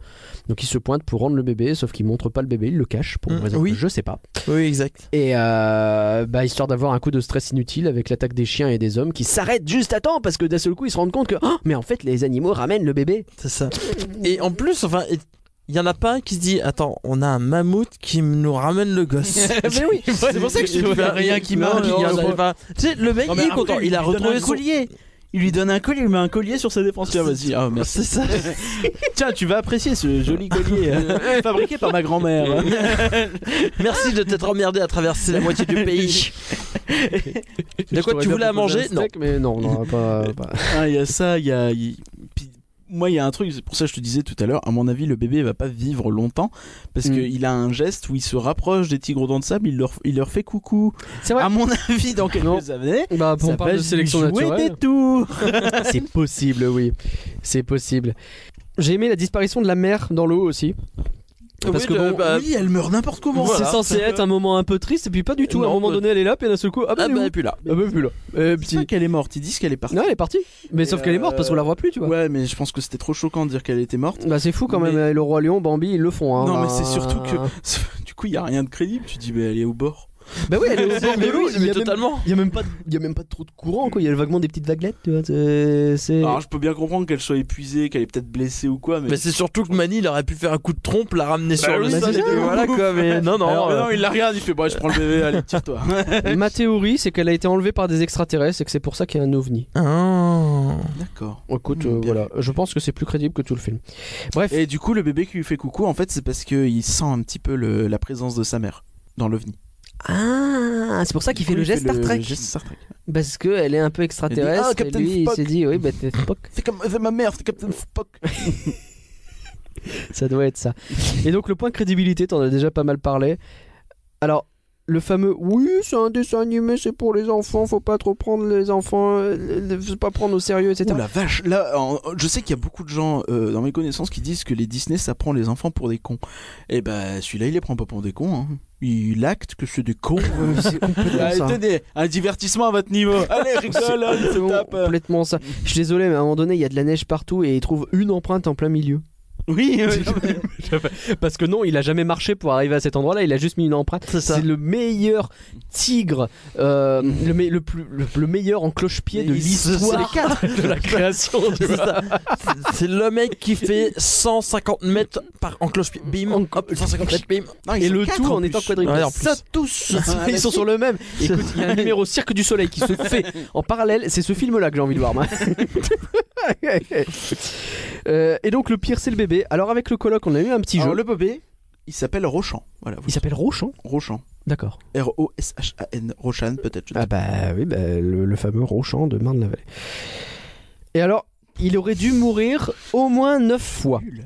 [SPEAKER 6] Donc ils se pointent pour rendre le bébé sauf qu'ils montrent pas le bébé, ils le cachent pour une
[SPEAKER 7] Mm,
[SPEAKER 6] raison
[SPEAKER 7] oui.
[SPEAKER 6] que je sais pas.
[SPEAKER 7] Oui, exact.
[SPEAKER 6] Et euh, bah, histoire d'avoir un coup de stress inutile avec l'attaque des chiens et des hommes qui s'arrêtent juste à temps parce que d'un seul coup ils se rendent compte que Ah, mais en fait les animaux ramènent le bébé.
[SPEAKER 7] C'est ça. Et en plus, enfin, il y en a pas un qui se dit Attends, on a un mammouth qui m- nous ramène le gosse.
[SPEAKER 6] mais oui,
[SPEAKER 7] c'est pour ça que je te fais rien qui
[SPEAKER 8] Non,
[SPEAKER 7] marche.
[SPEAKER 8] non,
[SPEAKER 7] il y en
[SPEAKER 8] non,
[SPEAKER 7] a pas. Tu sais, le mec,
[SPEAKER 8] Non,
[SPEAKER 7] il
[SPEAKER 8] mais
[SPEAKER 7] est
[SPEAKER 8] après,
[SPEAKER 7] content.
[SPEAKER 8] lui,
[SPEAKER 7] Il a
[SPEAKER 8] lui donne
[SPEAKER 7] retrouvé
[SPEAKER 8] un
[SPEAKER 7] son.
[SPEAKER 8] collier. Il lui donne un collier, il met un collier sur sa défense. Tiens, vas-y. Ah, merci.
[SPEAKER 7] C'est ça.
[SPEAKER 8] Tiens, tu vas apprécier ce joli collier euh, fabriqué par ma grand-mère. hein.
[SPEAKER 7] Merci de t'être emmerdé à traverser la moitié du pays. De quoi tu voulais à manger Non.
[SPEAKER 6] mais non, non, pas.
[SPEAKER 8] Ah, il y a ça, il y a. il- puis, moi, il y a un truc, c'est pour ça que je te disais tout à l'heure, à mon avis, le bébé va pas vivre longtemps parce
[SPEAKER 6] Mm.
[SPEAKER 8] qu'il a un geste où il se rapproche des tigres aux dents de sable, il leur, il leur fait coucou.
[SPEAKER 6] C'est vrai.
[SPEAKER 8] À mon avis, dans quelques
[SPEAKER 6] Non.
[SPEAKER 8] années.
[SPEAKER 6] Bah, on
[SPEAKER 8] ça
[SPEAKER 6] parle
[SPEAKER 8] va
[SPEAKER 6] de sélection
[SPEAKER 8] jouer
[SPEAKER 6] naturelle.
[SPEAKER 8] des tours.
[SPEAKER 6] Ah, C'est possible, oui. C'est possible. J'ai aimé la disparition de la mère dans l'eau aussi. Parce
[SPEAKER 7] Oui,
[SPEAKER 6] que
[SPEAKER 7] le-
[SPEAKER 8] Eh
[SPEAKER 6] bon,
[SPEAKER 7] bah,
[SPEAKER 8] oui, hein. elle meurt n'importe comment.
[SPEAKER 6] c'est
[SPEAKER 7] voilà.
[SPEAKER 6] censé être un moment un peu triste, et puis pas du tout. à un
[SPEAKER 7] Non,
[SPEAKER 6] moment
[SPEAKER 7] pas-
[SPEAKER 6] donné, elle est là, puis d'un seul coup, ah bah,
[SPEAKER 7] Ah
[SPEAKER 6] elle est
[SPEAKER 7] bah,
[SPEAKER 6] où
[SPEAKER 7] et puis là.
[SPEAKER 6] Ah bah, plus là. Et puis-
[SPEAKER 8] C'est pas qu'elle est morte, ils disent qu'elle est partie.
[SPEAKER 6] non, elle est partie. Mais
[SPEAKER 8] Et
[SPEAKER 6] sauf qu'elle est morte parce qu'on la voit plus, tu vois.
[SPEAKER 8] Ouais, mais je pense que c'était trop choquant de dire qu'elle était morte.
[SPEAKER 6] Bah, c'est fou quand même.
[SPEAKER 8] Mais-
[SPEAKER 6] Et Le roi lion, Bambi, ils le font. hein.
[SPEAKER 8] Non, mais
[SPEAKER 6] Bah,
[SPEAKER 8] c'est surtout que du coup, il y a rien de crédible. Tu dis, mais elle est au bord.
[SPEAKER 6] Bah, oui, elle est au bord de
[SPEAKER 7] Mais
[SPEAKER 6] l'eau.
[SPEAKER 7] oui,
[SPEAKER 6] Il y
[SPEAKER 7] mais
[SPEAKER 6] a même-
[SPEAKER 7] totalement.
[SPEAKER 6] il y a même pas, de- il y a même pas trop de courant, quoi. Il y a vaguement des petites vaguelettes, tu vois. c'est- bah, C'est.
[SPEAKER 8] Alors, je peux bien comprendre qu'elle soit épuisée, qu'elle est peut-être blessée ou quoi, mais.
[SPEAKER 7] Mais c'est surtout que Mani, il aurait pu faire un coup de trompe, la ramener sur le
[SPEAKER 8] oui,
[SPEAKER 6] ça, hein.
[SPEAKER 7] sol. et
[SPEAKER 6] c'est
[SPEAKER 7] puis
[SPEAKER 6] ça.
[SPEAKER 7] Voilà quoi, mais non, non.
[SPEAKER 8] Alors, mais
[SPEAKER 7] euh,
[SPEAKER 8] non, il la regarde, il fait Bah, je prends le bébé, allez, tire-toi.
[SPEAKER 6] Ma théorie, c'est qu'elle a été enlevée par des extraterrestres et que c'est pour ça qu'il y a un ovni.
[SPEAKER 7] Ah.
[SPEAKER 8] D'accord.
[SPEAKER 6] Écoute,
[SPEAKER 8] Mmh,
[SPEAKER 6] euh,
[SPEAKER 8] bien
[SPEAKER 6] voilà, je pense que c'est plus crédible que tout le film. Bref,
[SPEAKER 8] Et du coup, le bébé qui lui fait coucou, en fait, c'est parce qu'il sent un petit peu le- la présence de sa mère dans l'ovni.
[SPEAKER 6] ah, c'est pour ça qu'il fait le geste Star Trek.
[SPEAKER 8] Le geste Star Trek.
[SPEAKER 6] Parce que elle est un peu extraterrestre.
[SPEAKER 8] Il dit, Ah,
[SPEAKER 6] et lui,
[SPEAKER 8] Captain
[SPEAKER 6] il s'est
[SPEAKER 8] Spock.
[SPEAKER 6] dit, oui, bah t'es Spock.
[SPEAKER 8] C'est comme c'est ma mère, c'est Captain Spock.
[SPEAKER 6] ça doit être ça. Et donc le point de crédibilité, t'en as déjà pas mal parlé. Alors. Le fameux oui, c'est un dessin animé, c'est pour les enfants, faut pas trop prendre les enfants, euh, faut pas prendre au sérieux, etc.
[SPEAKER 8] Oh la vache, là, en- je sais qu'il y a beaucoup de gens euh, dans mes connaissances qui disent que les Disney ça prend les enfants pour des cons. Et bah, celui-là, il les prend pas pour des cons. Hein. Il acte que Euh, c'est des cons.
[SPEAKER 6] Ouais, c'est complètement
[SPEAKER 8] Allez,
[SPEAKER 6] ça.
[SPEAKER 8] tenez, un divertissement à votre niveau. Allez, rigole, allez,
[SPEAKER 6] C'est
[SPEAKER 8] se tape.
[SPEAKER 6] complètement ça. Je suis désolé, mais à un moment donné, il y a de la neige partout et il trouve une empreinte en plein milieu.
[SPEAKER 8] Oui, oui, non, mais-
[SPEAKER 6] Parce que non, il a jamais marché pour arriver à cet endroit-là, il a juste mis une empreinte.
[SPEAKER 7] C'est ça.
[SPEAKER 6] C'est le meilleur tigre, euh, le, me- le plus, le, le meilleur en cloche-pied de
[SPEAKER 7] Il se- c'est les
[SPEAKER 6] l'histoire de
[SPEAKER 7] quatre.
[SPEAKER 6] la création. tu
[SPEAKER 7] C'est
[SPEAKER 6] vois.
[SPEAKER 7] ça. C'est- C'est le mec qui fait 150 mètres par en cloche bim,
[SPEAKER 6] En-
[SPEAKER 7] hop, 150 mètres bim.
[SPEAKER 8] Non, ils
[SPEAKER 6] Et
[SPEAKER 8] sont
[SPEAKER 6] le
[SPEAKER 8] quatre
[SPEAKER 6] tout en,
[SPEAKER 8] plus. Ah,
[SPEAKER 6] étant quadruplé.
[SPEAKER 7] Ouais, en
[SPEAKER 6] Ça, tous Ils sont sur le même. Écoute, il y a un numéro Cirque du Soleil qui se fait en parallèle. C'est ce film-là que j'ai envie de voir. moi. Euh, et donc, le pire, c'est le bébé. Alors, avec le colloque, on a eu un petit
[SPEAKER 8] Alors,
[SPEAKER 6] jeu.
[SPEAKER 8] le bébé, il s'appelle Rochan. Voilà, vous-
[SPEAKER 6] Il s'appelle Roche, hein.
[SPEAKER 8] Rochan.
[SPEAKER 6] D'accord.
[SPEAKER 8] R-O-S-H-A-N. Rochan, peut-être. je ne
[SPEAKER 6] Ah
[SPEAKER 8] sais
[SPEAKER 6] bah oui, bah, le, le fameux Rochant de Marne-la-Vallée. Et alors, il aurait dû mourir au moins 9 fois.
[SPEAKER 8] pas. Nul.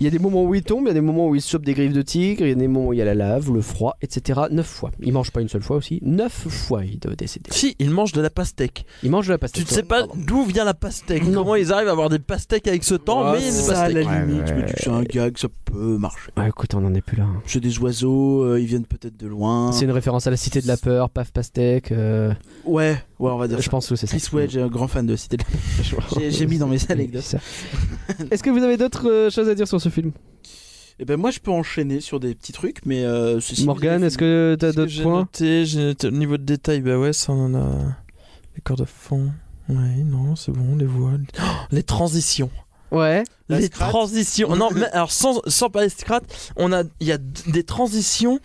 [SPEAKER 6] Il y a des moments où il tombe, il y a des moments où il se chope des griffes de tigre, il y a des moments où il y a la lave, le froid, etc. 9 fois. Il mange pas une seule fois aussi. 9 fois il doit décéder.
[SPEAKER 7] Si, il mange de la pastèque.
[SPEAKER 6] Il mange de la
[SPEAKER 7] Tu
[SPEAKER 6] pastèque.
[SPEAKER 7] ne sais pas d'où vient la pastèque.
[SPEAKER 6] Non.
[SPEAKER 7] Comment ils arrivent à avoir des pastèques avec ce temps,
[SPEAKER 8] Ah,
[SPEAKER 7] mais il y a des
[SPEAKER 8] ça, à la
[SPEAKER 7] pastèques.
[SPEAKER 8] limite, je me dis que c'est un gag, ça peut marcher.
[SPEAKER 6] Ouais, Ah, écoute, on n'en est plus là. hein.
[SPEAKER 8] C'est des oiseaux, euh, ils viennent peut-être de loin.
[SPEAKER 6] C'est une référence à la Cité de la Peur, Paf Pastèque. euh,
[SPEAKER 8] Ouais, ouais, on va dire.
[SPEAKER 6] je
[SPEAKER 8] ça.
[SPEAKER 6] pense que c'est ça.
[SPEAKER 8] Chris Wedge, un grand fan de Cité de la J'ai- j'ai mis dans mes anecdotes.
[SPEAKER 6] C'est ça. Est-ce que vous avez d'autres euh, choses à dire sur ce film
[SPEAKER 8] Et ben moi, je peux enchaîner sur des petits trucs, mais euh, ceci-
[SPEAKER 6] Morgane, est-ce que t'as
[SPEAKER 7] Qu'est-ce que
[SPEAKER 6] d'autres
[SPEAKER 7] j'ai
[SPEAKER 6] points
[SPEAKER 7] noté, j'ai noté au niveau de détail, bah ouais, ça on en a. Les corps de fond. Ouais, non, c'est bon, les voix. Oh, les transitions.
[SPEAKER 6] Ouais.
[SPEAKER 8] La
[SPEAKER 7] les
[SPEAKER 8] scrate.
[SPEAKER 7] transitions. Non, mais alors sans, sans parler de scrat, on a, il y a d- des transitions.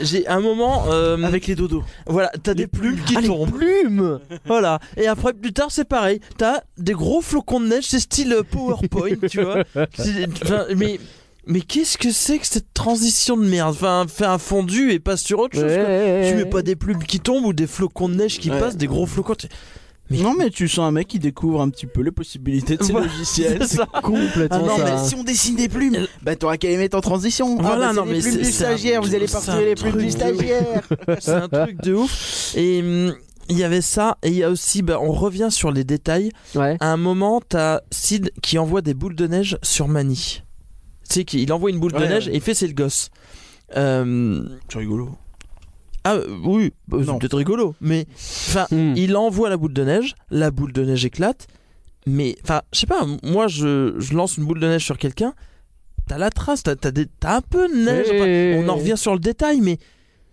[SPEAKER 7] J'ai un moment. euh,
[SPEAKER 8] Avec les dodos.
[SPEAKER 7] Voilà, t'as des plumes qui
[SPEAKER 6] Ah, les
[SPEAKER 7] tombent.
[SPEAKER 6] plumes
[SPEAKER 7] Voilà. Et après, plus tard, c'est pareil. T'as des gros flocons de neige, c'est style euh, PowerPoint, tu vois. C'est- enfin, mais. Mais qu'est-ce que c'est que cette transition de merde Enfin, faire un fondu et passe sur autre chose. quoi. Tu mets pas des plumes qui tombent ou des flocons de neige qui
[SPEAKER 8] Ouais.
[SPEAKER 7] passent, des gros flocons. tu- Mais-
[SPEAKER 8] Non, mais tu sens un mec qui découvre un petit peu les possibilités de ces
[SPEAKER 7] Voilà,
[SPEAKER 8] logiciels.
[SPEAKER 7] C'est ça.
[SPEAKER 8] Ah
[SPEAKER 6] complètement
[SPEAKER 8] non,
[SPEAKER 6] ça. Euh,
[SPEAKER 8] mais si on dessine des plumes, bah t'auras qu'à les mettre en transition.
[SPEAKER 7] Voilà,
[SPEAKER 8] Ah, bah, c'est
[SPEAKER 7] non,
[SPEAKER 8] les
[SPEAKER 7] mais
[SPEAKER 8] plumes
[SPEAKER 7] c'est-
[SPEAKER 8] du
[SPEAKER 7] c'est un-
[SPEAKER 8] stagiaire, vous allez
[SPEAKER 7] c'est
[SPEAKER 8] partir
[SPEAKER 7] un
[SPEAKER 8] les plumes
[SPEAKER 7] truc de
[SPEAKER 8] du
[SPEAKER 7] ouf.
[SPEAKER 8] stagiaire.
[SPEAKER 7] C'est un truc de ouf. Et hum, il y avait ça. Et il y a aussi, bah, on revient sur les détails.
[SPEAKER 6] Ouais.
[SPEAKER 7] À un moment, t'as Sid qui envoie des boules de neige sur Manny. Tu sais qu'il envoie une boule de
[SPEAKER 8] Ouais,
[SPEAKER 7] neige
[SPEAKER 8] ouais.
[SPEAKER 7] et il fait c'est le gosse. Euh,
[SPEAKER 8] C'est rigolo.
[SPEAKER 7] Ah euh, oui, bah, c'est
[SPEAKER 8] Non.
[SPEAKER 7] peut-être rigolo, mais enfin,
[SPEAKER 6] Hmm.
[SPEAKER 7] il envoie la boule de neige, la boule de neige éclate, mais enfin, je sais pas, moi je, je lance une boule de neige sur quelqu'un, t'as la trace, t'as, t'as des- t'as un peu de neige,
[SPEAKER 6] Ouais,
[SPEAKER 7] enfin,
[SPEAKER 6] ouais,
[SPEAKER 7] on en
[SPEAKER 6] ouais.
[SPEAKER 7] revient sur le détail, mais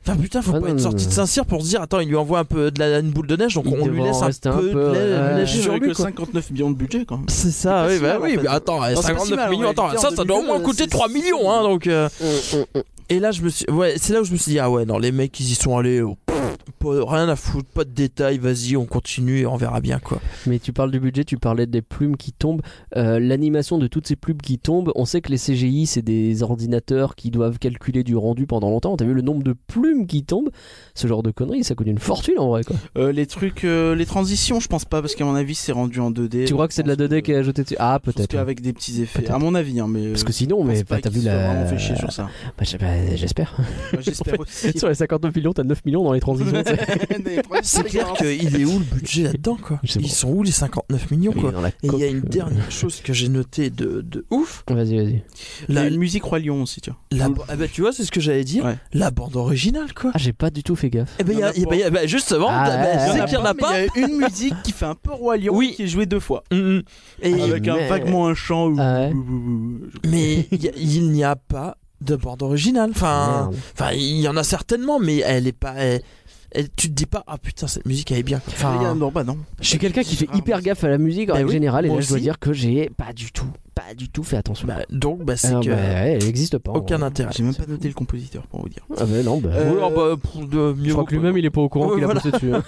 [SPEAKER 7] enfin putain, faut
[SPEAKER 6] Ah,
[SPEAKER 7] pas
[SPEAKER 6] non,
[SPEAKER 7] être
[SPEAKER 6] non,
[SPEAKER 7] sorti
[SPEAKER 6] non.
[SPEAKER 7] de Saint-Cyr pour se dire, attends, il lui envoie un peu de la, une boule de neige, donc
[SPEAKER 6] Il
[SPEAKER 7] on lui
[SPEAKER 6] devrait
[SPEAKER 7] laisse
[SPEAKER 6] en
[SPEAKER 7] un
[SPEAKER 6] rester
[SPEAKER 7] peu,
[SPEAKER 6] un
[SPEAKER 7] de
[SPEAKER 6] peu,
[SPEAKER 7] la-
[SPEAKER 6] ouais.
[SPEAKER 7] neige sur
[SPEAKER 8] J'avais
[SPEAKER 7] lui,
[SPEAKER 8] que
[SPEAKER 7] quoi.
[SPEAKER 8] 59 millions de budget quand même.
[SPEAKER 7] C'est ça, oui,
[SPEAKER 8] si
[SPEAKER 7] bah
[SPEAKER 8] mal, en
[SPEAKER 7] oui,
[SPEAKER 8] fait.
[SPEAKER 7] mais attends,
[SPEAKER 8] c'est pas si
[SPEAKER 7] 59
[SPEAKER 8] mal, en
[SPEAKER 7] millions, attends,
[SPEAKER 8] réalité,
[SPEAKER 7] ça,
[SPEAKER 8] en
[SPEAKER 7] ça doit au moins
[SPEAKER 8] 2002,
[SPEAKER 7] coûter
[SPEAKER 8] c'est-
[SPEAKER 7] 3 millions, hein, donc. euh,
[SPEAKER 8] Mm,
[SPEAKER 7] Et là, je me suis, ouais, c'est là où je me suis dit, ah ouais, non, les mecs, ils y sont allés, oh, pff, pas- rien à foutre, pas de détails, vas-y, on continue et on verra bien, quoi.
[SPEAKER 6] Mais tu parles du budget, tu parlais des plumes qui tombent. Euh, L'animation de toutes ces plumes qui tombent, on sait que les CGI, c'est des ordinateurs qui doivent calculer du rendu pendant longtemps. T'as vu le nombre de plumes qui tombent Ce genre de conneries, ça coûte une fortune en vrai. Quoi.
[SPEAKER 8] Euh, les trucs, euh, les transitions, je pense pas, parce qu'à mon avis, c'est rendu en 2D.
[SPEAKER 6] tu crois que c'est de la 2D qui est ajoutée dessus Ah, peut-être.
[SPEAKER 7] euh,
[SPEAKER 8] Avec des petits effets.
[SPEAKER 6] Peut-être.
[SPEAKER 8] À mon avis, hein, mais.
[SPEAKER 6] Parce que sinon, mais bah, t'as vu la.
[SPEAKER 8] On fait chier sur ça.
[SPEAKER 6] Bah, je- bah, J'espère.
[SPEAKER 8] Moi, J'espère aussi.
[SPEAKER 6] sur les 59 millions, t'as 9 millions dans les transitions. tu sais.
[SPEAKER 7] C'est clair qu'il est où le budget là-dedans, quoi
[SPEAKER 6] Je sais
[SPEAKER 7] Ils
[SPEAKER 6] pas.
[SPEAKER 7] sont où les 59 millions, quoi
[SPEAKER 6] Dans la
[SPEAKER 7] Et il y a
[SPEAKER 6] coque.
[SPEAKER 7] une dernière chose que j'ai notée de, de ouf.
[SPEAKER 6] Vas-y, vas-y.
[SPEAKER 7] La,
[SPEAKER 8] La musique Roi Lion aussi, tu vois.
[SPEAKER 7] la- ah bah, tu vois, c'est ce que j'allais dire,
[SPEAKER 8] Ouais.
[SPEAKER 7] la bande originale, quoi.
[SPEAKER 6] Ah, j'ai pas du tout fait gaffe.
[SPEAKER 7] Eh ben, il y a-
[SPEAKER 8] Il y en a
[SPEAKER 7] eh ben, il y a- bah, justement,
[SPEAKER 6] Ah, ouais,
[SPEAKER 7] bah, je
[SPEAKER 6] ouais,
[SPEAKER 7] sais
[SPEAKER 6] ouais.
[SPEAKER 7] qu'il y en a
[SPEAKER 8] mais Il
[SPEAKER 7] pas.
[SPEAKER 8] y a Euh, une musique qui fait un peu Roi Lion
[SPEAKER 7] Oui.
[SPEAKER 8] qui est jouée deux fois.
[SPEAKER 7] Mm, mm. Et-
[SPEAKER 6] Ah,
[SPEAKER 8] Avec un
[SPEAKER 6] mais-
[SPEAKER 8] vaguement un chant. ou-
[SPEAKER 6] Ah ouais.
[SPEAKER 8] ou- ou- ou- je-
[SPEAKER 7] Mais il y a- il n'y a pas de bande originale. Enfin,
[SPEAKER 6] Merde.
[SPEAKER 7] enfin, il y en a certainement, mais elle est pas. elle- elle- tu te dis pas, ah putain, cette musique elle est bien.
[SPEAKER 8] Il y a-
[SPEAKER 7] Enfin,
[SPEAKER 8] Non, bah non.
[SPEAKER 6] Je suis quelqu'un qui fait
[SPEAKER 8] Rarement.
[SPEAKER 6] hyper gaffe à la musique en
[SPEAKER 7] Bah
[SPEAKER 6] règle
[SPEAKER 7] oui,
[SPEAKER 6] générale, et
[SPEAKER 7] moi
[SPEAKER 6] là je dois
[SPEAKER 7] aussi.
[SPEAKER 6] dire que j'ai pas du tout, pas du tout fait attention.
[SPEAKER 7] bah, donc, bah, c'est
[SPEAKER 6] Ah,
[SPEAKER 7] que.
[SPEAKER 6] bah, ouais, elle n'existe pas. en
[SPEAKER 7] aucun
[SPEAKER 6] vrai.
[SPEAKER 7] intérêt.
[SPEAKER 8] J'ai même pas noté le compositeur pour vous dire.
[SPEAKER 6] Ah, bah non, bah.
[SPEAKER 8] Euh,
[SPEAKER 7] Ou alors, bah, pour de mieux
[SPEAKER 6] je crois
[SPEAKER 7] vaut
[SPEAKER 6] que lui-même il est pas au courant
[SPEAKER 7] Ouais,
[SPEAKER 6] qu'il a
[SPEAKER 7] voilà.
[SPEAKER 6] bossé dessus. hein.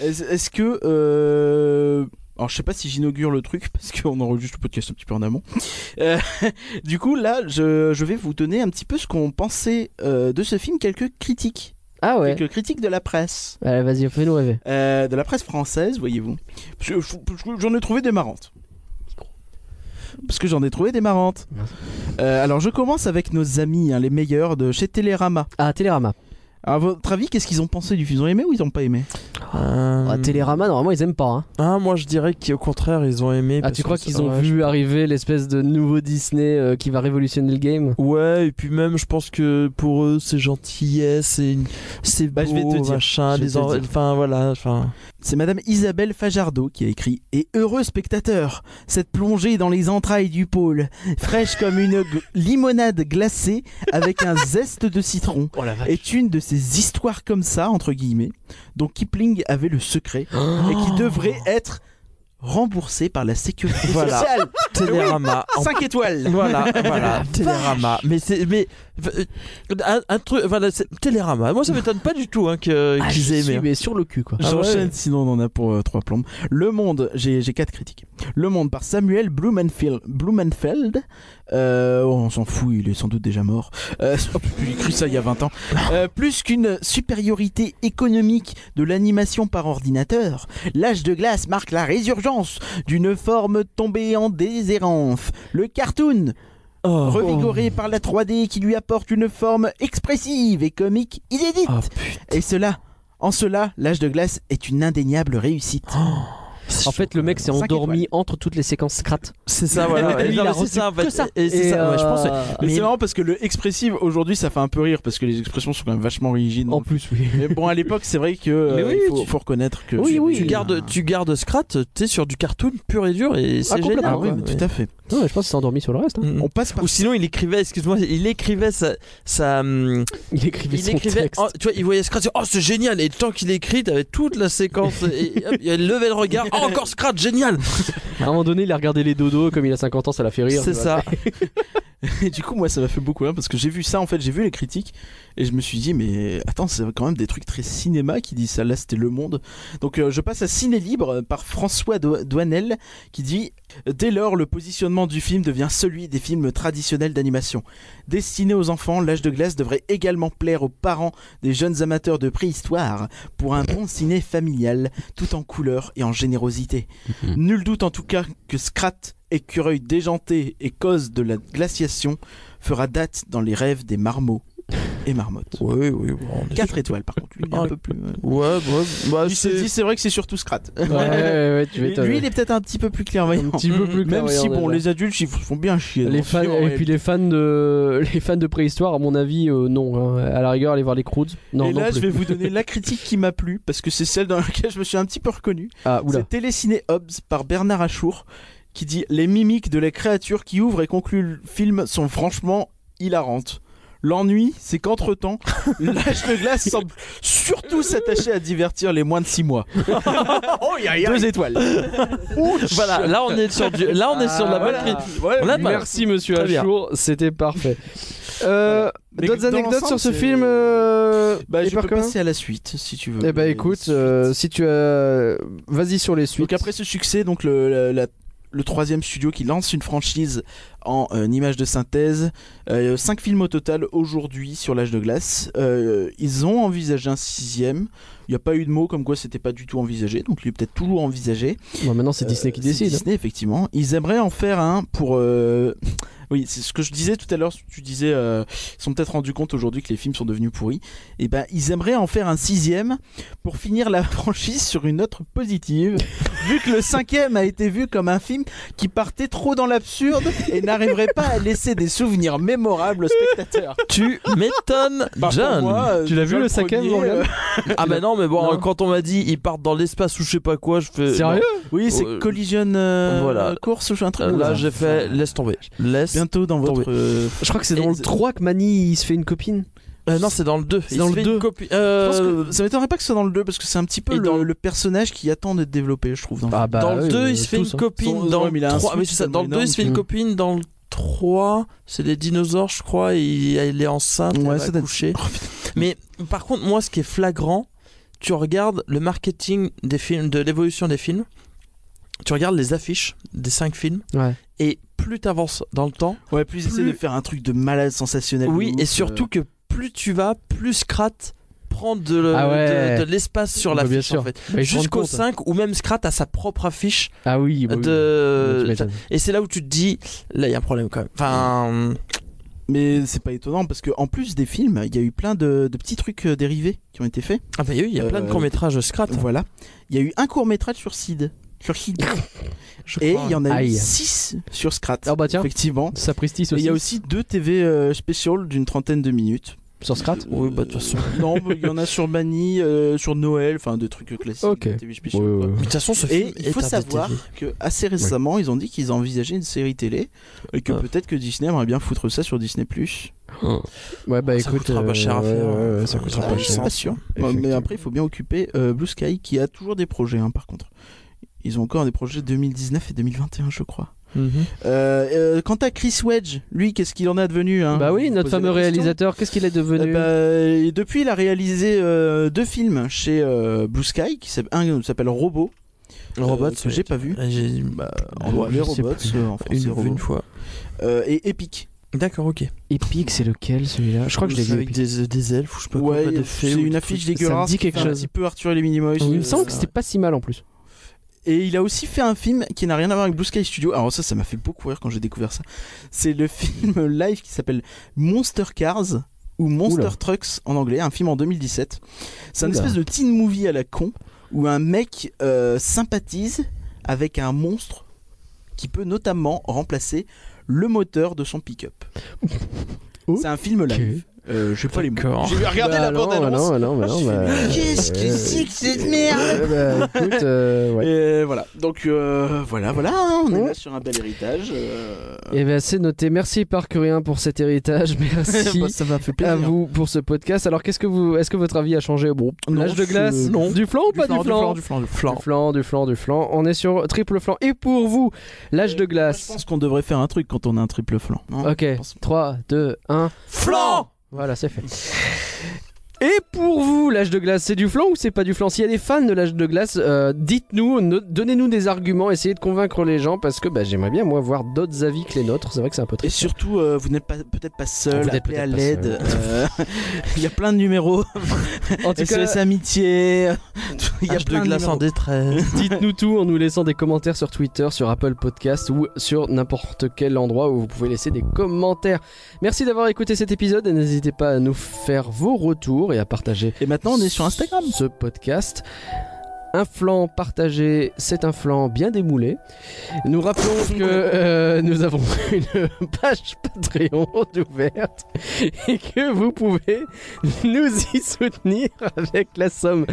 [SPEAKER 8] Est-ce est-ce que. euh, Alors, je sais pas si j'inaugure le truc parce qu'on enregistre le podcast un petit peu en amont. Euh, du coup, là, je, je vais vous donner un petit peu ce qu'on pensait euh, de ce film, quelques critiques.
[SPEAKER 6] Ah ouais.
[SPEAKER 8] Quelques critiques de la presse.
[SPEAKER 6] Allez, vas-y, fais-nous rêver.
[SPEAKER 8] Euh, de la presse française, voyez-vous. Parce que je- parce que J'en ai trouvé des marrantes. Parce que j'en ai trouvé des marrantes.
[SPEAKER 6] Merci.
[SPEAKER 8] Euh, alors, je commence avec nos amis, hein, les meilleurs de chez Télérama.
[SPEAKER 6] Ah, Télérama.
[SPEAKER 8] À votre avis, qu'est-ce qu'ils ont pensé du film Ils ont aimé ou ils ont pas aimé
[SPEAKER 7] Euh,
[SPEAKER 8] Hmm.
[SPEAKER 6] Ah, Télérama, normalement ils aiment pas. hein.
[SPEAKER 7] ah, moi je dirais qu'au contraire, ils ont aimé.
[SPEAKER 6] Ah,
[SPEAKER 7] parce
[SPEAKER 6] tu crois
[SPEAKER 7] que-
[SPEAKER 6] qu'ils ont
[SPEAKER 7] ouais,
[SPEAKER 6] vu arriver l'espèce de nouveau Disney euh, qui va révolutionner le game
[SPEAKER 7] je- Ouais, et puis même, je pense que pour eux, c'est gentillesse, c'est une- c'est
[SPEAKER 6] Ah,
[SPEAKER 8] Bah, je vais
[SPEAKER 7] beau,
[SPEAKER 8] te dire.
[SPEAKER 7] machin,
[SPEAKER 8] Je vais
[SPEAKER 7] des
[SPEAKER 8] te
[SPEAKER 7] en-
[SPEAKER 8] dire.
[SPEAKER 7] enfin voilà, enfin.
[SPEAKER 8] C'est Madame Isabelle Fajardo qui a écrit Et heureux spectateur, cette plongée dans les entrailles du pôle, fraîche comme une gl- limonade glacée avec un zeste de citron, est une de ces histoires comme ça, entre guillemets, dont Kipling avait le secret et qui devrait être remboursée par la sécurité
[SPEAKER 7] Voilà.
[SPEAKER 8] sociale.
[SPEAKER 7] Télérama, en
[SPEAKER 8] 5 étoiles
[SPEAKER 7] Voilà, voilà, Télérama. Mais c'est, mais euh, un, un truc, voilà, c'est- Télérama. Moi, ça m'étonne pas du tout hein, que-
[SPEAKER 6] Ah,
[SPEAKER 7] qu'ils
[SPEAKER 6] je
[SPEAKER 7] aient aimé.
[SPEAKER 6] suis, mais sur le cul quoi.
[SPEAKER 7] Ah
[SPEAKER 8] J'enchaîne,
[SPEAKER 7] ouais.
[SPEAKER 8] sinon on en a pour 3 plombes. Le Monde, j'ai 4 critiques. Le Monde par Samuel Blumenfeld. Blumenfeld euh, oh, on s'en fout, il est sans doute déjà mort. Euh, j'ai écrit ça il y a 20 ans. Euh, plus qu'une supériorité économique de l'animation par ordinateur, l'âge de glace marque la résurgence d'une forme tombée en déshérence. Le cartoon,
[SPEAKER 7] Oh.
[SPEAKER 8] revigoré par la 3D qui lui apporte une forme expressive et comique inédite.
[SPEAKER 7] Ah, putain.
[SPEAKER 8] Et cela, en cela, l'âge de glace est une indéniable réussite.
[SPEAKER 6] En fait, le mec s'est
[SPEAKER 8] Cinq
[SPEAKER 6] endormi entre toutes les séquences scrat.
[SPEAKER 8] C'est ça, voilà.
[SPEAKER 6] Et lui,
[SPEAKER 8] Non,
[SPEAKER 6] il a
[SPEAKER 8] mais c'est
[SPEAKER 6] reçu
[SPEAKER 8] ça, en fait.
[SPEAKER 6] que ça.
[SPEAKER 8] Et c'est
[SPEAKER 6] Et,
[SPEAKER 8] ça, ouais, je pense. ouais.
[SPEAKER 6] euh,
[SPEAKER 8] Mais,
[SPEAKER 6] mais-
[SPEAKER 8] c'est marrant parce que le expressive aujourd'hui ça fait un peu rire parce que les expressions sont quand même vachement rigides.
[SPEAKER 6] En plus, oui.
[SPEAKER 8] Mais bon, à l'époque, c'est vrai que euh,
[SPEAKER 7] Mais oui,
[SPEAKER 8] il faut,
[SPEAKER 7] tu-
[SPEAKER 8] faut reconnaître que.
[SPEAKER 6] Oui,
[SPEAKER 8] tu-
[SPEAKER 6] oui.
[SPEAKER 8] tu
[SPEAKER 7] Tu gardes, tu gardes Scrat, t'es sur du cartoon pur et dur et c'est génial.
[SPEAKER 6] complètement,
[SPEAKER 8] Ah oui,
[SPEAKER 7] quoi.
[SPEAKER 8] mais
[SPEAKER 7] Ouais.
[SPEAKER 8] tout à fait.
[SPEAKER 6] Non, mais je pense qu'il s'est endormi sur le reste. hein.
[SPEAKER 7] Mm.
[SPEAKER 8] On passe par.
[SPEAKER 7] Ou sinon, il écrivait, excuse-moi, il écrivait sa. sa, hum,
[SPEAKER 6] Il écrivait
[SPEAKER 7] il
[SPEAKER 6] son
[SPEAKER 7] écrivait.
[SPEAKER 6] texte.
[SPEAKER 7] oh, tu vois, il voyait Scrat, il disait, oh, c'est génial! Et tant qu'il écrit, t'avais toute la séquence. Et hop, il levait le regard, oh, encore Scrat, génial!
[SPEAKER 6] À un moment donné, il a regardé les dodos, comme il a 50 ans, ça l'a fait rire.
[SPEAKER 7] C'est
[SPEAKER 6] tu vois.
[SPEAKER 7] ça.
[SPEAKER 8] Et du coup, moi, ça m'a fait beaucoup rire parce que j'ai vu ça en fait, j'ai vu les critiques et je me suis dit, mais attends, c'est quand même des trucs très cinéma qui disent ça. Là, c'était Le Monde. Donc, euh, je passe à Ciné Libre euh, par François Do- Douanel qui dit Dès lors, le positionnement du film devient celui des films traditionnels d'animation. Destiné aux enfants, L'âge de glace devrait également plaire aux parents des jeunes amateurs de préhistoire pour un bon ciné familial tout en couleur et en générosité.
[SPEAKER 6] Hum.
[SPEAKER 8] Nul doute en tout cas que Scrat, écureuil déjanté et cause de la glaciation, fera date dans les rêves des marmots et marmottes.
[SPEAKER 7] Oui, oui, bon.
[SPEAKER 8] 4 étoiles par contre, lui, il est un peu plus. euh,
[SPEAKER 7] Ouais, ouais, bah,
[SPEAKER 8] Il s'est
[SPEAKER 7] c'est-
[SPEAKER 8] dit, c'est vrai que c'est surtout Scrat.
[SPEAKER 6] Ouais, ouais, ouais, Ah, tu
[SPEAKER 8] Lui,
[SPEAKER 6] m'étonnes.
[SPEAKER 8] lui, il est peut-être un petit peu plus clairvoyant.
[SPEAKER 6] un petit peu plus
[SPEAKER 8] Même si,
[SPEAKER 6] clairvoyant,
[SPEAKER 8] bon,
[SPEAKER 6] déjà.
[SPEAKER 8] les adultes, ils vous font bien chier.
[SPEAKER 6] Les
[SPEAKER 8] donc,
[SPEAKER 6] fans,
[SPEAKER 8] si, ouais.
[SPEAKER 6] et puis les fans de les fans de préhistoire, à mon avis, euh, non. hein. À la rigueur, aller voir les Croods. Non,
[SPEAKER 8] et
[SPEAKER 6] non
[SPEAKER 8] là,
[SPEAKER 6] plus.
[SPEAKER 8] je vais vous donner la critique qui m'a plu, parce que c'est celle dans laquelle je me suis un petit peu reconnu.
[SPEAKER 6] Ah, oula.
[SPEAKER 8] C'est Téléciné Hobbes par Bernard Achour, qui dit Les mimiques de la créature qui ouvre et conclut le film sont franchement hilarantes. L'ennui, c'est qu'entre-temps, l'âge de glace semble surtout s'attacher à divertir les moins de 6 mois. Deux étoiles.
[SPEAKER 7] Voilà, là, on est sur du. Là, on est sur de la
[SPEAKER 6] Ah,
[SPEAKER 7] bonne
[SPEAKER 6] voilà.
[SPEAKER 7] critique. On a pas-
[SPEAKER 6] Merci, monsieur
[SPEAKER 7] Très bien.
[SPEAKER 6] Achour, c'était parfait. Euh,
[SPEAKER 8] Mais
[SPEAKER 6] D'autres
[SPEAKER 8] dans
[SPEAKER 6] anecdotes sur
[SPEAKER 8] l'ensemble,
[SPEAKER 6] ce
[SPEAKER 8] c'est-
[SPEAKER 6] film euh,
[SPEAKER 8] Bah, je
[SPEAKER 6] Hyper
[SPEAKER 8] peux
[SPEAKER 6] commun
[SPEAKER 8] passer à la suite, si tu veux.
[SPEAKER 6] Eh bah, écoute, euh, si tu as. Vas-y sur les suites.
[SPEAKER 8] Donc après ce succès, donc le, la- la- le troisième studio qui lance une franchise en euh, image de synthèse, euh, cinq films au total aujourd'hui sur l'âge de glace. Euh, ils ont envisagé un sixième. Il n'y a pas eu de mot comme quoi c'était pas du tout envisagé, donc il est peut-être toujours envisagé.
[SPEAKER 6] Bon, maintenant, c'est Disney qui
[SPEAKER 8] Euh,
[SPEAKER 6] décide.
[SPEAKER 8] Disney effectivement. Ils aimeraient en faire un pour. euh, Oui, c'est ce que je disais tout à l'heure. Tu disais, euh, ils sont peut-être rendus compte aujourd'hui que les films sont devenus pourris. Et ben, ils aimeraient en faire un sixième pour finir la franchise sur une note positive, vu que le cinquième a été vu comme un film qui partait trop dans l'absurde et n'arriverait pas à laisser des souvenirs mémorables aux spectateurs.
[SPEAKER 7] Tu m'étonnes,
[SPEAKER 6] Bah,
[SPEAKER 7] John!
[SPEAKER 6] Tu l'as vu, le cinquième, Morgane
[SPEAKER 8] euh,
[SPEAKER 7] Ah, bah non, mais bon,
[SPEAKER 6] Non.
[SPEAKER 7] euh, quand on m'a dit, ils partent dans l'espace ou je sais pas quoi, je fais.
[SPEAKER 6] Sérieux
[SPEAKER 8] Oui, c'est
[SPEAKER 7] Euh,
[SPEAKER 8] Collision euh,
[SPEAKER 7] voilà.
[SPEAKER 8] Course ou un truc.
[SPEAKER 7] Euh,
[SPEAKER 8] comme
[SPEAKER 7] Là,
[SPEAKER 8] ça.
[SPEAKER 7] j'ai fait. Laisse tomber. Laisse.
[SPEAKER 8] Bientôt dans votre. euh,
[SPEAKER 6] Je crois que c'est
[SPEAKER 7] Et
[SPEAKER 6] dans le
[SPEAKER 7] c'est-
[SPEAKER 6] 3 que Mani il se fait une copine.
[SPEAKER 7] Euh, non, c'est dans le 2.
[SPEAKER 6] C'est dans le 2.
[SPEAKER 8] Je
[SPEAKER 7] Euh,
[SPEAKER 8] pense que Euh, ça m'étonnerait pas que ce soit dans le 2 parce que c'est un petit peu
[SPEAKER 7] Et
[SPEAKER 8] le,
[SPEAKER 7] dans-
[SPEAKER 8] le personnage qui attend d'être développé, je trouve. Dans
[SPEAKER 6] Ah bah
[SPEAKER 7] dans le
[SPEAKER 6] oui,
[SPEAKER 7] 2,
[SPEAKER 6] euh,
[SPEAKER 7] il se fait
[SPEAKER 6] tous,
[SPEAKER 7] une
[SPEAKER 6] hein.
[SPEAKER 7] copine.
[SPEAKER 8] Son-
[SPEAKER 7] dans
[SPEAKER 8] ouais, mais il a un
[SPEAKER 7] le 3,
[SPEAKER 8] switch
[SPEAKER 7] mais c'est ça. Dans le
[SPEAKER 8] tellement
[SPEAKER 7] 2, il se fait une
[SPEAKER 6] énorme.
[SPEAKER 7] copine. Dans le 3, c'est des dinosaures, je crois. Et elle est enceinte.
[SPEAKER 8] Ouais,
[SPEAKER 7] elle
[SPEAKER 8] ça
[SPEAKER 7] va
[SPEAKER 8] doit être-
[SPEAKER 7] coucher.
[SPEAKER 6] Oh,
[SPEAKER 7] mais par contre, moi, ce qui est flagrant, tu regardes le marketing des films, de l'évolution des films. Tu regardes les affiches des 5 films.
[SPEAKER 6] Ouais.
[SPEAKER 7] Et plus t'avances dans le temps.
[SPEAKER 8] Ouais, puis ils essaient
[SPEAKER 7] Plus-
[SPEAKER 8] de faire un truc de malade sensationnel. euh,
[SPEAKER 7] Oui,
[SPEAKER 8] de
[SPEAKER 7] et
[SPEAKER 8] ouf,
[SPEAKER 7] surtout que plus tu vas, plus Scrat prend de, le-
[SPEAKER 6] euh, Ah ouais.
[SPEAKER 7] de- de l'espace sur
[SPEAKER 6] Bah,
[SPEAKER 7] la
[SPEAKER 6] bien
[SPEAKER 7] fiche
[SPEAKER 6] sûr.
[SPEAKER 7] en fait.
[SPEAKER 6] Bah, ils se rendent
[SPEAKER 7] Jusqu'au
[SPEAKER 6] compte.
[SPEAKER 7] 5 où même Scrat a sa propre affiche
[SPEAKER 6] Ah oui, bah oui. Ouais, tu
[SPEAKER 7] de euh,
[SPEAKER 6] m'étonnes.
[SPEAKER 7] et c'est là où tu te dis là il y a un problème quand même. Enfin
[SPEAKER 8] euh, Mais c'est pas étonnant parce que en plus des films, il y a eu plein de, de petits trucs euh, dérivés qui ont été faits.
[SPEAKER 7] ah bah oui, il y a plein de hein.
[SPEAKER 8] Euh,
[SPEAKER 7] courts métrages de Scrat.
[SPEAKER 8] Voilà. Il y a eu un court métrage sur Sid. Sur Sid. et il y en a eu
[SPEAKER 6] Aïe.
[SPEAKER 8] 6 sur Scrat.
[SPEAKER 6] Ah bah tiens,
[SPEAKER 8] effectivement.
[SPEAKER 6] Sapristi
[SPEAKER 8] Et
[SPEAKER 6] aussi.
[SPEAKER 8] il y a aussi deux TV euh, spéciales d'une trentaine de minutes.
[SPEAKER 6] Sur Scrat
[SPEAKER 7] Oui, bah de toute façon.
[SPEAKER 8] Non, mais il y en a sur Mani, euh, sur Noël, enfin des trucs classiques.
[SPEAKER 6] Ok.
[SPEAKER 8] de TV spéciales,
[SPEAKER 6] Ouais, ouais,
[SPEAKER 8] quoi.
[SPEAKER 6] ouais.
[SPEAKER 7] Mais de toute façon ce
[SPEAKER 8] Et
[SPEAKER 7] film
[SPEAKER 8] il
[SPEAKER 7] est
[SPEAKER 8] faut
[SPEAKER 7] un des
[SPEAKER 8] savoir
[SPEAKER 7] TV.
[SPEAKER 8] que assez récemment, ils ont dit qu'ils envisageaient une série télé et que
[SPEAKER 7] Ah.
[SPEAKER 8] peut-être que Disney aimerait bien foutre ça sur Disney+.
[SPEAKER 6] Ouais, bah
[SPEAKER 7] ça
[SPEAKER 6] écoute.
[SPEAKER 7] coûtera pas
[SPEAKER 6] euh,
[SPEAKER 7] cher à
[SPEAKER 6] ouais,
[SPEAKER 7] faire.
[SPEAKER 6] ouais, ouais, ça coûtera
[SPEAKER 7] Ah,
[SPEAKER 6] pas
[SPEAKER 8] je
[SPEAKER 6] cher.
[SPEAKER 8] suis pas sûr.
[SPEAKER 6] Effectivement.
[SPEAKER 8] Mais après, il faut bien occuper euh, Blue Sky qui a toujours des projets. hein, par contre, ils ont encore des projets 2019 et 2021, je crois.
[SPEAKER 7] Mhm.
[SPEAKER 8] Euh, euh, quant à Chris Wedge, lui, qu'est-ce qu'il en a devenu hein
[SPEAKER 6] Bah oui,
[SPEAKER 8] Vous
[SPEAKER 6] notre
[SPEAKER 8] posez la
[SPEAKER 6] fameux
[SPEAKER 8] question.
[SPEAKER 6] réalisateur, qu'est-ce qu'il est devenu
[SPEAKER 8] Eh ben, et depuis, il a réalisé euh, deux films chez euh, Blue Sky, qui s'appelle- un s'appelle Robot,
[SPEAKER 7] Robot
[SPEAKER 8] euh, que j'ai pas vu.
[SPEAKER 7] euh, j'ai
[SPEAKER 8] Bah,
[SPEAKER 6] Euh,
[SPEAKER 8] en anglais,
[SPEAKER 6] je sais
[SPEAKER 8] Robots,
[SPEAKER 6] plus.
[SPEAKER 8] euh, en
[SPEAKER 7] une,
[SPEAKER 8] français,
[SPEAKER 7] vu
[SPEAKER 8] Robot.
[SPEAKER 7] une fois.
[SPEAKER 8] Euh, et Epic.
[SPEAKER 7] D'accord, OK.
[SPEAKER 6] Epic, c'est lequel celui-là Je crois que je l'ai
[SPEAKER 7] C'est
[SPEAKER 6] vu.
[SPEAKER 7] avec
[SPEAKER 6] Epic.
[SPEAKER 7] des, des elfes ou je sais pas quoi,
[SPEAKER 8] Ouais,
[SPEAKER 7] pas des
[SPEAKER 8] c'est
[SPEAKER 7] fées ou
[SPEAKER 8] une
[SPEAKER 7] des
[SPEAKER 8] affiche
[SPEAKER 7] trucs.
[SPEAKER 8] dégueulasse.
[SPEAKER 6] dit quelque
[SPEAKER 8] enfin,
[SPEAKER 6] chose.
[SPEAKER 8] Un petit peu Arthur et les Minimoys.
[SPEAKER 6] Il
[SPEAKER 8] euh,
[SPEAKER 6] me semble que c'était pas si mal en plus.
[SPEAKER 8] Et il a aussi fait un film qui n'a rien à voir avec Blue Sky Studio. Alors ça, ça m'a fait beaucoup rire quand j'ai découvert ça. C'est le film live qui s'appelle Monster Cars ou Monster
[SPEAKER 6] Oula.
[SPEAKER 8] Trucks en anglais, un film en 2017. C'est un
[SPEAKER 6] Oula.
[SPEAKER 8] espèce de teen movie à la con où un mec euh, sympathise avec un monstre qui peut notamment remplacer le moteur de son pick-up. C'est un film live. Euh, je sais pas les mots.
[SPEAKER 7] D'accord.
[SPEAKER 8] J'ai regardé la
[SPEAKER 6] non, bah
[SPEAKER 8] bande-annonce.
[SPEAKER 6] non, bah non, bah
[SPEAKER 8] Ah,
[SPEAKER 6] non,
[SPEAKER 8] j'ai fait,
[SPEAKER 6] bah,
[SPEAKER 8] mais qu'est-ce
[SPEAKER 6] euh,
[SPEAKER 8] que c'est que cette merde
[SPEAKER 6] euh, bah, écoute, euh, ouais.
[SPEAKER 8] Et voilà. Donc euh, voilà, voilà, hein, on est
[SPEAKER 6] Ouais.
[SPEAKER 8] là sur un bel héritage. euh,
[SPEAKER 6] Eh bien, c'est noté. Merci, Parcurien, pour cet héritage. Merci.
[SPEAKER 8] bah, ça m'a fait plaisir.
[SPEAKER 6] à vous pour ce podcast. Alors, qu'est-ce que vous, est-ce que votre avis a changé Bon,
[SPEAKER 8] Non,
[SPEAKER 6] l'âge de
[SPEAKER 8] je-
[SPEAKER 6] glace,
[SPEAKER 8] non.
[SPEAKER 6] du flanc ou pas
[SPEAKER 8] flan,
[SPEAKER 6] du flanc
[SPEAKER 8] du flan, du
[SPEAKER 6] Du
[SPEAKER 8] flan, du flan.
[SPEAKER 6] flanc, du flanc, du flanc. On est sur triple flanc. Et pour vous, l'âge de
[SPEAKER 8] Je
[SPEAKER 6] glace.
[SPEAKER 8] pense qu'on devrait faire un truc quand on a un triple flan. non
[SPEAKER 6] Ok,
[SPEAKER 8] je pense-
[SPEAKER 6] 3, 2, 1.
[SPEAKER 8] Flan
[SPEAKER 6] Voilà, c'est fait. Et pour vous, l'âge de glace, c'est du flanc ou c'est pas du flanc S'il y a des fans de l'âge de glace, euh, dites-nous, no- donnez-nous des arguments, essayez de convaincre les gens parce que bah, j'aimerais bien, moi, voir d'autres avis que les nôtres. C'est vrai que c'est un peu
[SPEAKER 8] Et
[SPEAKER 6] triste.
[SPEAKER 8] surtout, euh, vous n'êtes pas- peut-être pas seul,
[SPEAKER 6] Vous n'êtes
[SPEAKER 8] appelez à
[SPEAKER 6] peut-être pas
[SPEAKER 8] l'aide. euh, Il y a plein de numéros.
[SPEAKER 6] En tout cas,
[SPEAKER 8] SOS Amitié. Il y a
[SPEAKER 7] Âge de
[SPEAKER 8] plein de
[SPEAKER 7] glace en
[SPEAKER 8] numéros.
[SPEAKER 7] détresse.
[SPEAKER 6] Dites-nous tout en nous laissant des commentaires sur Twitter, sur Apple Podcast ou sur n'importe quel endroit où vous pouvez laisser des commentaires. Merci d'avoir écouté cet épisode et n'hésitez pas à nous faire vos retours et à partager
[SPEAKER 8] Et maintenant, on est sur Instagram.
[SPEAKER 6] ce podcast. Un flanc partagé, c'est un flanc bien démoulé. Nous rappelons que euh, nous avons une page Patreon ouverte et que vous pouvez nous y soutenir avec la somme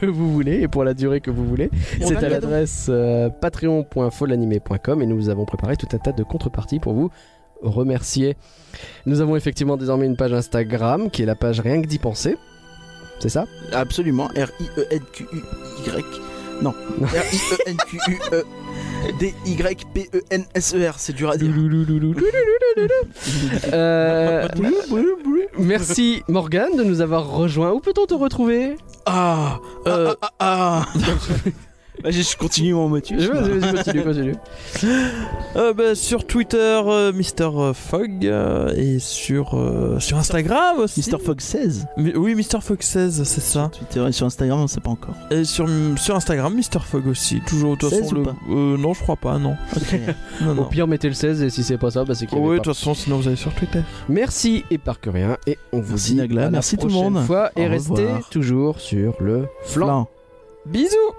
[SPEAKER 6] que vous voulez et pour la durée que vous voulez. C'est à l'adresse euh, patreon.folanimé.com et nous avons préparé tout un tas de contreparties pour vous remercier. Nous avons effectivement désormais une page Instagram qui est la page Rien que d'y penser. C'est ça
[SPEAKER 8] Absolument. R-I-E-N-Q-U-Y. Non.
[SPEAKER 6] Non.
[SPEAKER 8] R-I-E-N-Q-U-E. D-Y-P-E-N-S-E-R, c'est dur à dire.
[SPEAKER 6] Euh, Merci Morgane de nous avoir rejoint. Où peut-on te retrouver
[SPEAKER 8] Ah,
[SPEAKER 6] Euh,
[SPEAKER 8] ah, ah, ah. Bah, je je continue mon motus.
[SPEAKER 6] Je- je- je continue, continue.
[SPEAKER 7] Euh, bah, sur Twitter, euh, Mister Fogg euh, et sur, euh, sur Instagram aussi.
[SPEAKER 8] Mr. Fox 16.
[SPEAKER 7] Mais- oui, Mister Fogg 16, c'est ça.
[SPEAKER 8] Twitter et sur Instagram, on sait pas encore.
[SPEAKER 7] Et sur, sur Instagram, Mister Fogg aussi. Toujours de toute
[SPEAKER 8] 16
[SPEAKER 7] façon,
[SPEAKER 8] ou
[SPEAKER 7] le-
[SPEAKER 8] pas
[SPEAKER 7] euh, non, je crois pas, non. Non,
[SPEAKER 6] Au
[SPEAKER 7] non.
[SPEAKER 6] pire, mettez le 16 et si c'est pas ça, bah, c'est qu'il y avait
[SPEAKER 7] Oui, de
[SPEAKER 6] pas.
[SPEAKER 7] toute façon, sinon vous allez sur Twitter.
[SPEAKER 6] Merci et par que rien. Et on vous
[SPEAKER 8] Merci,
[SPEAKER 6] dit
[SPEAKER 8] Nagla.
[SPEAKER 6] à la
[SPEAKER 8] Merci tout le
[SPEAKER 6] prochaine
[SPEAKER 8] monde.
[SPEAKER 6] fois et
[SPEAKER 8] Au
[SPEAKER 6] restez
[SPEAKER 8] revoir.
[SPEAKER 6] toujours sur le flanc.
[SPEAKER 8] Flan.
[SPEAKER 7] Bisous